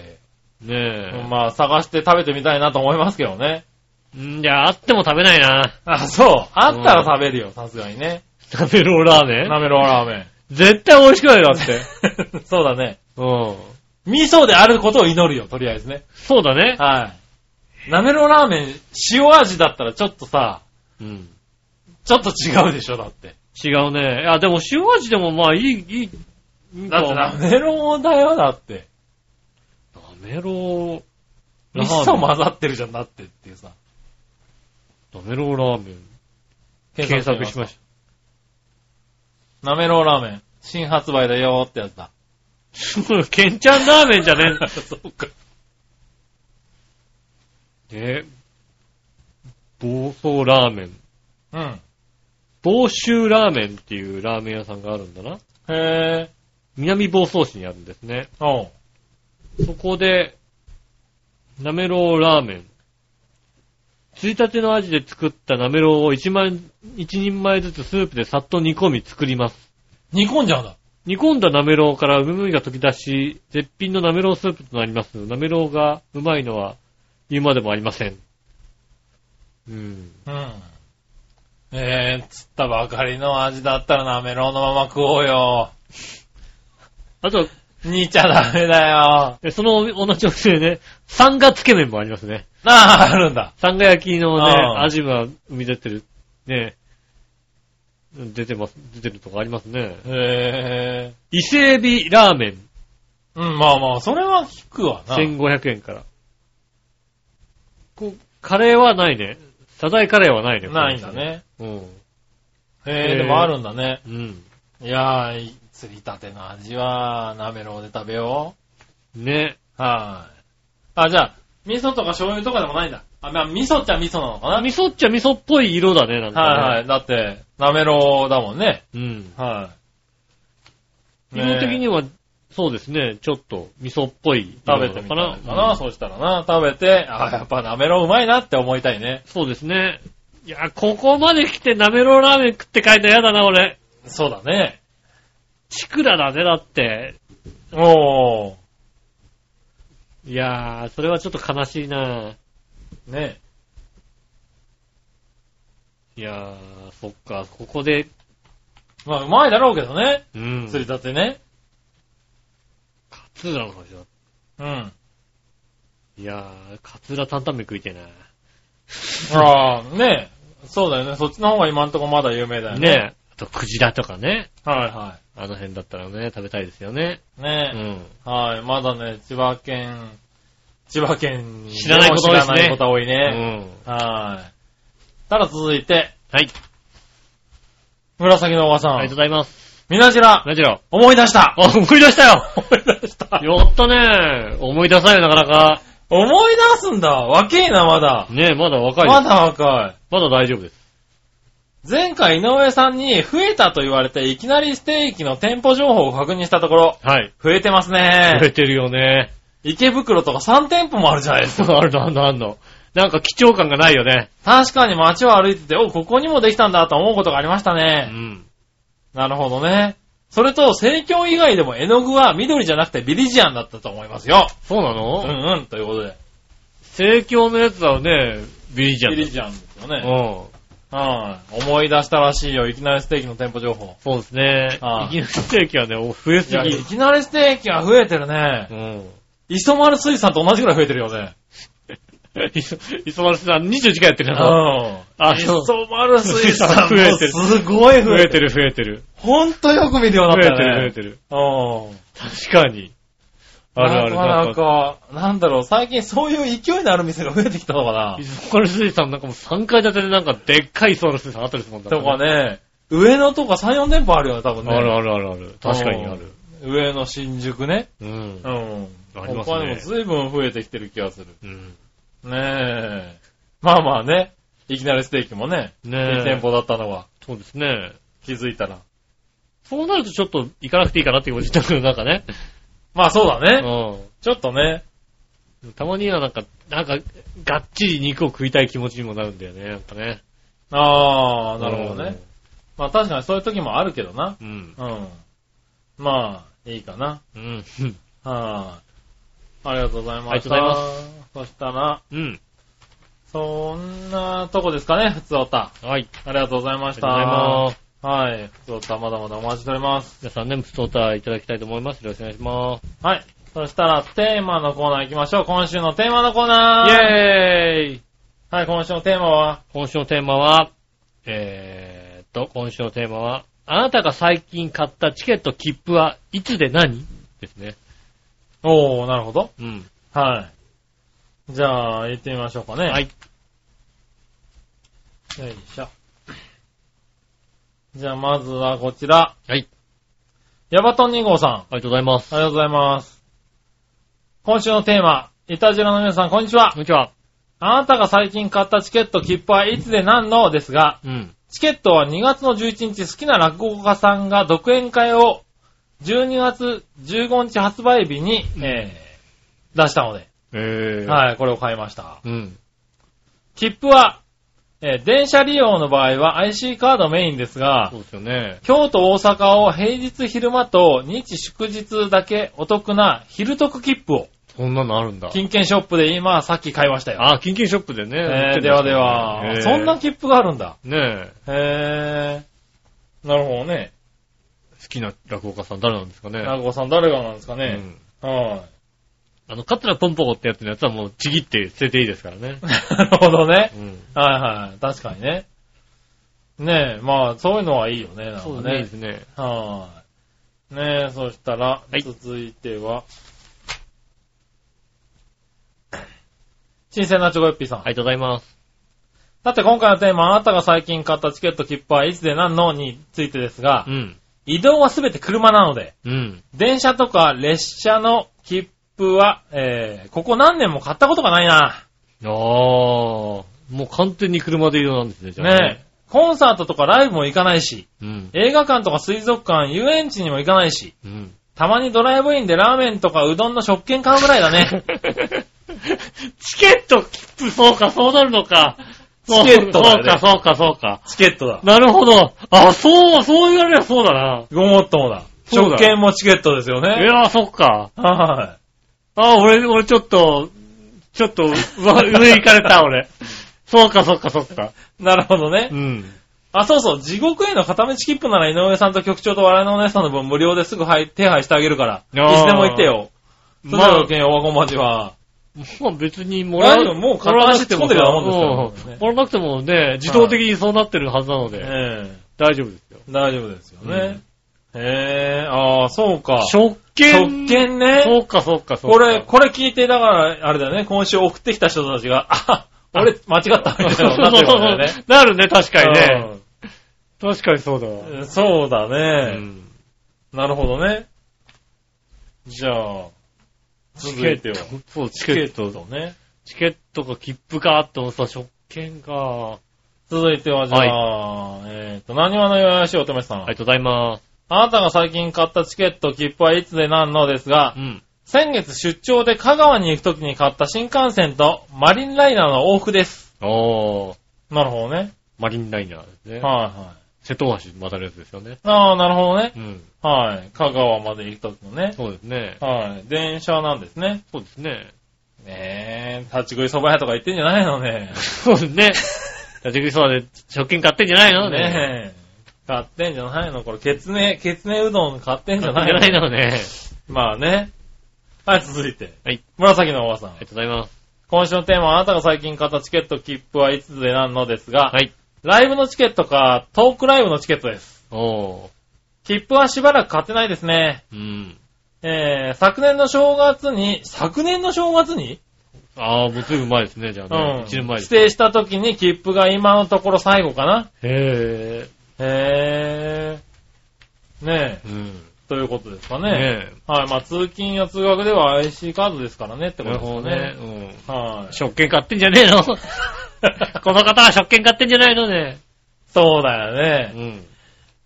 Speaker 2: ね
Speaker 3: ー。
Speaker 2: え。
Speaker 3: まあ、探して食べてみたいなと思いますけどね。
Speaker 2: うん、いや、あっても食べないな。
Speaker 3: あ、そう。あったら食べるよ、さすがにね。
Speaker 2: なめろうラーメ
Speaker 3: なめろうラーメ
Speaker 2: ン絶対美味しくないだって。
Speaker 3: ン。 そうだね。
Speaker 2: うん。
Speaker 3: 味噌であることを祈るよ、とりあえずね。
Speaker 2: そうだね。
Speaker 3: はい。なめろうラーメン、塩味だったらちょっとさ、
Speaker 2: うん。
Speaker 3: ちょっと違うでしょ、だって。
Speaker 2: 違うね。いや、でも塩味でもまあいい、いい、いい
Speaker 3: だって
Speaker 2: な
Speaker 3: なめろうだよ、だって。
Speaker 2: めろう、
Speaker 3: 味噌混ざってるじゃん、だってっていうさ。。
Speaker 2: なめろうラーメン。検索しました
Speaker 3: なめろうラーメン、新発売だよーってやつだ。
Speaker 2: た。 ケンちゃんラーメンじゃねえんだ。
Speaker 3: そうか。
Speaker 2: え暴走ラーメン。
Speaker 3: うん。
Speaker 2: 房州ラーメンっていうラーメン屋さんがあるんだな。
Speaker 3: へ
Speaker 2: 南房総市にあるんですね。
Speaker 3: ぇー。おう。
Speaker 2: そこで、なめろうラーメン。ついたてのアジで作ったなめろうを一枚、一人前ずつスープでさっと煮込み作ります。
Speaker 3: 煮込んじゃうんだ。
Speaker 2: 煮込んだなめろうからうまみが溶き出し、絶品のなめろうスープとなります。なめろうがうまいのは言うまでもありません。うん。
Speaker 3: うん。えー、釣ったばかりの味だったらなめろうのまま食おうよ。
Speaker 2: あと、
Speaker 3: 煮ちゃダメだよ。
Speaker 2: えその同じお店でね、サンガつけ麺もありますね。
Speaker 3: なあ、あるんだ。
Speaker 2: サンガ焼きのね
Speaker 3: あ、あ
Speaker 2: 味が生み出てる、ね、出てます、出てるとこありますね。
Speaker 3: へえ。
Speaker 2: 伊勢エビラーメン、
Speaker 3: うん、まあまあ、それは聞くわな。
Speaker 2: 1500円から。こうカレーはないね。サダイカレーはないね。
Speaker 3: ないんだ。ね。
Speaker 2: うん。
Speaker 3: へ
Speaker 2: へ
Speaker 3: え、
Speaker 2: え
Speaker 3: でもあるんだね。
Speaker 2: うん。
Speaker 3: いやー、釣りたての味は、なめろうで食べよ
Speaker 2: ね。
Speaker 3: う。はい。あ、じゃあ、味噌とか醤油とかでもないんだ。あ、まあ、味噌っちゃ味噌なのかな
Speaker 2: 味噌っちゃ味噌っぽい色だね、なんか、ね。
Speaker 3: はいはい。だって、なめろうだもんね。
Speaker 2: うん。
Speaker 3: はい。
Speaker 2: 色的に
Speaker 3: は
Speaker 2: は、そうですね、ちょっと味噌っぽい色
Speaker 3: 食
Speaker 2: な
Speaker 3: べ
Speaker 2: の
Speaker 3: てみ
Speaker 2: か
Speaker 3: たら
Speaker 2: な。
Speaker 3: かな、
Speaker 2: うん
Speaker 3: そうしたらな。食べて、あ、やっぱなめろううまいなって思いたいね。
Speaker 2: そうですね。いや、ここまで来てなめろうラーメン食って帰るの嫌だな、俺。
Speaker 3: そうだね。
Speaker 2: チクラだね、だって。
Speaker 3: おー。
Speaker 2: いやー、それはちょっと悲しいな
Speaker 3: ね。
Speaker 2: いやー、そっか、ここで、
Speaker 3: まあ、うまいだろうけどね。
Speaker 2: うん。
Speaker 3: 釣りたてね。
Speaker 2: カツラの話だ。
Speaker 3: うん。
Speaker 2: いやー、カツラ担々麺食いてえ
Speaker 3: ああ、ねえ。そうだよね。そっちの方が今んとこまだ有名だ
Speaker 2: な。ね
Speaker 3: よね。
Speaker 2: え。あと、クジラとかね。
Speaker 3: はいは
Speaker 2: あの辺だったらね、食べたいですよね。
Speaker 3: い。
Speaker 2: う
Speaker 3: ねえ、
Speaker 2: ん。
Speaker 3: はい。まだね、千葉県、千葉県に
Speaker 2: 知らないこと多いですね
Speaker 3: 知らないこと多いうね。
Speaker 2: ん。
Speaker 3: はい。ただ続いて、
Speaker 2: はい。
Speaker 3: 紫のおばさ
Speaker 2: ありがとうご
Speaker 3: ん。
Speaker 2: ざいます。
Speaker 3: みなじら、
Speaker 2: 何しろ。
Speaker 3: 思い出した
Speaker 2: あ、思い出したよ
Speaker 3: 思い出した
Speaker 2: やったね思い出さないよ、なかなか。
Speaker 3: 思い出すんだ若えな、まだ。
Speaker 2: ねえ、まだ若いです
Speaker 3: まだ若い。
Speaker 2: まだ大丈夫です。
Speaker 3: 前回井上さんに増えたと言われて、いきなりステーキの店舗情報を確認したところ、
Speaker 2: はい。
Speaker 3: 増えてます
Speaker 2: 増え
Speaker 3: ね。
Speaker 2: てるよね。
Speaker 3: 池袋とか3店舗もあるじゃないですか。
Speaker 2: あるの、あるの、あるの。なんか貴重感がないよね。
Speaker 3: 確かに街を歩いてて、お、ここにもできたんだと思うことがありました
Speaker 2: う
Speaker 3: ね。
Speaker 2: ん。
Speaker 3: なるほどね。それと、生協以外でも絵の具は緑じゃなくてビリジアンだったと思いますよ。
Speaker 2: そうな
Speaker 3: う
Speaker 2: の
Speaker 3: んうん、ということで。
Speaker 2: 盛況のやつはね、ビリジャ
Speaker 3: ビ
Speaker 2: ン
Speaker 3: リジアンですよ
Speaker 2: だ。
Speaker 3: ね。
Speaker 2: うん。
Speaker 3: はい。思い出したらしいよ、いきなりステーキの店舗情報。
Speaker 2: そうですね。
Speaker 3: ああ
Speaker 2: いきなりステーキはね、お増えす
Speaker 3: いやい
Speaker 2: ぎ。
Speaker 3: きなりステーキが増えてるね
Speaker 2: う。ん。
Speaker 3: 磯丸水産と同じぐらい増えてるよね。
Speaker 2: いそ、 いそまるさん20時間やってるから。
Speaker 3: ん。
Speaker 2: あそう
Speaker 3: 磯丸水産
Speaker 2: 増
Speaker 3: も
Speaker 2: えてる
Speaker 3: すごい増
Speaker 2: 増
Speaker 3: え
Speaker 2: え
Speaker 3: て
Speaker 2: て
Speaker 3: る。
Speaker 2: る、増えてる。
Speaker 3: ほんとよく見るよう
Speaker 2: 増
Speaker 3: に
Speaker 2: えて
Speaker 3: なった
Speaker 2: る、増え
Speaker 3: ね。
Speaker 2: てる。
Speaker 3: うん。
Speaker 2: 確かに。あるある。
Speaker 3: なかな
Speaker 2: か、
Speaker 3: か、なんだろう、最近そういう勢いのある店が増えてきたのかな。
Speaker 2: いそまる水産なんかもう3階建てでなんかでっかいいそまる水産あったりするもんだ
Speaker 3: とか
Speaker 2: ね。
Speaker 3: ね、上野とか3、4店舗あるよね、多分ね。
Speaker 2: あるあるあるある。確かにある。
Speaker 3: うん。上野、新宿ね。
Speaker 2: うん
Speaker 3: う。ん。
Speaker 2: ありますね
Speaker 3: 他にも随分増えてきてる気がする。
Speaker 2: うん。
Speaker 3: ねえ。まあまあね、いきなりステーキもね、
Speaker 2: ねえ
Speaker 3: いい店舗だったのは
Speaker 2: そうですね。
Speaker 3: 気づいたら。
Speaker 2: そうなるとちょっと行かなくていいかなっていうことになるけど、なんか ね。
Speaker 3: まあそうだね。
Speaker 2: う
Speaker 3: ちょっとね、
Speaker 2: ん。たまにはなんか、なんか、がっちり肉を食いたい気持ちにもなるんだよね、やっぱね。
Speaker 3: ああ、なるほどね。まあ確かにそういう時もあるけどな。
Speaker 2: うん。
Speaker 3: うん。まあ、いいかな。
Speaker 2: うん。
Speaker 3: はい、あ。りがとうございます。。
Speaker 2: ありがとうございます
Speaker 3: そしたら、
Speaker 2: うん。
Speaker 3: そんなとこですかね、ふつおた。
Speaker 2: はい。
Speaker 3: ありがとうございま
Speaker 2: あり
Speaker 3: し
Speaker 2: がと
Speaker 3: た。
Speaker 2: うございます。
Speaker 3: はい、ふつおたまだまだお待ちしております。
Speaker 2: 皆さんね、普通お便りいただきたいと思います。よろしくお願いしま
Speaker 3: はい、そしたらテーマのコーナー行きましょう。今週のテーマのコーナ
Speaker 2: す。
Speaker 3: ー
Speaker 2: イェーイ
Speaker 3: はい、今週のテーマは、
Speaker 2: 今週のテーマは、えーっと、今週のテーマは、あなたが最近買ったチケット切符はいつで何ですね。
Speaker 3: おー、なるほど。
Speaker 2: うん。
Speaker 3: はい。じゃあ、行ってみましょうかね。
Speaker 2: はい。
Speaker 3: よいしょ。じゃあ、まずはこちら。
Speaker 2: はい。
Speaker 3: ヤバトン2号さん。
Speaker 2: ありがとうございます。
Speaker 3: ありがとうございます。今週のテーマ、イタジラの皆さん、こんにちは
Speaker 2: こん。にちは。
Speaker 3: あなたが最近買ったチケット切符はいつで何のですが、
Speaker 2: うん。
Speaker 3: チケットは2月の11日好きな落語家さんが独演会を12月15日発売日に、えー出したので、
Speaker 2: えー。い。
Speaker 3: はい、これを買いました。
Speaker 2: うん。
Speaker 3: 切符は、えー電車利用の場合は IC カードメインですが
Speaker 2: そ、うですよね。
Speaker 3: 京都大阪を平日昼間と日祝日だけお得な昼得切符を、
Speaker 2: そんなのあるんだ。
Speaker 3: 金券ショップで今さっき買いましたよ。
Speaker 2: あ、キンキンショップでね。売ってん
Speaker 3: えー、ではでは、
Speaker 2: へー
Speaker 3: そんな切符があるんだ。
Speaker 2: ねえ、
Speaker 3: へー。なるほどね。
Speaker 2: 好きな落語家さん誰なんですかね。
Speaker 3: 長子さん誰がなんですか
Speaker 2: う
Speaker 3: ね。
Speaker 2: ん
Speaker 3: は
Speaker 2: あの、カツラポンポコってやつのやつはもうちぎって捨てていいですからね
Speaker 3: い。。なるほどね
Speaker 2: う。ん。
Speaker 3: はいはい。確かにね。ねえ、まあ、そういうのはいいよね、なんか
Speaker 2: そう
Speaker 3: ね。
Speaker 2: ね。いいですね。
Speaker 3: はい。ねえ、そしたら、
Speaker 2: はい
Speaker 3: 続いては、新鮮なチョコヨッピーさん。
Speaker 2: ありがとうございます。
Speaker 3: だって今回のテーマ、あなたが最近買ったチケット切符はいつで何のについてですが
Speaker 2: う、ん。
Speaker 3: 移動はすべて車なので、
Speaker 2: うん。
Speaker 3: 電車とか列車の切符は、えー、ここ何年も買ったことがないな。
Speaker 2: ああ、もう完全に車で移動なんですね、じゃあ
Speaker 3: ねえ。コンサートとかライブも行かないし、
Speaker 2: うん。
Speaker 3: 映画館とか水族館、遊園地にも行かないし、
Speaker 2: うん。
Speaker 3: たまにドライブインでラーメンとかうどんの食券買うぐらいだね。
Speaker 2: チケット切符、そうか、そうなるのか。
Speaker 3: チケットだよね
Speaker 2: そうか、そうか、そうか。
Speaker 3: チケットだ。
Speaker 2: なるほど。あ、そう、そう言われればそうだな。
Speaker 3: ごもっともだ。
Speaker 2: そうだ
Speaker 3: 食券もチケットですよ
Speaker 2: い
Speaker 3: ね。
Speaker 2: やー、そっか。
Speaker 3: は
Speaker 2: あ、俺、俺ちょっと、ちょっと、うわ上行かれた、俺。 そうか、そうか、そうか。
Speaker 3: い。なるほどね
Speaker 2: う。ん。
Speaker 3: あ、そうそう。地獄への片道切符なら井上さんと局長と笑いのお姉さんの分無料ですぐ配手配してあげるから。
Speaker 2: あー
Speaker 3: いつでも行ってよ。そ
Speaker 2: ま
Speaker 3: な
Speaker 2: あ
Speaker 3: の、券、おわごまじは。
Speaker 2: まあ別にもら
Speaker 3: いや
Speaker 2: う、
Speaker 3: もう
Speaker 2: もらわなくても
Speaker 3: 片足突っ込んでるようなもんですから
Speaker 2: うんもらわなくてもね、自動的にそうなってるはずなので、
Speaker 3: え
Speaker 2: 大丈夫ですよ。
Speaker 3: え大丈夫ですよね。へえ、ああ、そうか。
Speaker 2: 食券
Speaker 3: 食券ね
Speaker 2: そうか、そうか、そうか。
Speaker 3: これ、これ聞いて、だから、あれだよね、今週送ってきた人たちが、あ、俺、間違ったみたい
Speaker 2: そう
Speaker 3: な
Speaker 2: そう
Speaker 3: ことになってる
Speaker 2: そ
Speaker 3: んだよね
Speaker 2: う。なるね、確かにね。確かにそうだ
Speaker 3: う
Speaker 2: わ。
Speaker 3: んそうだね。
Speaker 2: うん
Speaker 3: なるほどね。じゃあ、続いては。
Speaker 2: そう、チ
Speaker 3: チ
Speaker 2: ケ
Speaker 3: ケ
Speaker 2: ッ
Speaker 3: ッ
Speaker 2: ト。
Speaker 3: トね。
Speaker 2: チケットか切符かって思ってた食券か。
Speaker 3: 続いては、じゃあ、えっ、と、何話のよやしおとめさん、
Speaker 2: ありがとうございます。
Speaker 3: あなたが最近買ったチケット、切符はいつで何のですが
Speaker 2: う、ん。
Speaker 3: 先月出張で香川に行くときに買った新幹線とマリンライナーの往復です。
Speaker 2: おー、
Speaker 3: なるほどね。
Speaker 2: マリンライナーですね。
Speaker 3: はいはい。
Speaker 2: 瀬戸大橋またるやつですよね。
Speaker 3: ああ、なるほどね。
Speaker 2: うん。
Speaker 3: はい。香川まで行くときのね。
Speaker 2: そうですね。
Speaker 3: はい。電車なんですね。
Speaker 2: そうですね。
Speaker 3: ねえ、立ち食い蕎麦屋とか行ってんじゃないのね。
Speaker 2: そうですね。立ち食いそばで食券買ってんじゃないのね。
Speaker 3: ねえ。買ってんじゃないのこれ、ケツネ、ケツネうどん買ってんじ
Speaker 2: 買
Speaker 3: ゃ
Speaker 2: って
Speaker 3: ない
Speaker 2: ん
Speaker 3: の
Speaker 2: じゃないのね。
Speaker 3: まあね。はい、続いて。
Speaker 2: はい。
Speaker 3: 紫のおばさん
Speaker 2: あ。りがとうございます。
Speaker 3: 今週のテーマは、あなたが最近買ったチケット切符はいつでなんのですが、
Speaker 2: はい。
Speaker 3: ライブのチケットか、トークライブのチケットです。
Speaker 2: おー。
Speaker 3: 切符はしばらく買ってないですね。
Speaker 2: うん。
Speaker 3: えー、昨年の正月に、昨年の正月に
Speaker 2: あー、もうすぐ前ですね、じゃあね。一年前です。
Speaker 3: 指定した時に切符が今のところ最後かな。
Speaker 2: へ
Speaker 3: へー。ねえ、
Speaker 2: ー。うん。
Speaker 3: ということですかね。
Speaker 2: ね
Speaker 3: はい、まあ通勤や通学では IC カードですからねって
Speaker 2: え。
Speaker 3: こ
Speaker 2: な
Speaker 3: と
Speaker 2: る
Speaker 3: です
Speaker 2: ほ
Speaker 3: よ
Speaker 2: ど
Speaker 3: ね
Speaker 2: ね。。うん。
Speaker 3: はい。
Speaker 2: 食券買ってんじゃねえ のこの方は食券買ってんじゃないのね。
Speaker 3: そうだよね。
Speaker 2: ん。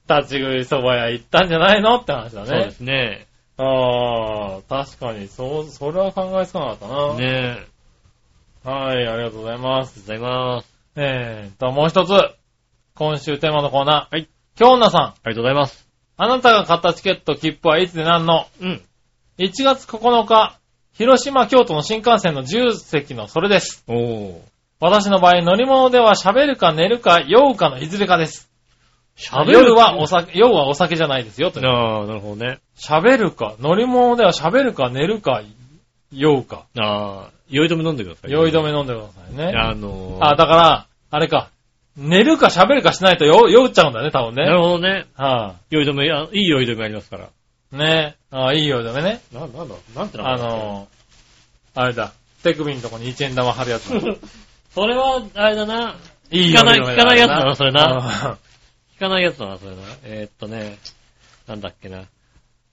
Speaker 3: 立ち食いそば屋行ったんじゃないのって話だ
Speaker 2: そうで
Speaker 3: ね。
Speaker 2: すね。
Speaker 3: ああ、確かに、そう、それは考えつかなかったな。
Speaker 2: ねえ。
Speaker 3: はい、ありがとうございます。
Speaker 2: ありがとうございます。
Speaker 3: えーと、もう一つ。今週テーマのコーナー。
Speaker 2: はい。
Speaker 3: 京奈さん。
Speaker 2: ありがとうございます。
Speaker 3: あなたが買ったチケット切符はいつで何の
Speaker 2: うん。
Speaker 3: ?1 月9日、広島、京都の新幹線の10席のそれです。
Speaker 2: おー。
Speaker 3: 私の場合、乗り物では喋るか寝るか酔うかのいずれかです。夜はお酒、酔うはお酒じゃないですよ。と
Speaker 2: ああ、なるほどね。
Speaker 3: 喋るか、乗り物では喋るか寝るか酔うか。
Speaker 2: ああ、酔い止め飲んでください。
Speaker 3: 酔い止め飲んでくださいね。
Speaker 2: あのー、
Speaker 3: あ、だから、あれか。寝るか喋るかしないと酔う酔っちゃうんだね、多分ね。
Speaker 2: なるほどね。
Speaker 3: は
Speaker 2: 酔い止め、あいい酔い止めありますから。
Speaker 3: い。ねあいいよ、ダメね。
Speaker 2: な、なんだ、なんて
Speaker 3: あのー、あれだ。手首のとこに一円玉貼るや つ。い
Speaker 2: それは、あれだな。聞
Speaker 3: い
Speaker 2: かない
Speaker 3: よ
Speaker 2: 聞かないやつだなそれな。
Speaker 3: あ
Speaker 2: 聞かないやつだな、それな。えーっとね、なんだっけな。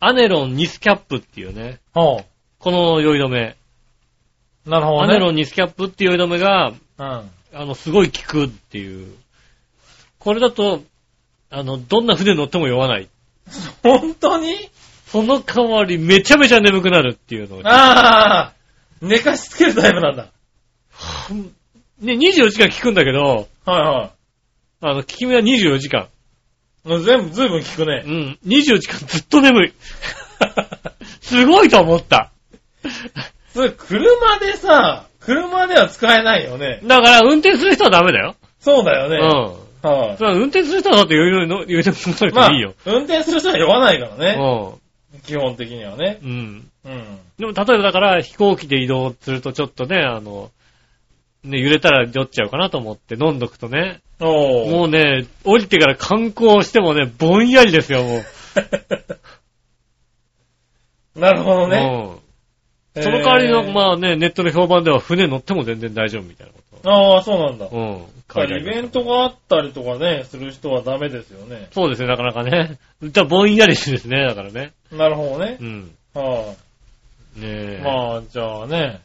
Speaker 2: アネロンニスキャップっていうね、
Speaker 3: ーほ
Speaker 2: この酔い止め。
Speaker 3: う。なるほ
Speaker 2: ア
Speaker 3: どね。
Speaker 2: ネロンニスキャップっていう酔い止めが、
Speaker 3: うん。
Speaker 2: あの、すごい効くっていう。これだと、あの、どんな船乗っても酔わない。
Speaker 3: 本当に
Speaker 2: その代わりめちゃめちゃ眠くなるっていうのを
Speaker 3: ああ寝かしつけるタイプなんだ。
Speaker 2: ね、24時間聞くんだけど、
Speaker 3: は
Speaker 2: あの、聞き目は24時間。
Speaker 3: いはい。全部、ずいぶん聞く
Speaker 2: う
Speaker 3: ね。
Speaker 2: ん。24時間ずっと眠い。すごいと思った。
Speaker 3: それ、車でさ、車では使えないよね。
Speaker 2: だから、運転する人はダメだよ。
Speaker 3: そうだよ
Speaker 2: う
Speaker 3: ね。
Speaker 2: ん。
Speaker 3: は
Speaker 2: それは運転する人はだって余裕の、余裕でもない
Speaker 3: い。ま
Speaker 2: か
Speaker 3: あ
Speaker 2: いいよ。、
Speaker 3: 運転する人は酔わないからね。基本的にはね。
Speaker 2: うん。うん。
Speaker 3: うん。
Speaker 2: でも、例えばだから、飛行機で移動するとちょっとね、あの、ね、揺れたら酔っちゃうかなと思って飲んどくとね。
Speaker 3: おー。
Speaker 2: もうね、降りてから観光してもね、ぼんやりですよ、もう。
Speaker 3: なるほどね。
Speaker 2: うんその代わりの、
Speaker 3: えー
Speaker 2: まあね、ネットの評判では船乗っても全然大丈夫みたいなこ
Speaker 3: ああ、そうなんだ。
Speaker 2: と。うん。書いてあ
Speaker 3: イ
Speaker 2: ります
Speaker 3: ベントがあったりとかね、する人はダメですよね。
Speaker 2: そうですね、なかなかね。 じゃあぼんやりしてですね、だからね。
Speaker 3: なるほどね
Speaker 2: う。ん。
Speaker 3: は
Speaker 2: ね
Speaker 3: い。
Speaker 2: え。
Speaker 3: まあ、じゃあね、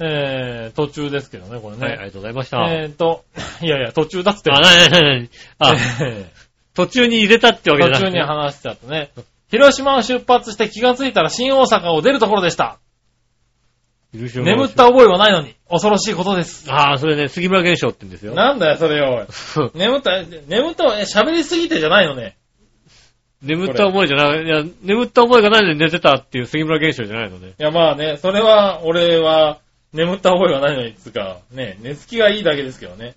Speaker 3: えー、途中ですけどね、これ
Speaker 2: はい、あり
Speaker 3: ね。
Speaker 2: がとうございました。
Speaker 3: えーと、 いやいや、途中だって。
Speaker 2: あ、なになになにあ、
Speaker 3: え
Speaker 2: 途中に入れたってわ
Speaker 3: ー
Speaker 2: けじゃなくて
Speaker 3: 途中に話しちゃったね。広島を出発して気がついたら新大阪を出るところでした。眠っ。た覚えはないのに、恐ろしいことです。
Speaker 2: ああ、それね、杉村現象って言うんですよ。
Speaker 3: なんだよ、それよ。眠った、眠った、え喋りすぎてじゃないのね。
Speaker 2: 眠った覚えじゃない、いや、眠った覚えがないのに寝てたっていう杉村現象じゃないのね。
Speaker 3: いや、まあね、それは、俺は、眠った覚えはないのに、つうか、ね、寝つきがいいだけですけどね。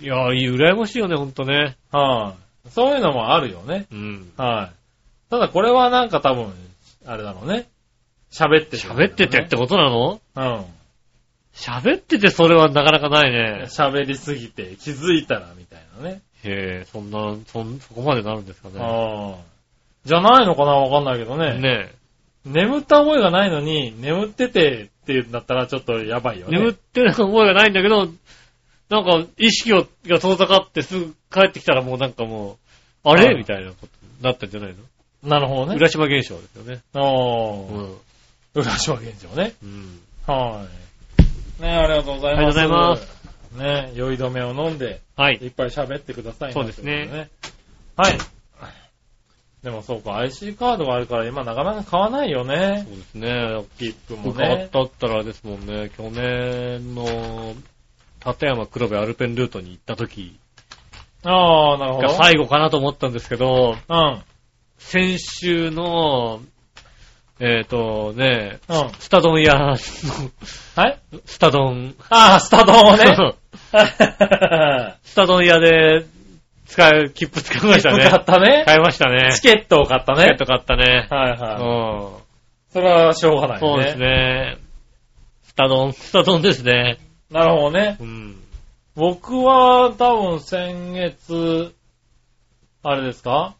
Speaker 2: いやー、いい、羨ましいよね、ほんとね。
Speaker 3: はい、そういうのもあるよね。
Speaker 2: うん。
Speaker 3: はい、ただ、これはなんか多分、あれだろうね。喋ってて、
Speaker 2: 喋っててってことなの
Speaker 3: うん。
Speaker 2: 喋っててそれはなかなかないね。
Speaker 3: 喋りすぎて、気づいたら、みたいなね。
Speaker 2: へえ、そんな、そん、そこまでなるんですかね。
Speaker 3: ああ。じゃないのかなわかんないけどね。
Speaker 2: ね
Speaker 3: 眠った覚えがないのに、眠っててっていうんだったら、ちょっとやばいよ
Speaker 2: え。
Speaker 3: ね。
Speaker 2: 眠ってる覚えがないんだけど、なんか意識をが遠ざかってすぐ帰ってきたらもうなんかもう、あ
Speaker 3: は
Speaker 2: れ
Speaker 3: い
Speaker 2: みたいなことになったんじゃないの
Speaker 3: なるほどね。
Speaker 2: 浦島現象ですよね。
Speaker 3: あ
Speaker 2: う
Speaker 3: あ。
Speaker 2: ん。
Speaker 3: 浦島現象ね。
Speaker 2: うん。
Speaker 3: はい。ねありがとうござ
Speaker 2: あり
Speaker 3: います。
Speaker 2: がとうございます。
Speaker 3: ね酔い止めを飲んで、
Speaker 2: はい。
Speaker 3: いっぱい喋ってくださいね
Speaker 2: そうですね
Speaker 3: ということでねはい。でもそうか、IC カードがあるから今なかなか買わないよね
Speaker 2: そ。うですね。
Speaker 3: 切符も
Speaker 2: 僕あっ
Speaker 3: ね。
Speaker 2: たったらですもんね、去年の、立山黒部アルペンルートに行った時
Speaker 3: ああ、なるほ
Speaker 2: が
Speaker 3: ど。
Speaker 2: 最後かなと思ったんですけど、
Speaker 3: うん。
Speaker 2: 先週の、えっ、とね、
Speaker 3: うん。
Speaker 2: スタドンや、
Speaker 3: はい
Speaker 2: スタドン。
Speaker 3: ああ、スタドンを ね。
Speaker 2: スタドン屋で使う、切符使いました
Speaker 3: 切符買
Speaker 2: ね
Speaker 3: っ。たね。
Speaker 2: 買いましたね。
Speaker 3: チケットを買った
Speaker 2: チケッ
Speaker 3: ね
Speaker 2: ト。買ったね。
Speaker 3: はいうはい。
Speaker 2: ん。
Speaker 3: それはしょうがないね。
Speaker 2: そうです。ね。スタドン、スタドンですね。
Speaker 3: なるほどね。
Speaker 2: うん。
Speaker 3: 僕は多分先月、あれですか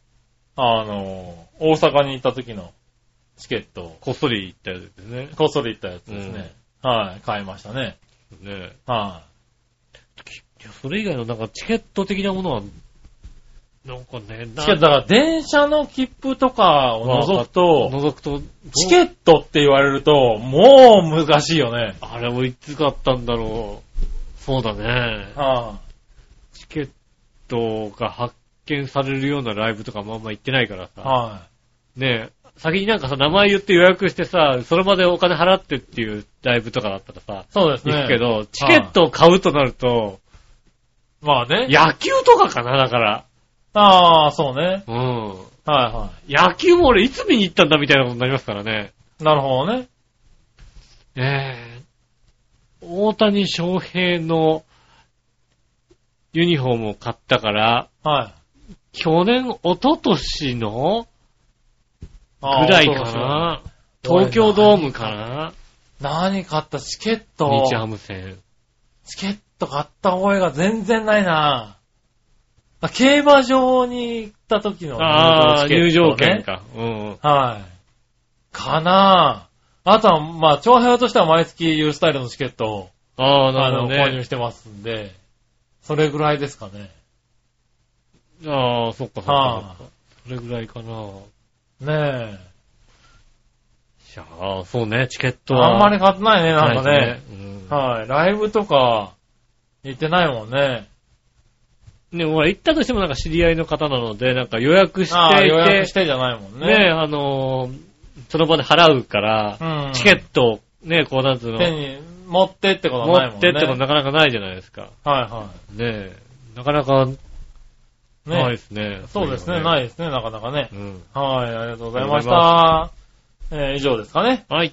Speaker 3: あの、大阪に行った時のチケットを、
Speaker 2: こっそり行ったやつですね。
Speaker 3: こっそり行ったやつですね。はい、買いましたね。
Speaker 2: ね
Speaker 3: はい
Speaker 2: や、それ以外のなんかチケット的なものは、なんかね、
Speaker 3: い。
Speaker 2: な
Speaker 3: チケット、だから電車の切符とかを除くと、
Speaker 2: 覗くと、
Speaker 3: チケットって言われると、もう難しいよね。
Speaker 2: あれもいつ買ったんだろう。そうだね。
Speaker 3: は
Speaker 2: チケットが発見されるようなライブとかもあんま行ってないから
Speaker 3: い。
Speaker 2: さ。
Speaker 3: は
Speaker 2: ねえ、先になんかさ、名前言って予約してさ、それまでお金払ってっていうライブとかだったらさ、
Speaker 3: い。そうです
Speaker 2: 行
Speaker 3: ね。
Speaker 2: くけ。ど、チケットを買うとなると、
Speaker 3: まあね。
Speaker 2: 野球とかかな、だから。
Speaker 3: ああ、そうね。
Speaker 2: うん。
Speaker 3: はいは
Speaker 2: 野球も俺いつ見に行ったんだみたいなことになりますからね。
Speaker 3: い。なるほどね。
Speaker 2: ええ大谷翔平のユニフォームを買ったから、
Speaker 3: はい。
Speaker 2: 去年、一昨年のぐ
Speaker 3: あー
Speaker 2: らいか
Speaker 3: そうそう
Speaker 2: な。東京ドームかな
Speaker 3: 何買ったチケット
Speaker 2: 日ハム戦。
Speaker 3: チケット買った覚えが全然ないなぁ。競馬場に行った時の
Speaker 2: ああ、入
Speaker 3: チケッ
Speaker 2: 場
Speaker 3: トね
Speaker 2: 券。か。うん。
Speaker 3: はい。かなぁ。あとは、まあ、長平としては毎月ユースタイルのチケットを、
Speaker 2: ああ、な
Speaker 3: あ
Speaker 2: るほ
Speaker 3: の、
Speaker 2: ど
Speaker 3: 購入
Speaker 2: ね。
Speaker 3: してますんで、それぐらいですかね。
Speaker 2: ああ、そっかそっ
Speaker 3: は
Speaker 2: か。それぐらいかな。い
Speaker 3: ね
Speaker 2: やーそうね、チケッ
Speaker 3: え。
Speaker 2: トは。
Speaker 3: あんまり買ってないね、なんか
Speaker 2: ない
Speaker 3: ね
Speaker 2: で。すね。うん
Speaker 3: はい。ライブとか、行ってないもんね。
Speaker 2: ね、ほら行ったとしてもなんか知り合いの方なので、なんか予約して
Speaker 3: ああ、
Speaker 2: い、
Speaker 3: 予約しててじゃないもんね。
Speaker 2: ね、あのー、その場で払うから
Speaker 3: う、ん。
Speaker 2: チケットをね、こうなんつうの、
Speaker 3: 手に、持ってってこと
Speaker 2: 持
Speaker 3: はないも
Speaker 2: っ
Speaker 3: ん
Speaker 2: て
Speaker 3: ね。
Speaker 2: ってことなかなかないじゃないですか。
Speaker 3: はいは
Speaker 2: ねえ。なかなか
Speaker 3: い。
Speaker 2: ないで
Speaker 3: ね。
Speaker 2: すね。
Speaker 3: そうですね、
Speaker 2: い
Speaker 3: ないですね、なかなかね
Speaker 2: う。の。うん。
Speaker 3: はい、ありがとうござい
Speaker 2: あ
Speaker 3: ま
Speaker 2: り
Speaker 3: し
Speaker 2: がとうござ
Speaker 3: た。えー、以上ですかね。
Speaker 2: はい。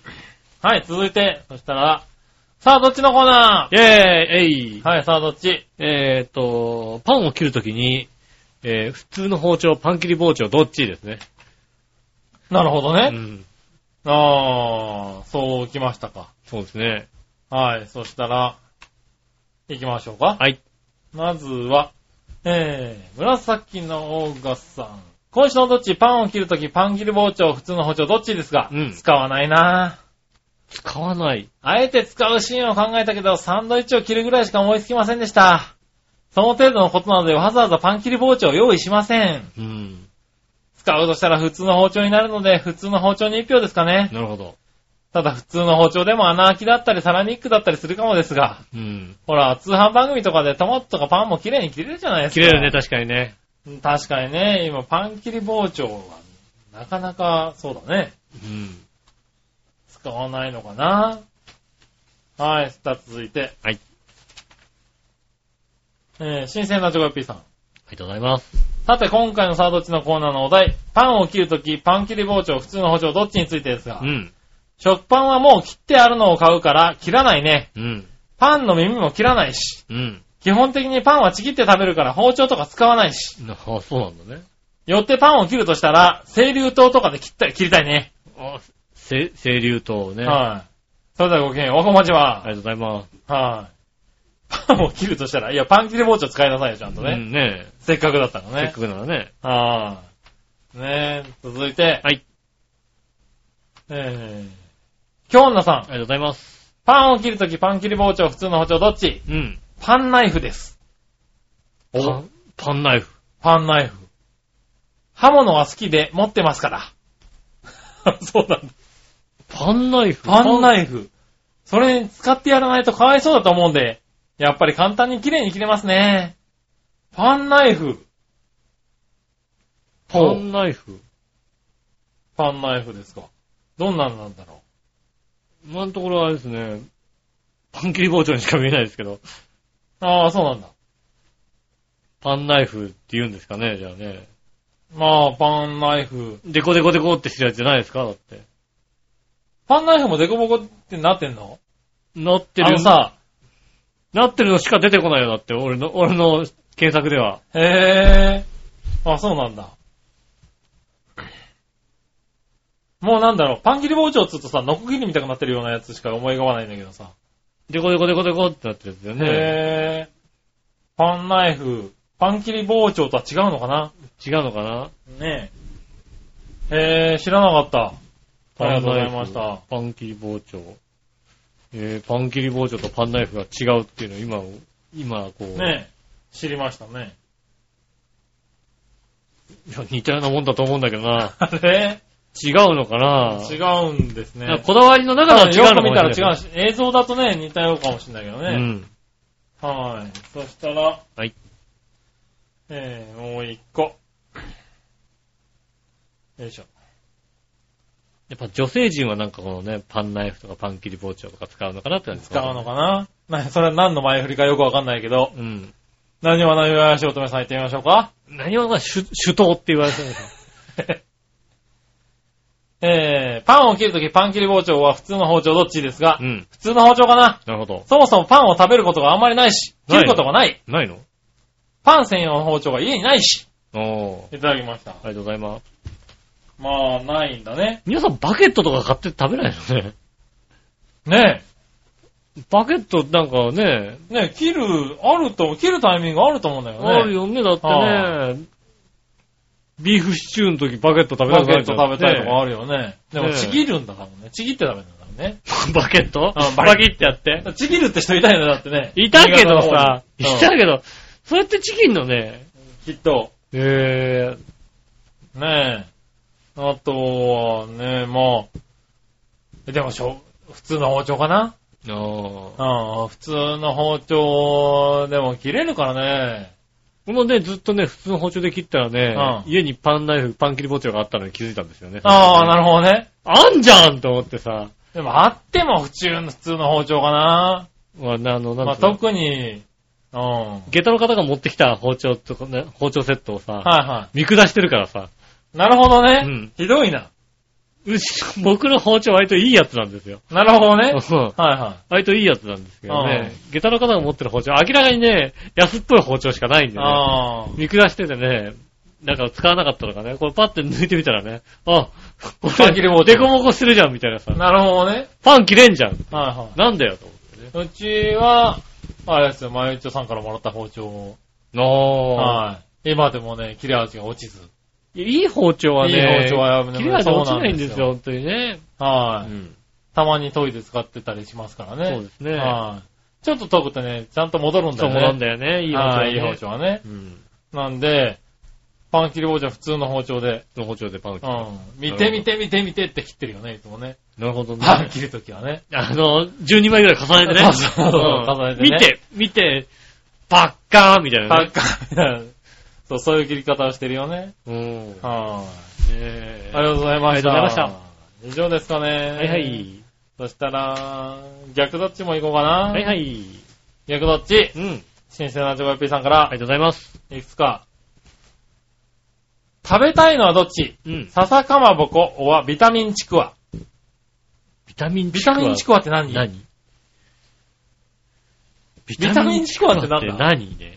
Speaker 3: はい、続いて、そしたら、さあ、どっちのコーナ
Speaker 2: イェーイえい
Speaker 3: ーはい、さあ、どっち
Speaker 2: えーっと、パンを切るときに、えー普通の包丁、パン切り包丁、どっちですね。
Speaker 3: なるほどね。
Speaker 2: うん。
Speaker 3: あー、そうきましたか。
Speaker 2: そうですね。
Speaker 3: はい、そしたら、行きましょうか。
Speaker 2: はい。
Speaker 3: まずは、えー、紫のオーガさん。今週のどっちパンを切るとき、パン切り包丁、普通の包丁、どっちですか、
Speaker 2: うん
Speaker 3: 使わないなぁ
Speaker 2: 使わない。
Speaker 3: あえて使うシーンを考えたけど、サンドイッチを切るぐらいしか思いつきませんでした。その程度のことなので、わざわざパン切り包丁を用意しません。
Speaker 2: うん。
Speaker 3: 使うとしたら普通の包丁になるので、普通の包丁に一票ですかね。
Speaker 2: なるほど。
Speaker 3: ただ普通の包丁でも穴開きだったり、サラニックだったりするかもですが。
Speaker 2: うん。
Speaker 3: ほら、通販番組とかでトマトとかパンも綺麗に切れるじゃないですか。
Speaker 2: 切れるね、確かにね。
Speaker 3: うん確かにね、今パン切り包丁は、なかなか、そうだね。
Speaker 2: うん。
Speaker 3: 使わないのかな。はい、さあ続いて。
Speaker 2: はい。
Speaker 3: えー、新鮮なチョコヨッピーさん。
Speaker 2: ありがとうございます。
Speaker 3: さて、今回のサードッチのコーナーのお題、パンを切るとき、パン切り包丁、普通の包丁、どっちについてですが
Speaker 2: う、ん。
Speaker 3: 食パンはもう切ってあるのを買うから、切らないね。
Speaker 2: うん。
Speaker 3: パンの耳も切らないし、
Speaker 2: うん。
Speaker 3: 基本的にパンはちぎって食べるから、包丁とか使わないし、
Speaker 2: なあ、そうなんだね。
Speaker 3: よってパンを切るとしたら、清流刀とかで切ったり切りたいね。
Speaker 2: あ、せ、清流刀ね。あ
Speaker 3: はい。それではごきげんよう、おこまちは。
Speaker 2: りがとうございます。
Speaker 3: はい。パンを切るとしたら、いや、パン切り包丁使いなさいよ、ちゃんと
Speaker 2: う
Speaker 3: ね。
Speaker 2: んね
Speaker 3: せっかくだったの
Speaker 2: え。せっ
Speaker 3: ね
Speaker 2: か。くならね。
Speaker 3: はい。ねえ、続いて。
Speaker 2: はい。
Speaker 3: えー、京女さ
Speaker 2: あり
Speaker 3: ん。
Speaker 2: がとうございます。
Speaker 3: パンを切るとき、パン切り包丁、普通の包丁、どっち
Speaker 2: うん。
Speaker 3: パンナイフです。
Speaker 2: パン、パンナイフ。
Speaker 3: パンナイフ。刃物は好きで持ってますから。 そうなんだ。
Speaker 2: パンナイフ
Speaker 3: パン
Speaker 2: イ
Speaker 3: ナイフ。それに使ってやらないとかわいそうだと思うんで、やっぱり簡単に綺麗に切れますね。パンナイフ。
Speaker 2: フパンナイフ。
Speaker 3: パンナイフですか。どんなんなんだろ
Speaker 2: 今のところあれですね、パン切り包丁にしか見えないですけど、
Speaker 3: う。ああ、そうなんだ。
Speaker 2: パンナイフって言うんですかね、じゃあね。
Speaker 3: まあ、パンナイフ。
Speaker 2: デコデコデコってしてるやつじゃないですかだって。
Speaker 3: パンナイフもデコボコってなってんの
Speaker 2: なって
Speaker 3: あ
Speaker 2: る
Speaker 3: のさ、
Speaker 2: なってるのしか出てこないよ、だって、俺の、俺の検索では。
Speaker 3: へえ。あ、そうなんだ。もうなんだろう、パン切り包丁っつうとさ、ノコギリみたくなってるようなやつしか思い浮かばないんだけどさ。
Speaker 2: デコデコデコデコってなってるやつだよね。
Speaker 3: へぇー。パンナイフ、パン切り包丁とは違うのかな
Speaker 2: 違うのかな
Speaker 3: ねえ。へぇー、知らなかった。ありがとうございまし
Speaker 2: パンナイ
Speaker 3: た
Speaker 2: フ。パン切り包丁。えー、パン切り包丁とパンナイフが違うっていうのを今、今、こう、
Speaker 3: ねえ。知りましたね。。
Speaker 2: いや 似たようなもんだと思うんだけどな
Speaker 3: あれ
Speaker 2: 違うのかな
Speaker 3: 違うんです
Speaker 2: なん
Speaker 3: ね
Speaker 2: か。こだわりの中の違う
Speaker 3: よ
Speaker 2: のか
Speaker 3: く
Speaker 2: も
Speaker 3: 見
Speaker 2: したれ
Speaker 3: ら
Speaker 2: ないけど
Speaker 3: 違うし、映像だとね、似たようかもしれないけど
Speaker 2: う
Speaker 3: ね。
Speaker 2: ん。
Speaker 3: はい。そしたら、
Speaker 2: はい。
Speaker 3: えー、もう一個。よいしょ。
Speaker 2: やっぱ女性陣はなんかこのね、パンナイフとかパン切り包丁とか使うのかなって感じ
Speaker 3: 使うのかななそれは何の前振りかよくわかんないけど、
Speaker 2: うん。
Speaker 3: 何は何はしおとめさん行ってみましょうか。
Speaker 2: 何をまあ主、手刀って言われてるのか。
Speaker 3: えー、パンを切るときパン切り包丁は普通の包丁どっちですが、
Speaker 2: うん。
Speaker 3: 普通の包丁かな
Speaker 2: なるほど。
Speaker 3: そもそもパンを食べることがあんまりないし、
Speaker 2: ない
Speaker 3: 切ることがない。
Speaker 2: ないの
Speaker 3: パン専用の包丁が家にないし。
Speaker 2: おー。
Speaker 3: いただきました。
Speaker 2: ありがとうございます。
Speaker 3: まあ、ないんだね。
Speaker 2: 皆さんバケットとか買って食べないのね。
Speaker 3: ね
Speaker 2: バケットなんかね、
Speaker 3: え。ねえ、切る、あると、切るタイミングあると思うんだよね。
Speaker 2: あるよね、だって
Speaker 3: は
Speaker 2: ね。ビーフシチューの時バケット食べたく
Speaker 3: バケ
Speaker 2: な
Speaker 3: ッ
Speaker 2: るじ
Speaker 3: ト
Speaker 2: ゃん
Speaker 3: 食べたいとかあるよね。でも、
Speaker 2: ねえ
Speaker 3: ちぎるんだからね。ちぎって食べるんだからね。
Speaker 2: ねバケット
Speaker 3: うん
Speaker 2: バキってやって。
Speaker 3: ちぎるって人いたよね、だってね。
Speaker 2: いたけどさ、い
Speaker 3: 新潟
Speaker 2: た
Speaker 3: の方に
Speaker 2: けど、そうやってチキンのね、
Speaker 3: うんきっと。
Speaker 2: え
Speaker 3: ねえ。あとは、ねえ、まあ。えでもしょ、普通の包丁かな
Speaker 2: ー、あー。
Speaker 3: うん、普通の包丁でも切れるからね。
Speaker 2: このね、ずっとね、普通の包丁で切ったらね、
Speaker 3: う
Speaker 2: 家にパンナイフ、パン切り包丁があったのに気づいたんですよね。
Speaker 3: ああ、なるほどね。
Speaker 2: あんじゃんと思ってさ、
Speaker 3: でもあっても普通の、普通の包丁かな。
Speaker 2: まあ、あの、なん
Speaker 3: まあ、
Speaker 2: つうの
Speaker 3: 特に、うん。はい
Speaker 2: 下駄の方が持ってきた包丁とかね、包丁セットをさ、
Speaker 3: は
Speaker 2: 見下してるからさ、
Speaker 3: い。なるほどね。
Speaker 2: うん
Speaker 3: ひどいな。
Speaker 2: うち、僕の包丁割といいやつなんですよ。
Speaker 3: なるほどね。
Speaker 2: うん
Speaker 3: はいは
Speaker 2: 割といいやつなんですけどね。下駄の方が持ってる包丁、明らかにね、安っぽい包丁しかないん
Speaker 3: い。
Speaker 2: でね。
Speaker 3: ああ。
Speaker 2: 見下しててね、なんか使わなかったのかね。これパッて抜いてみたらね、あ、こ
Speaker 3: パン切れ包丁
Speaker 2: れ、デコボコしてるじゃんみたいなさ、
Speaker 3: なるほどね。
Speaker 2: パン切れんじゃん。
Speaker 3: はいは
Speaker 2: なんだよ、と思ってね。
Speaker 3: い。うちは、あれですよ、まゆっちょさんからもらった包丁を。
Speaker 2: あ
Speaker 3: はい。今でもね、切れ味が落ちず。
Speaker 2: いやいい包丁はね、
Speaker 3: いい包丁はやぶね
Speaker 2: 切れ味落ちないんですよ、本当にね。
Speaker 3: はい。
Speaker 2: うん
Speaker 3: たまに研いで使ってたりしますからね。
Speaker 2: そうですね
Speaker 3: はい。ちょっと研ぐとね、ちゃんと戻るんだ
Speaker 2: そう
Speaker 3: よね。
Speaker 2: なんだよね、いい包丁は
Speaker 3: は
Speaker 2: ね。
Speaker 3: いいい包丁はね。
Speaker 2: うん。
Speaker 3: なんで、パン切り包丁は普通の包丁で、
Speaker 2: の包丁でパン切
Speaker 3: う
Speaker 2: る。
Speaker 3: ん。見て見て見て見てって切ってるよね、いつもね。
Speaker 2: なるほどね。
Speaker 3: パン切るときはね。
Speaker 2: あの、12枚ぐらい重ねてね。
Speaker 3: そうそうそう重ねてね
Speaker 2: 見て、見て、パッカーンみたい
Speaker 3: パ
Speaker 2: な
Speaker 3: ン
Speaker 2: ね。
Speaker 3: カー そう、そういう切り方をしてるよね。
Speaker 2: うん。ね
Speaker 3: はい。
Speaker 2: え
Speaker 3: ありがとうございました。
Speaker 2: ありがとうございま
Speaker 3: 以上ですかね。
Speaker 2: はいはい。
Speaker 3: そしたら、逆どっちも行こうかな。
Speaker 2: はいはい。
Speaker 3: 逆どっち
Speaker 2: うん。あり
Speaker 3: 新鮮なジョバイピーさんから
Speaker 2: がとうございます。
Speaker 3: いくつか。食べたいのはどっち
Speaker 2: うん。
Speaker 3: 笹かまぼこ、おはビタミンちくわ。
Speaker 2: ビタミン
Speaker 3: ビタミンちくわって何
Speaker 2: 何ビ
Speaker 3: タミンちくわってなんだ
Speaker 2: 何ね。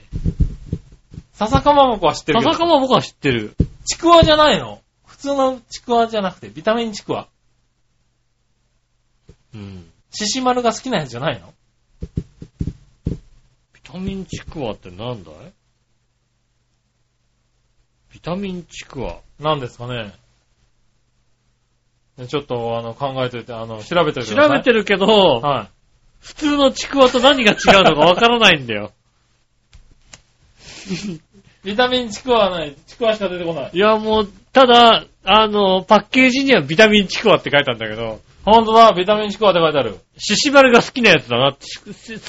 Speaker 3: 笹かまぼこは知ってる
Speaker 2: ま
Speaker 3: けど。
Speaker 2: さかも僕は知ってる。
Speaker 3: ちくわじゃないの普通のちくわじゃなくて、ビタミンちくわ。
Speaker 2: うん。
Speaker 3: 獅子丸が好きなやつじゃないの
Speaker 2: ビタミンちくわってなんだいビタミンちくわ。
Speaker 3: なんですかね。ねちょっと、あの、考えといて、あの、調べておいてく
Speaker 2: 調
Speaker 3: ださい。
Speaker 2: べてるけど、
Speaker 3: は
Speaker 2: 普通のちくわと何が違うのかわからないんだよ。
Speaker 3: い。ビタミンちくわはない。ちくわしか出てこない。
Speaker 2: いや、もう、ただ、あの、パッケージにはビタミンちくわって書いたんだけど、
Speaker 3: ほんとだ、ビタミンちくわって書いてある。
Speaker 2: シシバルが好きなやつだなって、しし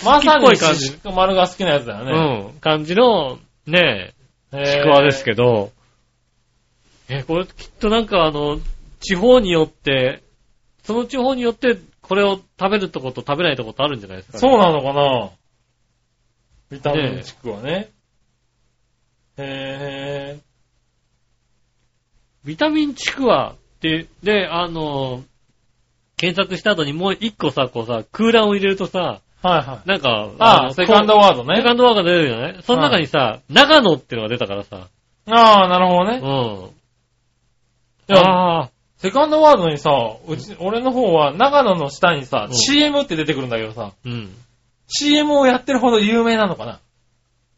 Speaker 3: ま
Speaker 2: 好き
Speaker 3: さ
Speaker 2: っぽ
Speaker 3: に
Speaker 2: い感
Speaker 3: 獅
Speaker 2: じ。
Speaker 3: 子丸が好きなやつだよね。
Speaker 2: うん、感じの、ねえ、
Speaker 3: えー
Speaker 2: ちくわですけど、え、これきっとなんかあの、地方によって、その地方によって、これを食べるとこと食べないとことあるんじゃないですか、
Speaker 3: そう
Speaker 2: ね。
Speaker 3: なのかなビタミンチクはね。へ
Speaker 2: ビタミンちくわって、で、あの、検索した後にもう一個さ、こうさ、空欄を入れるとさ、
Speaker 3: ぇー。はいはい。
Speaker 2: なんか、
Speaker 3: あ
Speaker 2: の
Speaker 3: あ、セカンドワードね
Speaker 2: セ。カンドワーカー出てるじゃないその中にさ、長野っていうのが出たからさ。
Speaker 3: ああ、なるほ
Speaker 2: う
Speaker 3: どね。
Speaker 2: ん。
Speaker 3: いや
Speaker 2: ああ、
Speaker 3: セカンドワードにさ、うち、俺の方は長野の下にさ
Speaker 2: う、ん
Speaker 3: CM って出てくるんだけどさ、
Speaker 2: うん。
Speaker 3: CM をやってるほど有名なのかな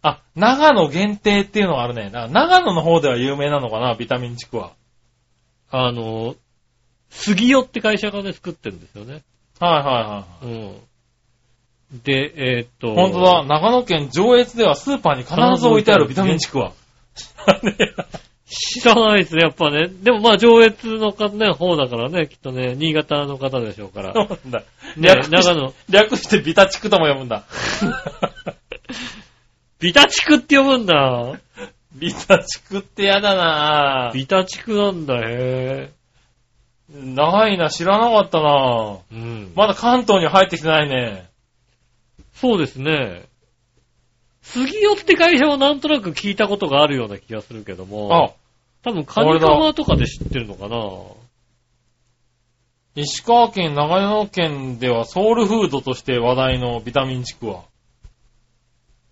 Speaker 3: あ、長野限定っていうのがあるね。だから長野の方では有名なのかな、ビタミンチクは。
Speaker 2: あの、杉代って会社がね、作ってるんですよね。
Speaker 3: はい
Speaker 2: う
Speaker 3: はいは
Speaker 2: ん。で、えーっと。
Speaker 3: い。ほんとだ、。長野県上越ではスーパーに必ず置いてあるビタミンチクは。 ね
Speaker 2: 知らないですね、やっぱね。でもまあ、上越の方ね、方だからね、きっとね、新潟の方でしょう から。
Speaker 3: そ
Speaker 2: ね、
Speaker 3: うなんだ。略して
Speaker 2: 長野、
Speaker 3: 略してビタチクとも呼ぶんだ。
Speaker 2: ビタ地区って呼ぶんだ。
Speaker 3: ビタチクってやだなぁ。
Speaker 2: ビタ地区なんだ、へ
Speaker 3: 長いな、知らなかったなぁ。
Speaker 2: え。うん。
Speaker 3: まだ関東には入ってきてないね。
Speaker 2: そうですね。杉尾って会社はなんとなく聞いたことがあるような気がするけど
Speaker 3: あ
Speaker 2: も、、多分カニカマとかで知ってるのかな
Speaker 3: 石川県、長野県ではソウルフードとして話題のビタミンチクは。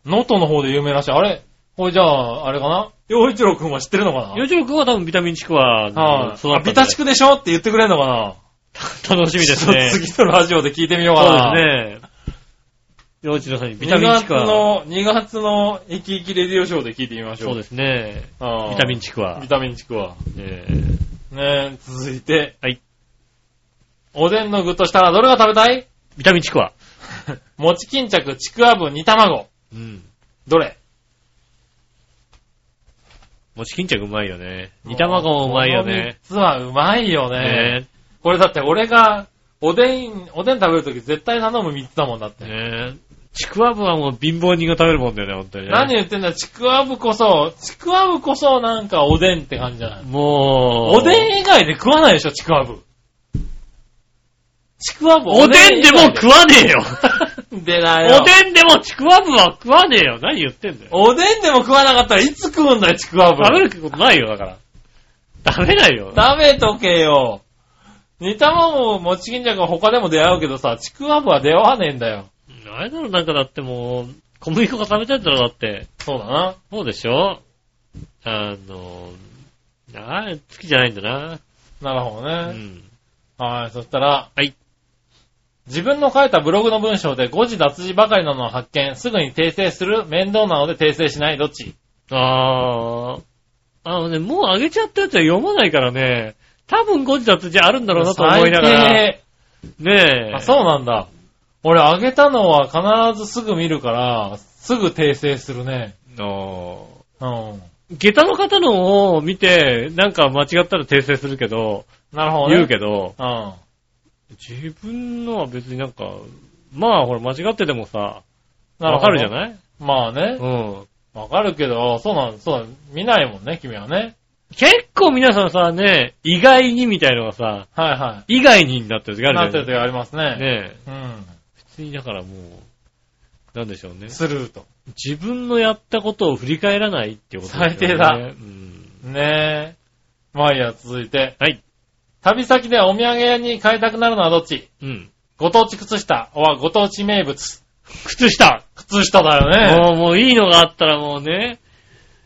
Speaker 3: 能登の方で有名らしい。あれこれじゃあ、あれかな洋一郎くんは知ってるのかな
Speaker 2: よちろくんは多分ビタミンチクワ
Speaker 3: は
Speaker 2: の
Speaker 3: い、あ。ビタチ
Speaker 2: ク
Speaker 3: クでしょって言ってくれんのかな
Speaker 2: 楽しみですね。
Speaker 3: ちょっと次のラジオで聞いてみよう
Speaker 2: そ
Speaker 3: かな。
Speaker 2: うですね。ようちろさんにビ
Speaker 3: ビ
Speaker 2: タ
Speaker 3: タ
Speaker 2: ミ
Speaker 3: ミ
Speaker 2: ン
Speaker 3: ン
Speaker 2: チ
Speaker 3: チ
Speaker 2: ク
Speaker 3: ク
Speaker 2: ワ。
Speaker 3: の、2月の生き生きレディオショーで聞いてみましょう。
Speaker 2: そうですね。
Speaker 3: あー
Speaker 2: ビタミンチクワ
Speaker 3: ビ。タミンチクは。
Speaker 2: え
Speaker 3: ねえ、続いて。
Speaker 2: はい。
Speaker 3: おでんの具としたらどれが食べたい
Speaker 2: ービタミンチクワ。
Speaker 3: 餅巾着、ちくわぶ、煮卵。
Speaker 2: うん。
Speaker 3: どれ
Speaker 2: 餅巾着うまいよね。煮卵もうまいよね。。
Speaker 3: この3つはうまいよね。
Speaker 2: ね
Speaker 3: これだって俺が、おでん、おでん食べるとき絶対頼む3つだもんだっ
Speaker 2: え。
Speaker 3: て。
Speaker 2: ねえ。ちくわぶはもう貧乏人が食べるもんだよね、本当にね。
Speaker 3: 何言ってんだ、ちくわぶこそ、ちくわぶこそなんかおでんって感じじゃない
Speaker 2: もう。
Speaker 3: おでん以外で食わないでしょ、ちくわぶ。ちくわぶ
Speaker 2: おでんでも食わねえよ。
Speaker 3: 出ないよ。
Speaker 2: おでんでもちくわぶは食わねえよ。何言ってんだよ。
Speaker 3: おでんでも食わなかったらいつ食うんだよ、ちくわぶ。
Speaker 2: 食べることないよ、だから。食べないよ。
Speaker 3: 食べとけよ。煮卵、もち巾着は他でも出会うけどさ、ちくわぶは出会わねえんだよ。
Speaker 2: あれだろ、なんかだってもう、小麦粉が食べたいんだろ、だって。
Speaker 3: そうだな。
Speaker 2: そうでしょあの、あれ、好きじゃないんだな。
Speaker 3: なるほど
Speaker 2: う
Speaker 3: ね。
Speaker 2: ん。
Speaker 3: はい、そしたら、
Speaker 2: はい。
Speaker 3: 自分の書いたブログの文章で誤字脱字ばかりなのを発見、すぐに訂正する、面倒なので訂正しない、どっち
Speaker 2: あー。あのね、もうあげちゃったやつは読まないからね、多分5時だってじゃあるんだろうなと思いながら。
Speaker 3: 最
Speaker 2: ねえ。
Speaker 3: 低あ、そうなんだ。俺、あげたのは必ずすぐ見るから、すぐ訂正するね。
Speaker 2: あー
Speaker 3: うん。
Speaker 2: 下駄の方のを見て、なんか間違ったら訂正するけど、
Speaker 3: なるほどね。
Speaker 2: 言うけど、
Speaker 3: うん。
Speaker 2: 自分のは別になんか、まあほら間違っててもさ、
Speaker 3: なる
Speaker 2: わ
Speaker 3: ほど。
Speaker 2: かるじゃ
Speaker 3: い
Speaker 2: ない
Speaker 3: まあね
Speaker 2: う。ん。
Speaker 3: わかるけど、そうなんそうだ。見ないもんね、君はね。
Speaker 2: 結構皆さんさ、ね、意外にみたいのがさ、
Speaker 3: はいは
Speaker 2: 意外にになってる時
Speaker 3: い。
Speaker 2: あ
Speaker 3: な
Speaker 2: る
Speaker 3: っ
Speaker 2: じ
Speaker 3: て
Speaker 2: ゃない
Speaker 3: る時ありますね。
Speaker 2: ねえ。
Speaker 3: うん。
Speaker 2: 普通にだからもう、なんでしょうね。
Speaker 3: スルーと。
Speaker 2: 自分のやったことを振り返らないってことですよね
Speaker 3: 最低だ
Speaker 2: うん。
Speaker 3: ねえ。まあいいや、続いて。
Speaker 2: はい。
Speaker 3: 旅先でお土産屋に買いたくなるのはどっち
Speaker 2: うん。
Speaker 3: ご当地靴下、おはご当地名物。
Speaker 2: 靴下
Speaker 3: 靴下だよね。
Speaker 2: もう、もういいのがあったらもうね、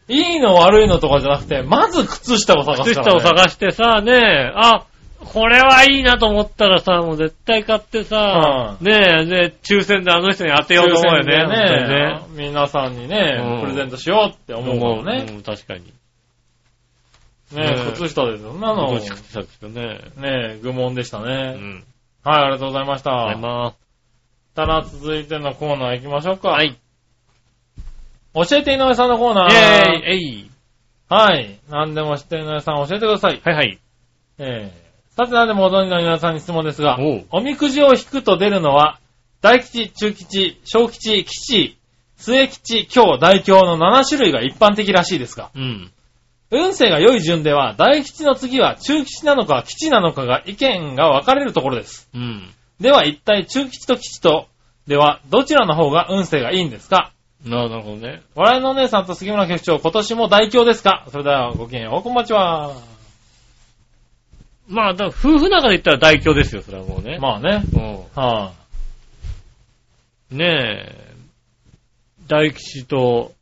Speaker 3: いいの悪いのとかじゃなくて、まず靴下を探
Speaker 2: 靴
Speaker 3: すか
Speaker 2: 下
Speaker 3: ら、ね。
Speaker 2: を探してさ、ねえ、あ、これはいいなと思ったらさ、もう絶対買ってさ、
Speaker 3: う
Speaker 2: ねえ、で、抽選であの人に当てよう
Speaker 3: 抽
Speaker 2: と思うよ
Speaker 3: 選
Speaker 2: ね。
Speaker 3: で
Speaker 2: 本
Speaker 3: ね。皆さんにね、
Speaker 2: うん
Speaker 3: プレゼントしようって
Speaker 2: 当
Speaker 3: 思
Speaker 2: にね。
Speaker 3: うもんね。
Speaker 2: う、うん確かに。
Speaker 3: ね
Speaker 2: うん
Speaker 3: え靴下ですよ。そんなの。
Speaker 2: ご
Speaker 3: ね
Speaker 2: ち靴下ですよね。
Speaker 3: え、愚問でした
Speaker 2: う
Speaker 3: ね。
Speaker 2: ん。
Speaker 3: はい、ありがとうございました。
Speaker 2: ありがとうございます。
Speaker 3: たら続いてのコーナー行きましょうか。
Speaker 2: はい。
Speaker 3: 教えて井上さんのコーナー。
Speaker 2: イェーイえい
Speaker 3: はい。何でも知ってる井上さん教えてください。
Speaker 2: はいはい。
Speaker 3: えー、さて何でもご存知の井上さんに質問ですが
Speaker 2: おう、
Speaker 3: おみくじを引くと出るのは、大吉、中吉、小吉、吉、末吉、京、大京の7種類が一般的らしいですが、
Speaker 2: うん。
Speaker 3: 運勢が良い順では、大吉の次は中吉なのか吉なのかが意見が分かれるところです。
Speaker 2: うん。
Speaker 3: では一体中吉と吉と、ではどちらの方が運勢がいいんですか
Speaker 2: ななるほどね。
Speaker 3: 笑いのお姉さんと杉村局長、今年も大凶ですかそれではごきげんよう、こんばんちは。
Speaker 2: まあ、だから夫婦仲で言ったら大凶ですよ、それはもうね。
Speaker 3: まあね。
Speaker 2: うん。
Speaker 3: は
Speaker 2: ねえ、大吉と、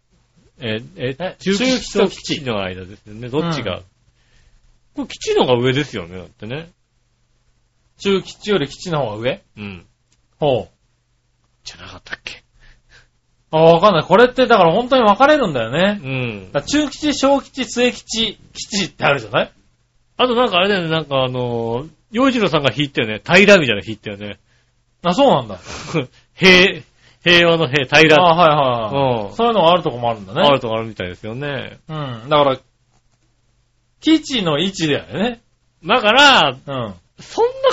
Speaker 2: え、え、
Speaker 3: え
Speaker 2: 中吉と
Speaker 3: 中吉と
Speaker 2: 吉の間ですよね。どっちが。これ吉の方が上ですよね、だってね。
Speaker 3: い。中吉より吉の方が上
Speaker 2: うん。
Speaker 3: ほう。
Speaker 2: じゃなかったっけ。
Speaker 3: あ、わかんない。これってだから本当に分かれるんだよ
Speaker 2: う
Speaker 3: ね。
Speaker 2: ん。
Speaker 3: だから中吉、小吉、末吉、吉ってあるじゃない
Speaker 2: あとなんかあれだよね、なんかあのー、洋次郎さんが弾いたよね。平みたいなの弾いたよね。
Speaker 3: あ、そうなんだ。
Speaker 2: 平、平和の平、平。
Speaker 3: あ、は
Speaker 2: う
Speaker 3: いはいはい。
Speaker 2: ん。
Speaker 3: そういうのがあるとこもあるんだ
Speaker 2: あ
Speaker 3: ね。
Speaker 2: るとかあるみたいですよね。
Speaker 3: うん。だから、吉の位置だよね。
Speaker 2: だから、
Speaker 3: うん。
Speaker 2: そんな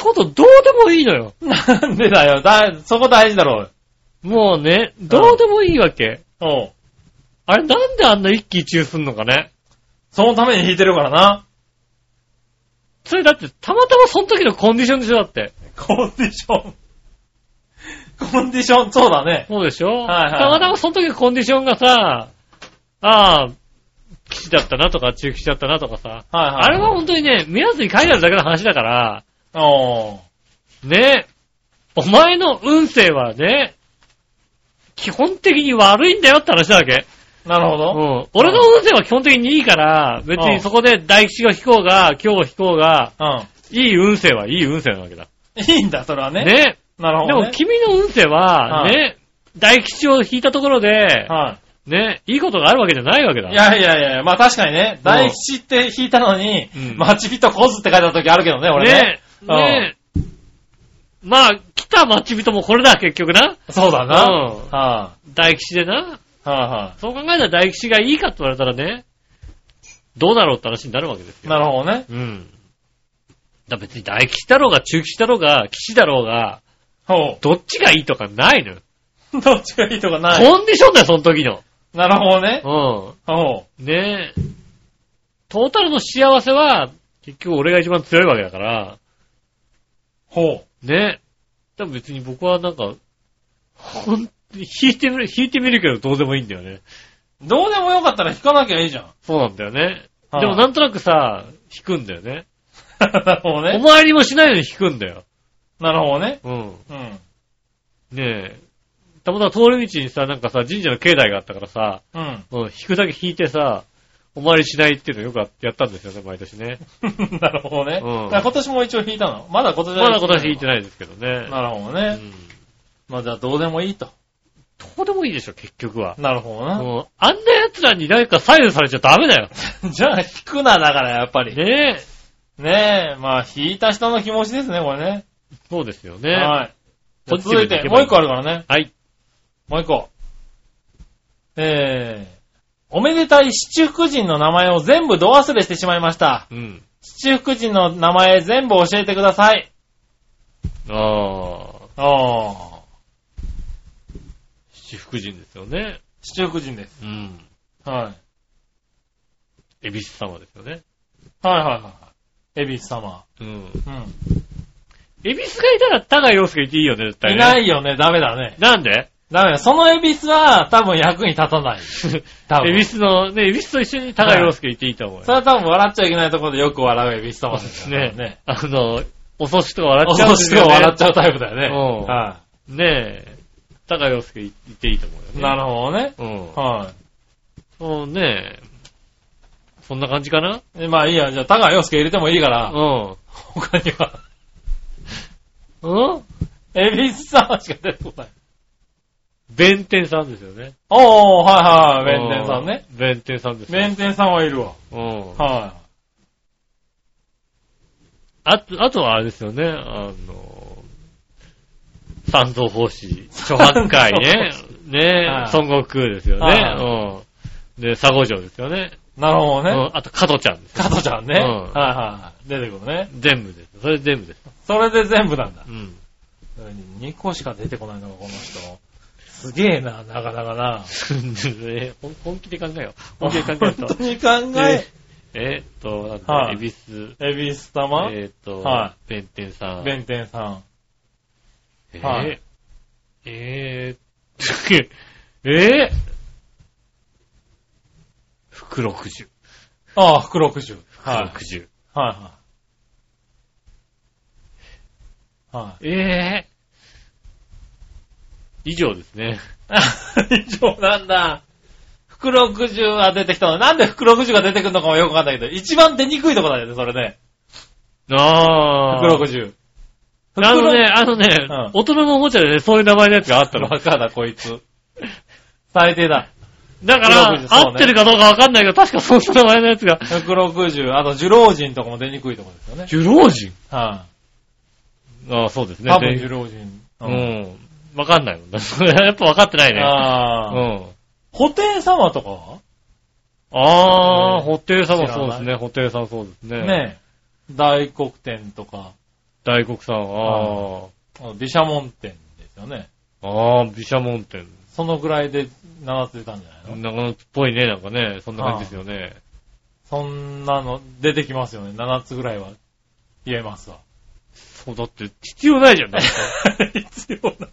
Speaker 2: ことどうでもいいのよ。
Speaker 3: なんでだよ。だ、そこ大事だろう。
Speaker 2: もうね、どうでもいいわけ。
Speaker 3: おう。
Speaker 2: あれなんであんな一気一憂すんのかね。
Speaker 3: そのために弾いてるからな。
Speaker 2: それだって、たまたまその時のコンディションでしょだって。
Speaker 3: コンディション。 コンディション、そうだね。
Speaker 2: そうでしょ
Speaker 3: はいはい
Speaker 2: たまたまその時のコンディションがさ、ああ、吉だったなとか中吉だったなとかさ。
Speaker 3: はいはい。
Speaker 2: あれは本当にね、目安に書いてあるだけの話だから、
Speaker 3: おー
Speaker 2: ね、お前の運勢はね、基本的に悪いんだよって話だわけ。
Speaker 3: なるほ
Speaker 2: う
Speaker 3: ど。
Speaker 2: ん。俺の運勢は基本的にいいから、別にそこで大吉を引こうが、今日を引こうが、
Speaker 3: う
Speaker 2: いい運勢はいい運勢なわけだ。
Speaker 3: ん。いいんだ、それはね。
Speaker 2: ね
Speaker 3: なるほ
Speaker 2: で
Speaker 3: ど、
Speaker 2: も
Speaker 3: ね。
Speaker 2: 君の運勢は、
Speaker 3: はい
Speaker 2: ね、大吉を引いたところで、
Speaker 3: は
Speaker 2: ね、いいことがあるわけじゃないわけだ。
Speaker 3: い。いやいやいやいや、まあ確かにね、大吉って引いたのに
Speaker 2: う、ん
Speaker 3: 待ち人コズって書いてある時あるけどね、俺ね
Speaker 2: ね。、ね、まあ、来た待ち人もこれだ、結局な。
Speaker 3: そうだな。
Speaker 2: うん
Speaker 3: は
Speaker 2: 大吉でな。
Speaker 3: い、はい、
Speaker 2: そう考えたら大吉がいいかって言われたらね、どうだろうって話になるわけですよ。
Speaker 3: なるほどね。
Speaker 2: うん。だ別に大吉だろうが中吉だろうが、吉だろうが、
Speaker 3: ほ
Speaker 2: どっちがいいとかないのよ。
Speaker 3: う。どっちがいいとかない。
Speaker 2: コンディションだよ、その時の。
Speaker 3: なるほどね。
Speaker 2: うん。
Speaker 3: ほ
Speaker 2: ねえ。トータルの幸せは、結局俺が一番強いわけだから、
Speaker 3: う。ほう。
Speaker 2: ね多分別に僕はなんか、ほん、引いてみる、引いてみるけどどうでもいいんだよね。
Speaker 3: どうでもよかったら引かなきゃいいじゃん。
Speaker 2: そうなんだよね。
Speaker 3: はい
Speaker 2: でも なんとなくさ、引くんだよね。
Speaker 3: なるほど
Speaker 2: お
Speaker 3: ね。
Speaker 2: 参りもしないのに引くんだよ。
Speaker 3: なるほどね。
Speaker 2: うん。
Speaker 3: うん。
Speaker 2: ねえ。たまたま通り道にさ、なんかさ、神社の境内があったからさ、
Speaker 3: うん。
Speaker 2: うん、引くだけ引いてさ、お参りしないっていうのよくやったんですよね、毎年ね。
Speaker 3: なるほどね。
Speaker 2: うん
Speaker 3: だから今年も一応引いたのまだ今年は
Speaker 2: まだ今年引いて
Speaker 3: ない
Speaker 2: ないですけどね
Speaker 3: の。。なるほど
Speaker 2: う
Speaker 3: ね。
Speaker 2: ん。
Speaker 3: まあじゃあどうでもいいと。
Speaker 2: どうでもいいでしょ、結局は。
Speaker 3: なるほどな。
Speaker 2: もう、あんな奴らに何か左右されちゃダメだよ。
Speaker 3: じゃあ引くな、だからやっぱり。
Speaker 2: ねえ。
Speaker 3: ねえ、まあ引いた人の気持ちですね、これね。
Speaker 2: そうですよね。
Speaker 3: はい。じゃあ
Speaker 2: ポジティブ
Speaker 3: 続い
Speaker 2: にい
Speaker 3: て、
Speaker 2: けばいい
Speaker 3: もう一個あるからね。
Speaker 2: はい。
Speaker 3: もう一個。えー、おめでたい七福神の名前を全部ど忘れしてしまいました。
Speaker 2: うん。
Speaker 3: 七福神の名前全部教えてください。
Speaker 2: ああ。
Speaker 3: あー、
Speaker 2: 七福神ですよね。
Speaker 3: 七福神です。
Speaker 2: うん。
Speaker 3: は
Speaker 2: 恵比寿様ですよね。
Speaker 3: い。はいはいはい。エビス様。
Speaker 2: うん。
Speaker 3: うん。
Speaker 2: 恵比寿がいたら、高良介いていいよね、絶対、ね。
Speaker 3: いないよね、ダメだね。
Speaker 2: なんで
Speaker 3: ダメだ。そのエビスは多分役に立た ない。多
Speaker 2: 恵
Speaker 3: 分。
Speaker 2: 比寿の、ね、恵比寿と一緒に高良介いていいと思うよ。
Speaker 3: それは多分笑っちゃいけないところでよく笑うエビス様
Speaker 2: そう
Speaker 3: で
Speaker 2: ですす
Speaker 3: よ
Speaker 2: ね。
Speaker 3: ね。
Speaker 2: あの、お葬式とか笑
Speaker 3: お
Speaker 2: っちゃうんで
Speaker 3: 葬
Speaker 2: す
Speaker 3: 式
Speaker 2: よ、
Speaker 3: を
Speaker 2: ね。
Speaker 3: 笑っちゃうタイプだよ ね。
Speaker 2: うん
Speaker 3: は
Speaker 2: ねえ。高良介いていいと思うよ
Speaker 3: い。
Speaker 2: ね。
Speaker 3: なるほどね。
Speaker 2: ほど。うん。
Speaker 3: はい。
Speaker 2: そうねそんな感じかな
Speaker 3: えまあいいや、じゃあ、高良介入れてもいいから、
Speaker 2: うん。
Speaker 3: 他には、
Speaker 2: うん
Speaker 3: エビス様しか出てこない。
Speaker 2: 弁天さんですよね。
Speaker 3: おー、はいはい、弁天さんね。
Speaker 2: うん。弁天さんですよ。
Speaker 3: 弁天さんはいるわ。
Speaker 2: うん。
Speaker 3: は
Speaker 2: あと、あとはあれですよね、あの、三蔵法師、諸八海ね、
Speaker 3: は
Speaker 2: ね孫
Speaker 3: い、
Speaker 2: 悟空ですよね、うん。で、佐護城ですよね、
Speaker 3: い。なるほど
Speaker 2: う
Speaker 3: ね。
Speaker 2: ん。あと、加藤ちゃんです。
Speaker 3: 加トちゃんね。
Speaker 2: うん
Speaker 3: はいはい。出てくるね。
Speaker 2: 全部です。それ全部です。
Speaker 3: それで全部なんだ
Speaker 2: う。ん。
Speaker 3: 2個しか出てこないのがこの人。すげえな、なかなかな。
Speaker 2: ねほん本気で考えよう。本気で考えると
Speaker 3: 本当。に考え、
Speaker 2: えーっと、なんだ
Speaker 3: は、い
Speaker 2: 恵比寿、
Speaker 3: エビス様、
Speaker 2: えーっと
Speaker 3: は、
Speaker 2: 弁天さん。
Speaker 3: 弁天さん。
Speaker 2: え
Speaker 3: は
Speaker 2: ー
Speaker 3: い
Speaker 2: えーえー福六十。
Speaker 3: ああ、福六十。はい。はい
Speaker 2: 福十。
Speaker 3: はい。はい。
Speaker 2: ええ以上ですね。
Speaker 3: あ 以上なんだ。福60は出てきたの。なんで福60が出てくるのかもよくわかんないけど、一番出にくいとこだよね、それね。
Speaker 2: あ
Speaker 3: 福
Speaker 2: あ。
Speaker 3: 60。
Speaker 2: あのね、あのね、
Speaker 3: うん
Speaker 2: 大人のおもちゃでね、そういう名前のやつがあった
Speaker 3: 福
Speaker 2: の
Speaker 3: 60。。バカだ、こいつ。最低だ。
Speaker 2: だか
Speaker 3: 黒
Speaker 2: ら、
Speaker 3: 藤そうね
Speaker 2: 合ってるかどうかわかんないけど、確かそういう名前のやつが。
Speaker 3: 福60。あと、呪老人とかも出にくいとこですよね。
Speaker 2: 呪老人
Speaker 3: は
Speaker 2: ああ、そうです
Speaker 3: い、
Speaker 2: ね。
Speaker 3: 多分呪老人。
Speaker 2: う。ん。わかんないもんだ。 それはやっぱわかってないね。う
Speaker 3: ああ。
Speaker 2: ん。
Speaker 3: 補定様とかは
Speaker 2: ああ、
Speaker 3: ね
Speaker 2: ホテルさんもそうで
Speaker 3: 知
Speaker 2: す
Speaker 3: ら
Speaker 2: ね。ホテルさんそうですね。
Speaker 3: ねえ。大黒天とか、
Speaker 2: 大黒さん、あ
Speaker 3: あの毘沙門天ですよね。
Speaker 2: あ、ああ、毘沙門天。
Speaker 3: そのぐらいで7つ出たんじゃないの、
Speaker 2: なんか、っぽいね、なんかね。そんな感じですよね。
Speaker 3: そんなの出てきますよね。7つぐらいは言えますわ。
Speaker 2: そう、だって、必要ないじゃん。だって
Speaker 3: 必要な。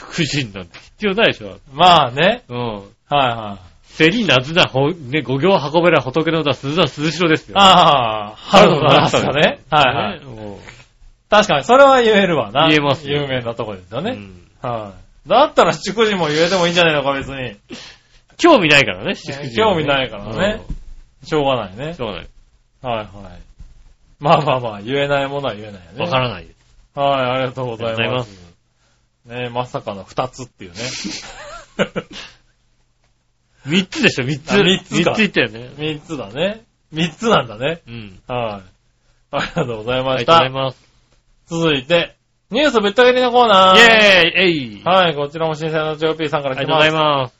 Speaker 2: 福神なんて必要ないでしょ。
Speaker 3: まあね。
Speaker 2: うん。
Speaker 3: はいはい。
Speaker 2: セリナズナ、ほ、ね、五行運べら仏の歌、鈴田鈴代ですよ。
Speaker 3: ああ、春の七つ
Speaker 2: 春
Speaker 3: か
Speaker 2: の七
Speaker 3: ね
Speaker 2: つ。
Speaker 3: はいはい。
Speaker 2: ね
Speaker 3: 確かに、それは言えるわな。
Speaker 2: 言えますよ
Speaker 3: 有名なとこですよ
Speaker 2: うんう
Speaker 3: ね。
Speaker 2: ん
Speaker 3: はい。だったら七福神も言えてもいいんじゃないのか、別に。
Speaker 2: 興味ないからね、七福神はね
Speaker 3: 興味ないからねしょうがないね
Speaker 2: うんし。ょうがない。
Speaker 3: はいはい。まあまあまあ、言えないものは言えないよね。
Speaker 2: わからないです。
Speaker 3: はい、ありがとうござ
Speaker 2: ありがと
Speaker 3: いう
Speaker 2: ござい
Speaker 3: ま。
Speaker 2: ます
Speaker 3: ねえ、まさかの二つっていうね。
Speaker 2: 三つでしょ、三つ。
Speaker 3: あ三つか
Speaker 2: 三つ言ったよね。
Speaker 3: 三つだね。三つなんだね。
Speaker 2: うん。
Speaker 3: はい。ありがとうござい
Speaker 2: あ
Speaker 3: ま
Speaker 2: り
Speaker 3: し
Speaker 2: がとう
Speaker 3: た
Speaker 2: ご。ざいます。
Speaker 3: 続いて、ニュースぶった切りのコーナー。
Speaker 2: イェーイえい
Speaker 3: はい、こちらも新鮮な JP さんか
Speaker 2: あ
Speaker 3: ら
Speaker 2: りがとう
Speaker 3: 来
Speaker 2: ご
Speaker 3: ま
Speaker 2: ざい
Speaker 3: す。
Speaker 2: ます。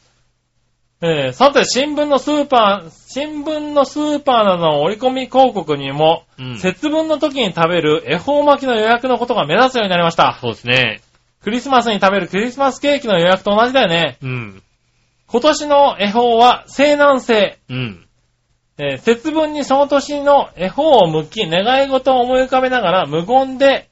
Speaker 3: えーさて、新聞のスーパー、新聞のスーパーなどの折り込み広告にも、
Speaker 2: うん
Speaker 3: 節分の時に食べる恵方巻きの予約のことが目立つようになりました。
Speaker 2: そうですね。
Speaker 3: クリスマスに食べるクリスマスケーキの予約と同じだよね。
Speaker 2: うん。
Speaker 3: 今年の恵方は西南西。
Speaker 2: うん。
Speaker 3: えー節分にその年の絵本を向き、願い事を思い浮かべながら無言で、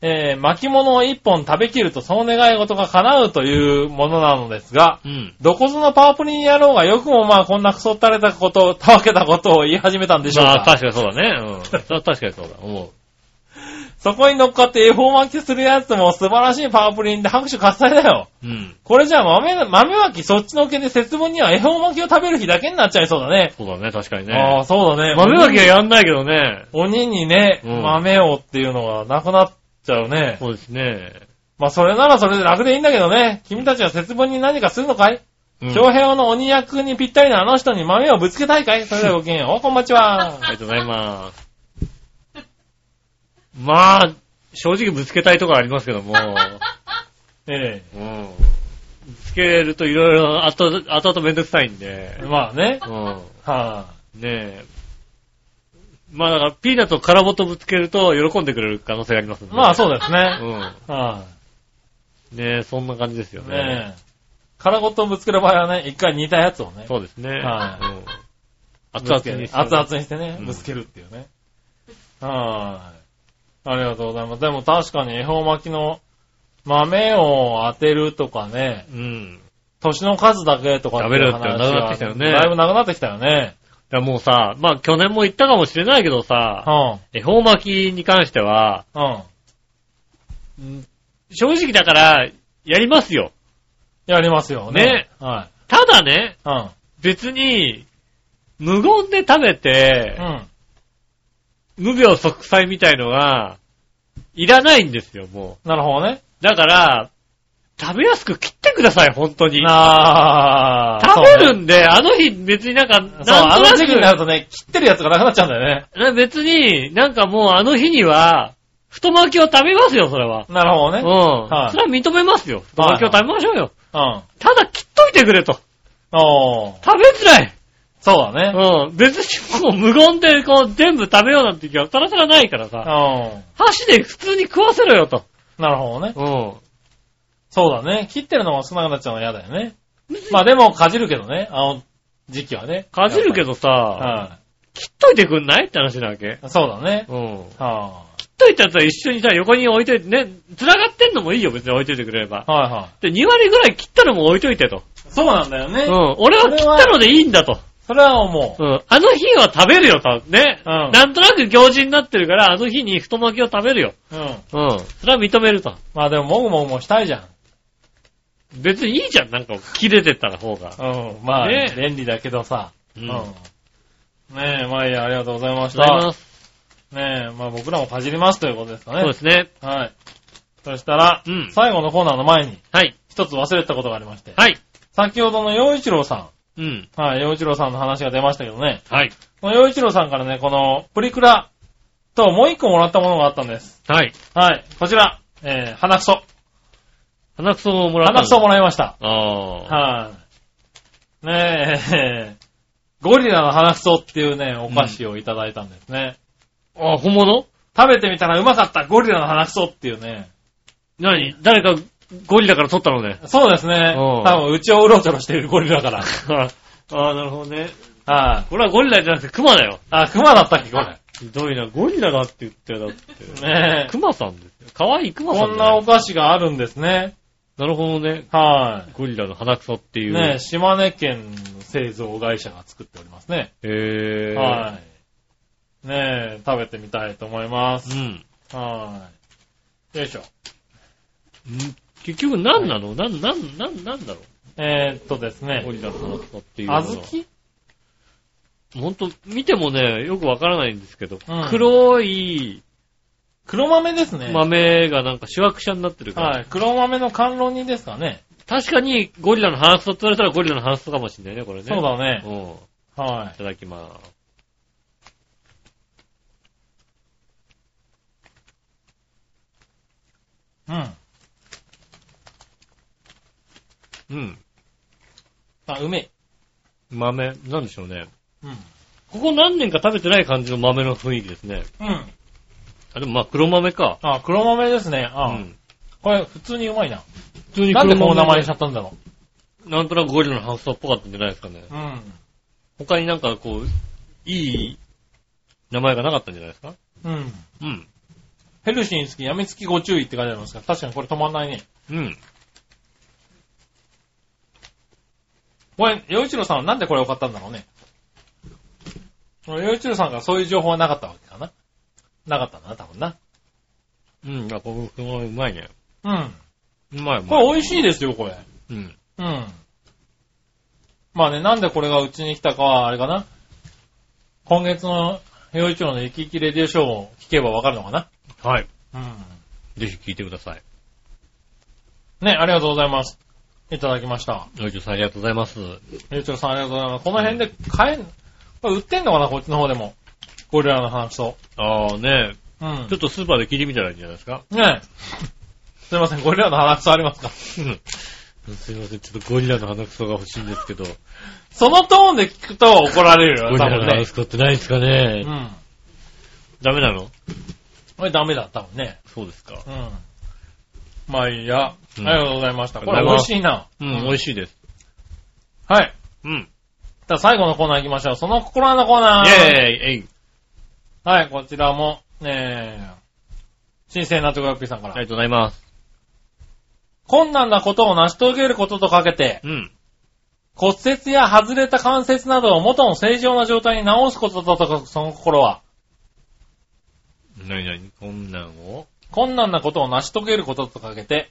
Speaker 3: えー巻物を一本食べきるとその願い事が叶うというものなのですが、
Speaker 2: うん。
Speaker 3: どこぞのパープリン野郎がよくもまあこんなクソったれたことを、たわけたことを言い始めたんでしょう
Speaker 2: まあ
Speaker 3: か。
Speaker 2: 確かにそうだね。うん。 そ確かにそうだ。思う。
Speaker 3: そこに乗っかって恵方巻きするやつも素晴らしいパープリンで拍手喝采だよ。
Speaker 2: うん。
Speaker 3: これじゃあ豆な、豆巻きそっちのけで節分には恵方巻きを食べる日だけになっちゃいそうだね。
Speaker 2: そうだね、確かに
Speaker 3: あ
Speaker 2: ね。
Speaker 3: あ、そうだね。
Speaker 2: 豆だけはやんないけどね。
Speaker 3: 鬼にね、
Speaker 2: うん
Speaker 3: 豆をっていうのがなくなっちゃうね。
Speaker 2: そうですね。
Speaker 3: まあそれならそれで楽でいいんだけどね。君たちは節分に何かするのかい
Speaker 2: うん
Speaker 3: 翔平の鬼役にぴったりなあの人に豆をぶつけたいかいそれではごきげんよう。こんばんち は
Speaker 2: あ。りがとうございます。まあ、正直ぶつけたいところありますけど も、
Speaker 3: え
Speaker 2: うん。ぶつけるといろいろ後々、後々めんどくさいんで
Speaker 3: え。、まあね。
Speaker 2: うん。
Speaker 3: は
Speaker 2: ねえ。まあだから、ピーナッツを殻ごとぶつけると喜んでくれる可能性がありますん
Speaker 3: あ、
Speaker 2: で。
Speaker 3: まあそう
Speaker 2: う
Speaker 3: ですね。
Speaker 2: ん。
Speaker 3: は
Speaker 2: ねえ、そんな感じですよ
Speaker 3: い、
Speaker 2: ね。
Speaker 3: ねえ。殻ごとぶつける場合はね、一回煮たやつをね。
Speaker 2: そうですね。
Speaker 3: は
Speaker 2: うん熱々に。
Speaker 3: 熱々にしてね
Speaker 2: う、ん
Speaker 3: ぶつけるっていうね。はい。ありがとうございます。でも確かに恵方巻きの豆を当てるとかね、
Speaker 2: うん。
Speaker 3: 年の数だけとかいう話は
Speaker 2: 食べるってなくなってきたよね
Speaker 3: だいぶなくなってきたよね。
Speaker 2: だからもうさ、まあ去年も言ったかもしれないけど
Speaker 3: う
Speaker 2: さ、
Speaker 3: ん。
Speaker 2: 恵方巻きに関しては、
Speaker 3: うん。
Speaker 2: 正直だから、やりますよ。
Speaker 3: やりますよね。は
Speaker 2: ただね、
Speaker 3: い。うん。
Speaker 2: 別に、無言で食べて
Speaker 3: う、ん。
Speaker 2: 無病息災みたいのが、いらないんですよ、も
Speaker 3: なるほどね。
Speaker 2: う。だから、食べやすく切ってください、本当に。
Speaker 3: あー
Speaker 2: 食べる
Speaker 3: そ
Speaker 2: んで、あの日別になんか、
Speaker 3: うねそう、
Speaker 2: なんと
Speaker 3: あの
Speaker 2: な
Speaker 3: 時期になる
Speaker 2: く
Speaker 3: とね、切ってるやつがなくなっちゃうんだよね。
Speaker 2: な、別になんかもうあの日には、太巻きを食べますよ、それは。
Speaker 3: なるほど
Speaker 2: うん。
Speaker 3: ね。はい
Speaker 2: それは認めますよ。太巻きを食べましょうよ。
Speaker 3: うん。
Speaker 2: ただ切っといてくれと。
Speaker 3: おー。
Speaker 2: 食べづらい。
Speaker 3: そうだね。
Speaker 2: うん。別にもう無言でこう全部食べようなんて気はさらさらないからさ。
Speaker 3: う
Speaker 2: 箸で普通に食わせろよと。
Speaker 3: ん。なるほどね。
Speaker 2: う
Speaker 3: そうだね。切ってるのが少なくなっちゃうのは嫌だよね。まあでも、かじるけどね。あの時期はね。
Speaker 2: かじるけどさ、
Speaker 3: は
Speaker 2: 切っといてくんないって話なわけ。
Speaker 3: い。そうだね。
Speaker 2: うん。
Speaker 3: は
Speaker 2: 切っといたやつは一緒にさ、横に置いといて、ね、繋がってんのもいいよ、別に置いといてくれれば
Speaker 3: あ。。はいは
Speaker 2: で、2割ぐらい切ったのも置いといてと。
Speaker 3: い。そうなんだよ
Speaker 2: う
Speaker 3: ね
Speaker 2: ん。俺は切ったのでいいんだと。
Speaker 3: それは思う。
Speaker 2: うん。あの日は食べるよ、たね。
Speaker 3: うん
Speaker 2: なんとなく行事になってるから、あの日に太巻きを食べるよ。
Speaker 3: うん。
Speaker 2: うん。それは認めると。
Speaker 3: まあでも、もぐもぐもしたいじゃん。
Speaker 2: 別にいいじゃん、なんか切れてったら方が。
Speaker 3: うん。まあ、
Speaker 2: ね
Speaker 3: 便利だけどさ。
Speaker 2: う
Speaker 3: うんん。ねえ、まあいいや、ありがとうございまし
Speaker 2: ありがとうござい
Speaker 3: た
Speaker 2: ま。す。
Speaker 3: ねえ、まあ僕らもかじりますということですか
Speaker 2: そうで
Speaker 3: ね。
Speaker 2: すね。
Speaker 3: はい。そしたら、
Speaker 2: うん
Speaker 3: 最後のコーナーの前に、
Speaker 2: はい。
Speaker 3: 一つ忘れてたことがありまして。
Speaker 2: はい。
Speaker 3: 先ほどの洋一郎さ
Speaker 2: うん。
Speaker 3: ん。はい、洋一郎さんの話が出ましたけどね。
Speaker 2: はい。
Speaker 3: この洋一郎さんからね、このプリクラともう一個もらったものがあったんです。
Speaker 2: はい。
Speaker 3: はい、こちら、えー、鼻くそ。
Speaker 2: 鼻くそをもらった。
Speaker 3: 鼻くそをもらいました。
Speaker 2: ああ。
Speaker 3: はい、ねえ、ゴリラの鼻くそっていうね、お菓子をいただいたんですね。
Speaker 2: あ、本物
Speaker 3: 食べてみたらうまかった、ゴリラの鼻くそっていうね。
Speaker 2: 何誰かゴリラから取ったの ね。
Speaker 3: そうですね。
Speaker 2: う
Speaker 3: 多
Speaker 2: ん
Speaker 3: 分、うちをうろちょろしているゴリラから。
Speaker 2: ああ、なるほどね。
Speaker 3: はい。
Speaker 2: これはゴリラじゃなくてクマだよ。
Speaker 3: あ、熊だったっけ、これ。
Speaker 2: ひどいな、ゴリラだって言ってだって。
Speaker 3: ねえ。
Speaker 2: クマさんですよ。かわいいクマさ
Speaker 3: こ
Speaker 2: ん
Speaker 3: ん
Speaker 2: だ
Speaker 3: なお
Speaker 2: よ。
Speaker 3: 菓子があるんですね。
Speaker 2: なるほどね。
Speaker 3: は
Speaker 2: ゴリラの鼻くそってい
Speaker 3: い。
Speaker 2: う。
Speaker 3: ねえ、島根県の製造会社が作っておりますね。
Speaker 2: へえ。
Speaker 3: はい。ねえ、食べてみたいと思います。
Speaker 2: うん。
Speaker 3: はい。よいしょ。
Speaker 2: うん結局何なのなん、なん、なん、なんだろ
Speaker 3: えー、っとです
Speaker 2: うゴ
Speaker 3: ね。
Speaker 2: リラの鼻くそっていうの
Speaker 3: あ
Speaker 2: は。
Speaker 3: ずき
Speaker 2: ほんと、見てもね、よくわからないんですけど、
Speaker 3: うん
Speaker 2: 黒い
Speaker 3: 黒豆ですね。
Speaker 2: 豆がなんかシュワクシャになってるから、
Speaker 3: はい。黒豆の甘露煮ですかね。
Speaker 2: 確かにゴリラの鼻くそって言われたらゴリラの鼻くそかもしれないね、これね。
Speaker 3: そうだね。
Speaker 2: うん。い
Speaker 3: はい。
Speaker 2: ただきま
Speaker 3: うん。
Speaker 2: す。うん。
Speaker 3: あ、うめえ。
Speaker 2: 豆、なんでしょうね。
Speaker 3: うん。
Speaker 2: ここ何年か食べてない感じの豆の雰囲気ですね。
Speaker 3: うん。
Speaker 2: あ、でもまあ黒豆か。
Speaker 3: あ、黒豆ですね。
Speaker 2: う
Speaker 3: あ、
Speaker 2: ん。
Speaker 3: これ普通にうまいな。
Speaker 2: 普通に
Speaker 3: なんでこの名前にし
Speaker 2: で
Speaker 3: ちゃったんだろ
Speaker 2: なんとなくゴリラの鼻くそっぽかったんじゃないですかね。
Speaker 3: う。うん。
Speaker 2: 他になんかこう、いい名前がなかったんじゃないですか
Speaker 3: うん。
Speaker 2: うん。
Speaker 3: ヘルシーにつき、やみつきご注意って書いてありますから、確かにこれ止まんないね。
Speaker 2: うん。
Speaker 3: これ、洋一郎さんはなんでこれを買ったんだろうね。洋一郎さんがそういう情報はなかったわけかな。なかったんだな、多分な。
Speaker 2: うん。あ、これ、うまいね。
Speaker 3: うん。
Speaker 2: うまい、う
Speaker 3: こ
Speaker 2: まい。
Speaker 3: れ美味しいですよ、これ。
Speaker 2: うん。
Speaker 3: うん。まあね、なんでこれがうちに来たかは、あれかな。今月の洋一郎の生き生きレディオショーを聞けばわかるのかな。
Speaker 2: はい。
Speaker 3: うん。
Speaker 2: ぜひ聞いてください。
Speaker 3: ね、ありがとうございます。いただきました。
Speaker 2: よいちょさんありがとうございます。
Speaker 3: ゆうちょさんありがとうございます。この辺で買えん、これ売ってんのかなこっちの方でも。ゴリラの話と。
Speaker 2: ああね、
Speaker 3: うん
Speaker 2: ちょ。っとスーパーで聞いてみたらいいんじゃないですか。
Speaker 3: ねえ。すいません、ゴリラの話とありますか
Speaker 2: うん。すいません、ちょっとゴリラの鼻くそが欲しいんですけど、ゴ
Speaker 3: そのトーンで聞くと怒ら れるよ
Speaker 2: リ
Speaker 3: ね、多
Speaker 2: ラの
Speaker 3: 分
Speaker 2: 鼻
Speaker 3: ね
Speaker 2: く。そってないですかね、
Speaker 3: うん。
Speaker 2: ダメなの
Speaker 3: これダメだ、多分ね。
Speaker 2: そうですか。
Speaker 3: うん。まあいいや。
Speaker 2: うん
Speaker 3: ありがとうございました。こ
Speaker 2: ありがとう
Speaker 3: れ美
Speaker 2: ご
Speaker 3: 味
Speaker 2: ざ
Speaker 3: しいな。
Speaker 2: うん、美味しいです。
Speaker 3: はい。
Speaker 2: うん。
Speaker 3: じゃあ最後のコーナー行きましょう。その心のコ
Speaker 2: イ
Speaker 3: ー
Speaker 2: ェ
Speaker 3: ナー。
Speaker 2: ーイえい
Speaker 3: はい、こちらも、ねえ、新鮮なチョコヨッピーさんか
Speaker 2: あり
Speaker 3: ら。
Speaker 2: がとうございます。
Speaker 3: 困難なことを成し遂げることとかけて、
Speaker 2: うん。
Speaker 3: 骨折や外れた関節などを元の正常な状態に直すことだとか、その心は、
Speaker 2: なになにこんなんを
Speaker 3: 困難なことを成し遂げることとかけて、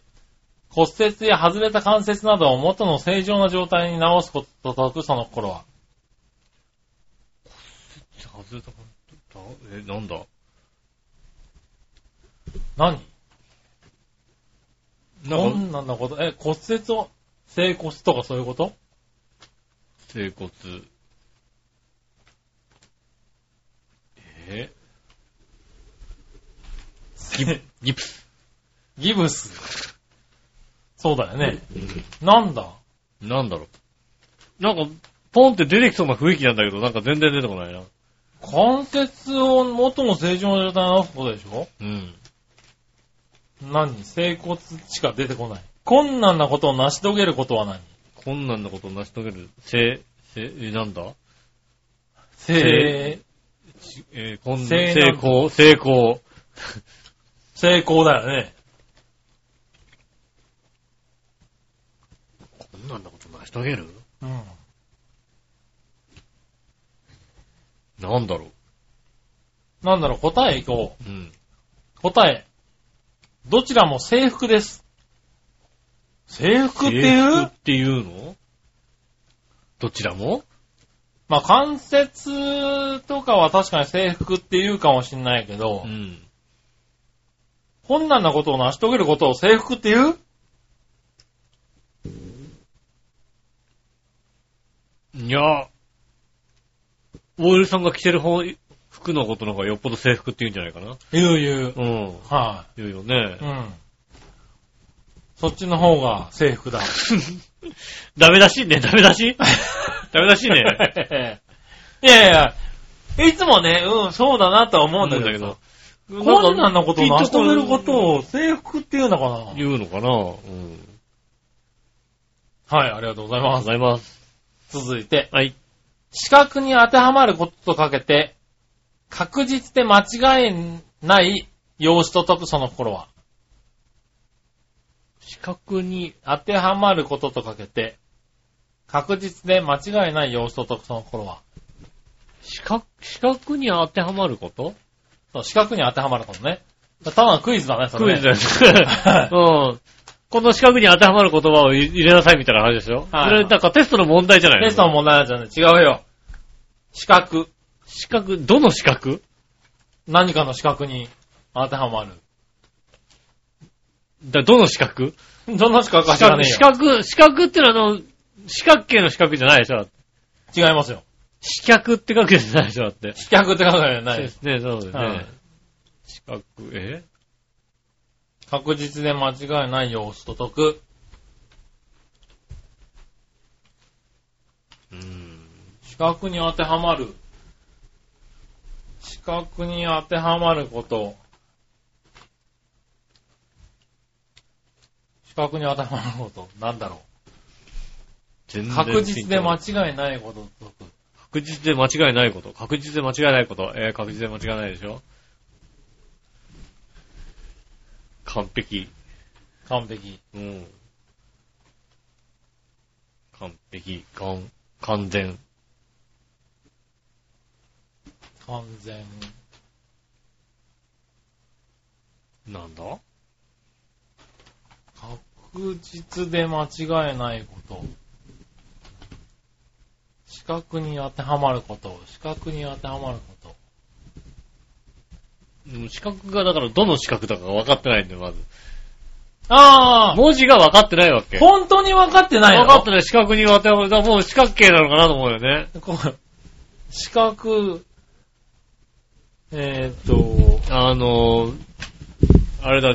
Speaker 3: 骨折や外れた関節などを元の正常な状態に直すことと解く、その心は。
Speaker 2: 外れたことえ、なんだ
Speaker 3: 何
Speaker 2: な
Speaker 3: 困
Speaker 2: んか、
Speaker 3: 難なこと、え、骨折を、整骨とかそういうこと
Speaker 2: 整骨。え ギギプス。
Speaker 3: ギブス。そうだよね。なんだ
Speaker 2: なんだろう。なんか、ポンって出てきそうな雰囲気なんだけど、なんか全然出てこないな。
Speaker 3: 関節を元の正常な状態に直すことでしょ
Speaker 2: うん。
Speaker 3: 何整骨しか出てこない。困難なことを成し遂げることは何
Speaker 2: 困難なことを成し遂げる。せ、せ、え、なんだ
Speaker 3: 成
Speaker 2: 成、ちえー、こん
Speaker 3: せ
Speaker 2: 成功、成功。
Speaker 3: 成功だよね。
Speaker 2: 困難なこと成し遂げる
Speaker 3: うん。
Speaker 2: なんだろ
Speaker 3: なんだろう、答えいこ
Speaker 2: う。うん。
Speaker 3: う。答え。どちらも制服です。制服って
Speaker 2: 征
Speaker 3: い
Speaker 2: 服
Speaker 3: う
Speaker 2: っていうのどちらも
Speaker 3: まあ、関節とかは確かに制服っていうかもしんないけど、
Speaker 2: うん。
Speaker 3: 困難なことを成し遂げることを制服って言う
Speaker 2: いや、OL さんが着てる方、服のことの方がよっぽど制服って言うんじゃないかな。
Speaker 3: 言う言う。
Speaker 2: うん。
Speaker 3: は
Speaker 2: 言うよね
Speaker 3: い、。うん。そっちの方が制 服だ。
Speaker 2: ダメだしいね、ダメだ しダメだしいね。
Speaker 3: いやいや、いつもね、うん、そうだなとは思うんだけど、困難なことを成し遂げることを制服って言うのかなはい、
Speaker 2: 言うのかなうん。
Speaker 3: ありがとうござい
Speaker 2: ありがとうご
Speaker 3: ます。
Speaker 2: ざいます。
Speaker 3: 続いて、
Speaker 2: はい。
Speaker 3: 視覚に当てはまることとかけて、確実で間違いない様子と解くその心は、
Speaker 2: 視覚に、
Speaker 3: 当てはまることとかけて、確実で間違いない様子と解くその心は、
Speaker 2: 視覚、視覚に当てはまること
Speaker 3: そう視覚に当てはまることね。ただのクイズだね、そ
Speaker 2: ク
Speaker 3: れ、
Speaker 2: イ
Speaker 3: ね。
Speaker 2: ズだよね。 うん。この四角に当てはまる言葉を入れなさいみたいな話でしょ
Speaker 3: はい
Speaker 2: それ、なんかテストの問題 じゃないの
Speaker 3: テストの問題なんじゃね違うよ。視覚。
Speaker 2: 四角、どの四角
Speaker 3: 何かの視覚に当てはまる。
Speaker 2: だどの四角
Speaker 3: どんな視覚か
Speaker 2: 四
Speaker 3: 知ら
Speaker 2: 角、四
Speaker 3: ねえよ。
Speaker 2: 角、四角ってのはあの、四角形の四角じゃないでしょ
Speaker 3: 違いますよ。
Speaker 2: 四角って書くじゃないでしょだって。
Speaker 3: 視覚って考えない
Speaker 2: で
Speaker 3: です。
Speaker 2: すね、そうです
Speaker 3: はい
Speaker 2: ね。四角、え
Speaker 3: 確実で間違いない様子と解く。
Speaker 2: うん。
Speaker 3: 視覚に当てはまる。視覚に当てはまること。視覚に当てはまること。なんだろ
Speaker 2: 全
Speaker 3: う。
Speaker 2: 然
Speaker 3: 確実で間
Speaker 2: ま
Speaker 3: 違いないことと解く。
Speaker 2: 確実で間違いないこと。確実で間違いないこと。えー、確実で間違いないでしょ完璧。
Speaker 3: 完璧。
Speaker 2: うん。完璧。完、完全。
Speaker 3: 完全。
Speaker 2: なんだ
Speaker 3: 確実で間違えないこと。四角に当てはまること。四角に当てはまること。
Speaker 2: うん四角が、だからどの四角だかが分かってないんだよ、まず。
Speaker 3: ああ
Speaker 2: 文字が分かってないわけ。分
Speaker 3: 本当に分かってないの
Speaker 2: かってない四角に当てはめたらもう四角形なのかなと思うよね。
Speaker 3: こう四角、えー、っと、
Speaker 2: あのー、あれだ、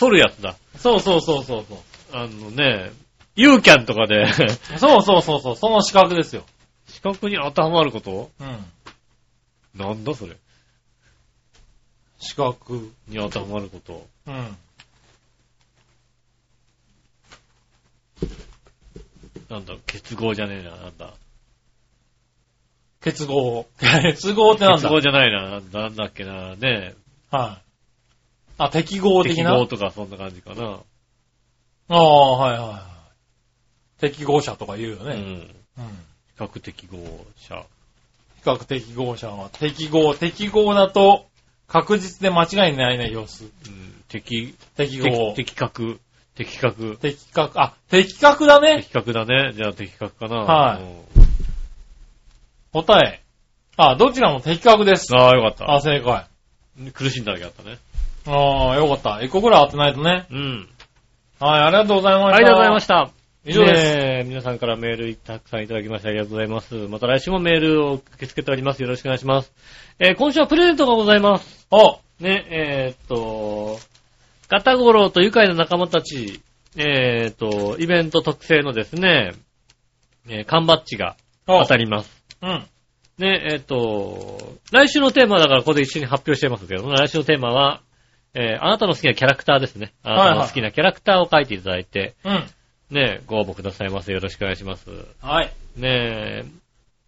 Speaker 2: 取るやつだ。
Speaker 3: そうそうそうそうそう。
Speaker 2: あのね、ユーキャンとかで、
Speaker 3: そうそうそうそう、その四角ですよ。
Speaker 2: 四角に当てはまること
Speaker 3: うん。
Speaker 2: なんだそれ。
Speaker 3: 四角。
Speaker 2: に当てはまること。
Speaker 3: うん。
Speaker 2: なんだ、結合じゃねえな、なんだ。
Speaker 3: 結合。結合ってなん
Speaker 2: 結
Speaker 3: だ
Speaker 2: 合じゃないな、なんだなんだっけな、ね
Speaker 3: はい。あ、適合的
Speaker 2: 適
Speaker 3: な。
Speaker 2: 合とかそんな感じかな。
Speaker 3: ああ、はいはいはい。適合者とか言うよ
Speaker 2: う
Speaker 3: ね。
Speaker 2: ん。
Speaker 3: うん。
Speaker 2: 比較適合者。
Speaker 3: 比較適合者は、適合、適合だと、確実で間違いないね、様子。
Speaker 2: うん。適、
Speaker 3: 適合
Speaker 2: 適。的確。的確。
Speaker 3: 的確、あ、的確だね。
Speaker 2: 的確だね。じゃあ的確かな。
Speaker 3: はい
Speaker 2: い。
Speaker 3: 答え。あ、どちらも的確です。
Speaker 2: ああ、よか
Speaker 3: あ、
Speaker 2: っ
Speaker 3: 正解。
Speaker 2: た。苦しんだだけだったね。
Speaker 3: ああ、よかった。一個ぐらい当てないとね。
Speaker 2: うん。
Speaker 3: はい、ありがとうございました。
Speaker 2: ありがとうございました。
Speaker 3: 以上です
Speaker 2: ねえ皆さんからメールたくさんいただきましてありがとうございます。また来週もメールを受け付けております。よろしくお願いします。えー今週はプレゼントがございます。
Speaker 3: お、
Speaker 2: ね、えーっと、ガタゴロウと愉快な仲間たち、えーっと、イベント特製のですね、えー缶バッジが当
Speaker 3: お、
Speaker 2: たります。
Speaker 3: うん。
Speaker 2: ね、えーっと、来週のテーマはだからここで一緒に発表していますけども、来週のテーマは、えーあなたの好きなキャラクターですね。あなたの好きなキャラクターを書いていただいて、
Speaker 3: うん。
Speaker 2: ねえ、ご応募くださいませ。よろしくお願いします。
Speaker 3: はい。
Speaker 2: ねえ、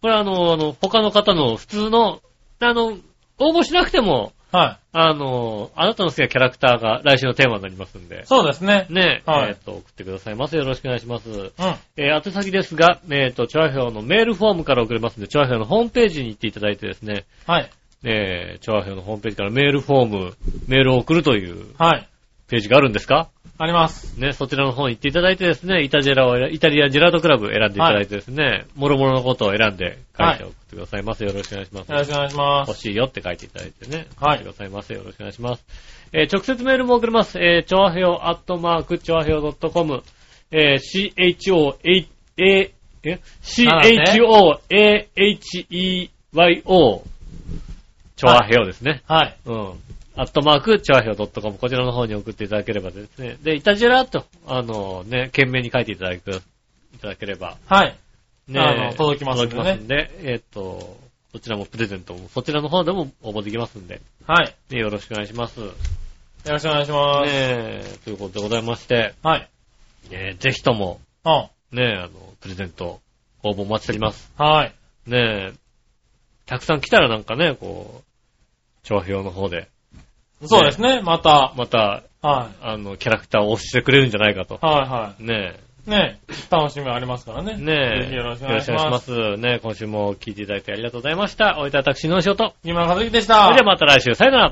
Speaker 2: これあの、あの、他の方の普通の、あの、応募しなくても、
Speaker 3: は
Speaker 2: あの、あなたの好きなキャラクターが来週のテーマになりますんで
Speaker 3: い。、そうですね。
Speaker 2: ねえ、
Speaker 3: はい
Speaker 2: えっ、と、送ってくださいませ。よろしくお願いします。
Speaker 3: うん。
Speaker 2: えー宛先ですが、えっ、と、チョアヘオのメールフォームから送れますんで、チョアヘオのホームページに行っていただいてですね、
Speaker 3: はい。
Speaker 2: えー、チョアヘオのホームページからメールフォーム、メールを送るという
Speaker 3: はい。
Speaker 2: ページがあるんですか
Speaker 3: あります。
Speaker 2: ね、そちらの方に行っていただいてですね、イタジェラを、イタリアンジェラートクラブ選んでいただいてですね、もろもろのことを選んで書いて送ってくださいます。よろしくお願いします。
Speaker 3: よろしくお願いしま
Speaker 2: 欲
Speaker 3: す。
Speaker 2: しいよって書いていただいてね。
Speaker 3: はい
Speaker 2: 送ってくださいませ。よろしくお願いします。えー直接メールも送れます。えー、ちょわへよ、アットマーク、ちょわへよ .com、えー、CHOA、え、CHOAHEYO、ちょわへよですね。
Speaker 3: はい。
Speaker 2: うん。アットマーク、チョアヘオ .com、こちらの方に送っていただければですね。で、イタジェラと、あのね、懸命に書いていただく、いただければ、
Speaker 3: はい。
Speaker 2: ね、
Speaker 3: あの届きますん
Speaker 2: 届
Speaker 3: で
Speaker 2: き
Speaker 3: ね
Speaker 2: ますんで、えっ、と、そちらもプレゼントも、そちらの方でも応募できますんで、
Speaker 3: はい。
Speaker 2: ね、よろしくお願いします。ね
Speaker 3: よろしくお願いします。
Speaker 2: え、ということでございまして、
Speaker 3: はい。
Speaker 2: えーぜひとも、
Speaker 3: うん。
Speaker 2: ねえ、あの、プレゼント、応募お待ちしております。
Speaker 3: はい。
Speaker 2: ねえ、たくさん来たらなんかね、こう、長票の方で、
Speaker 3: そうですね。また。
Speaker 2: また、
Speaker 3: は
Speaker 2: あの、キャラクターを推してくれるんじゃないかと
Speaker 3: い。。はいは
Speaker 2: ね
Speaker 3: い。ねえ。楽しみありますからね。
Speaker 2: え、ねえ、
Speaker 3: ぜひよろしくお願いし
Speaker 2: よろ
Speaker 3: ます。
Speaker 2: しくお願いしますねえ、今週も聞いていただいてありがとうございました。おいた私の仕事。
Speaker 3: 今、和樹でし
Speaker 2: そ
Speaker 3: た。
Speaker 2: れではまた来週、さよなら。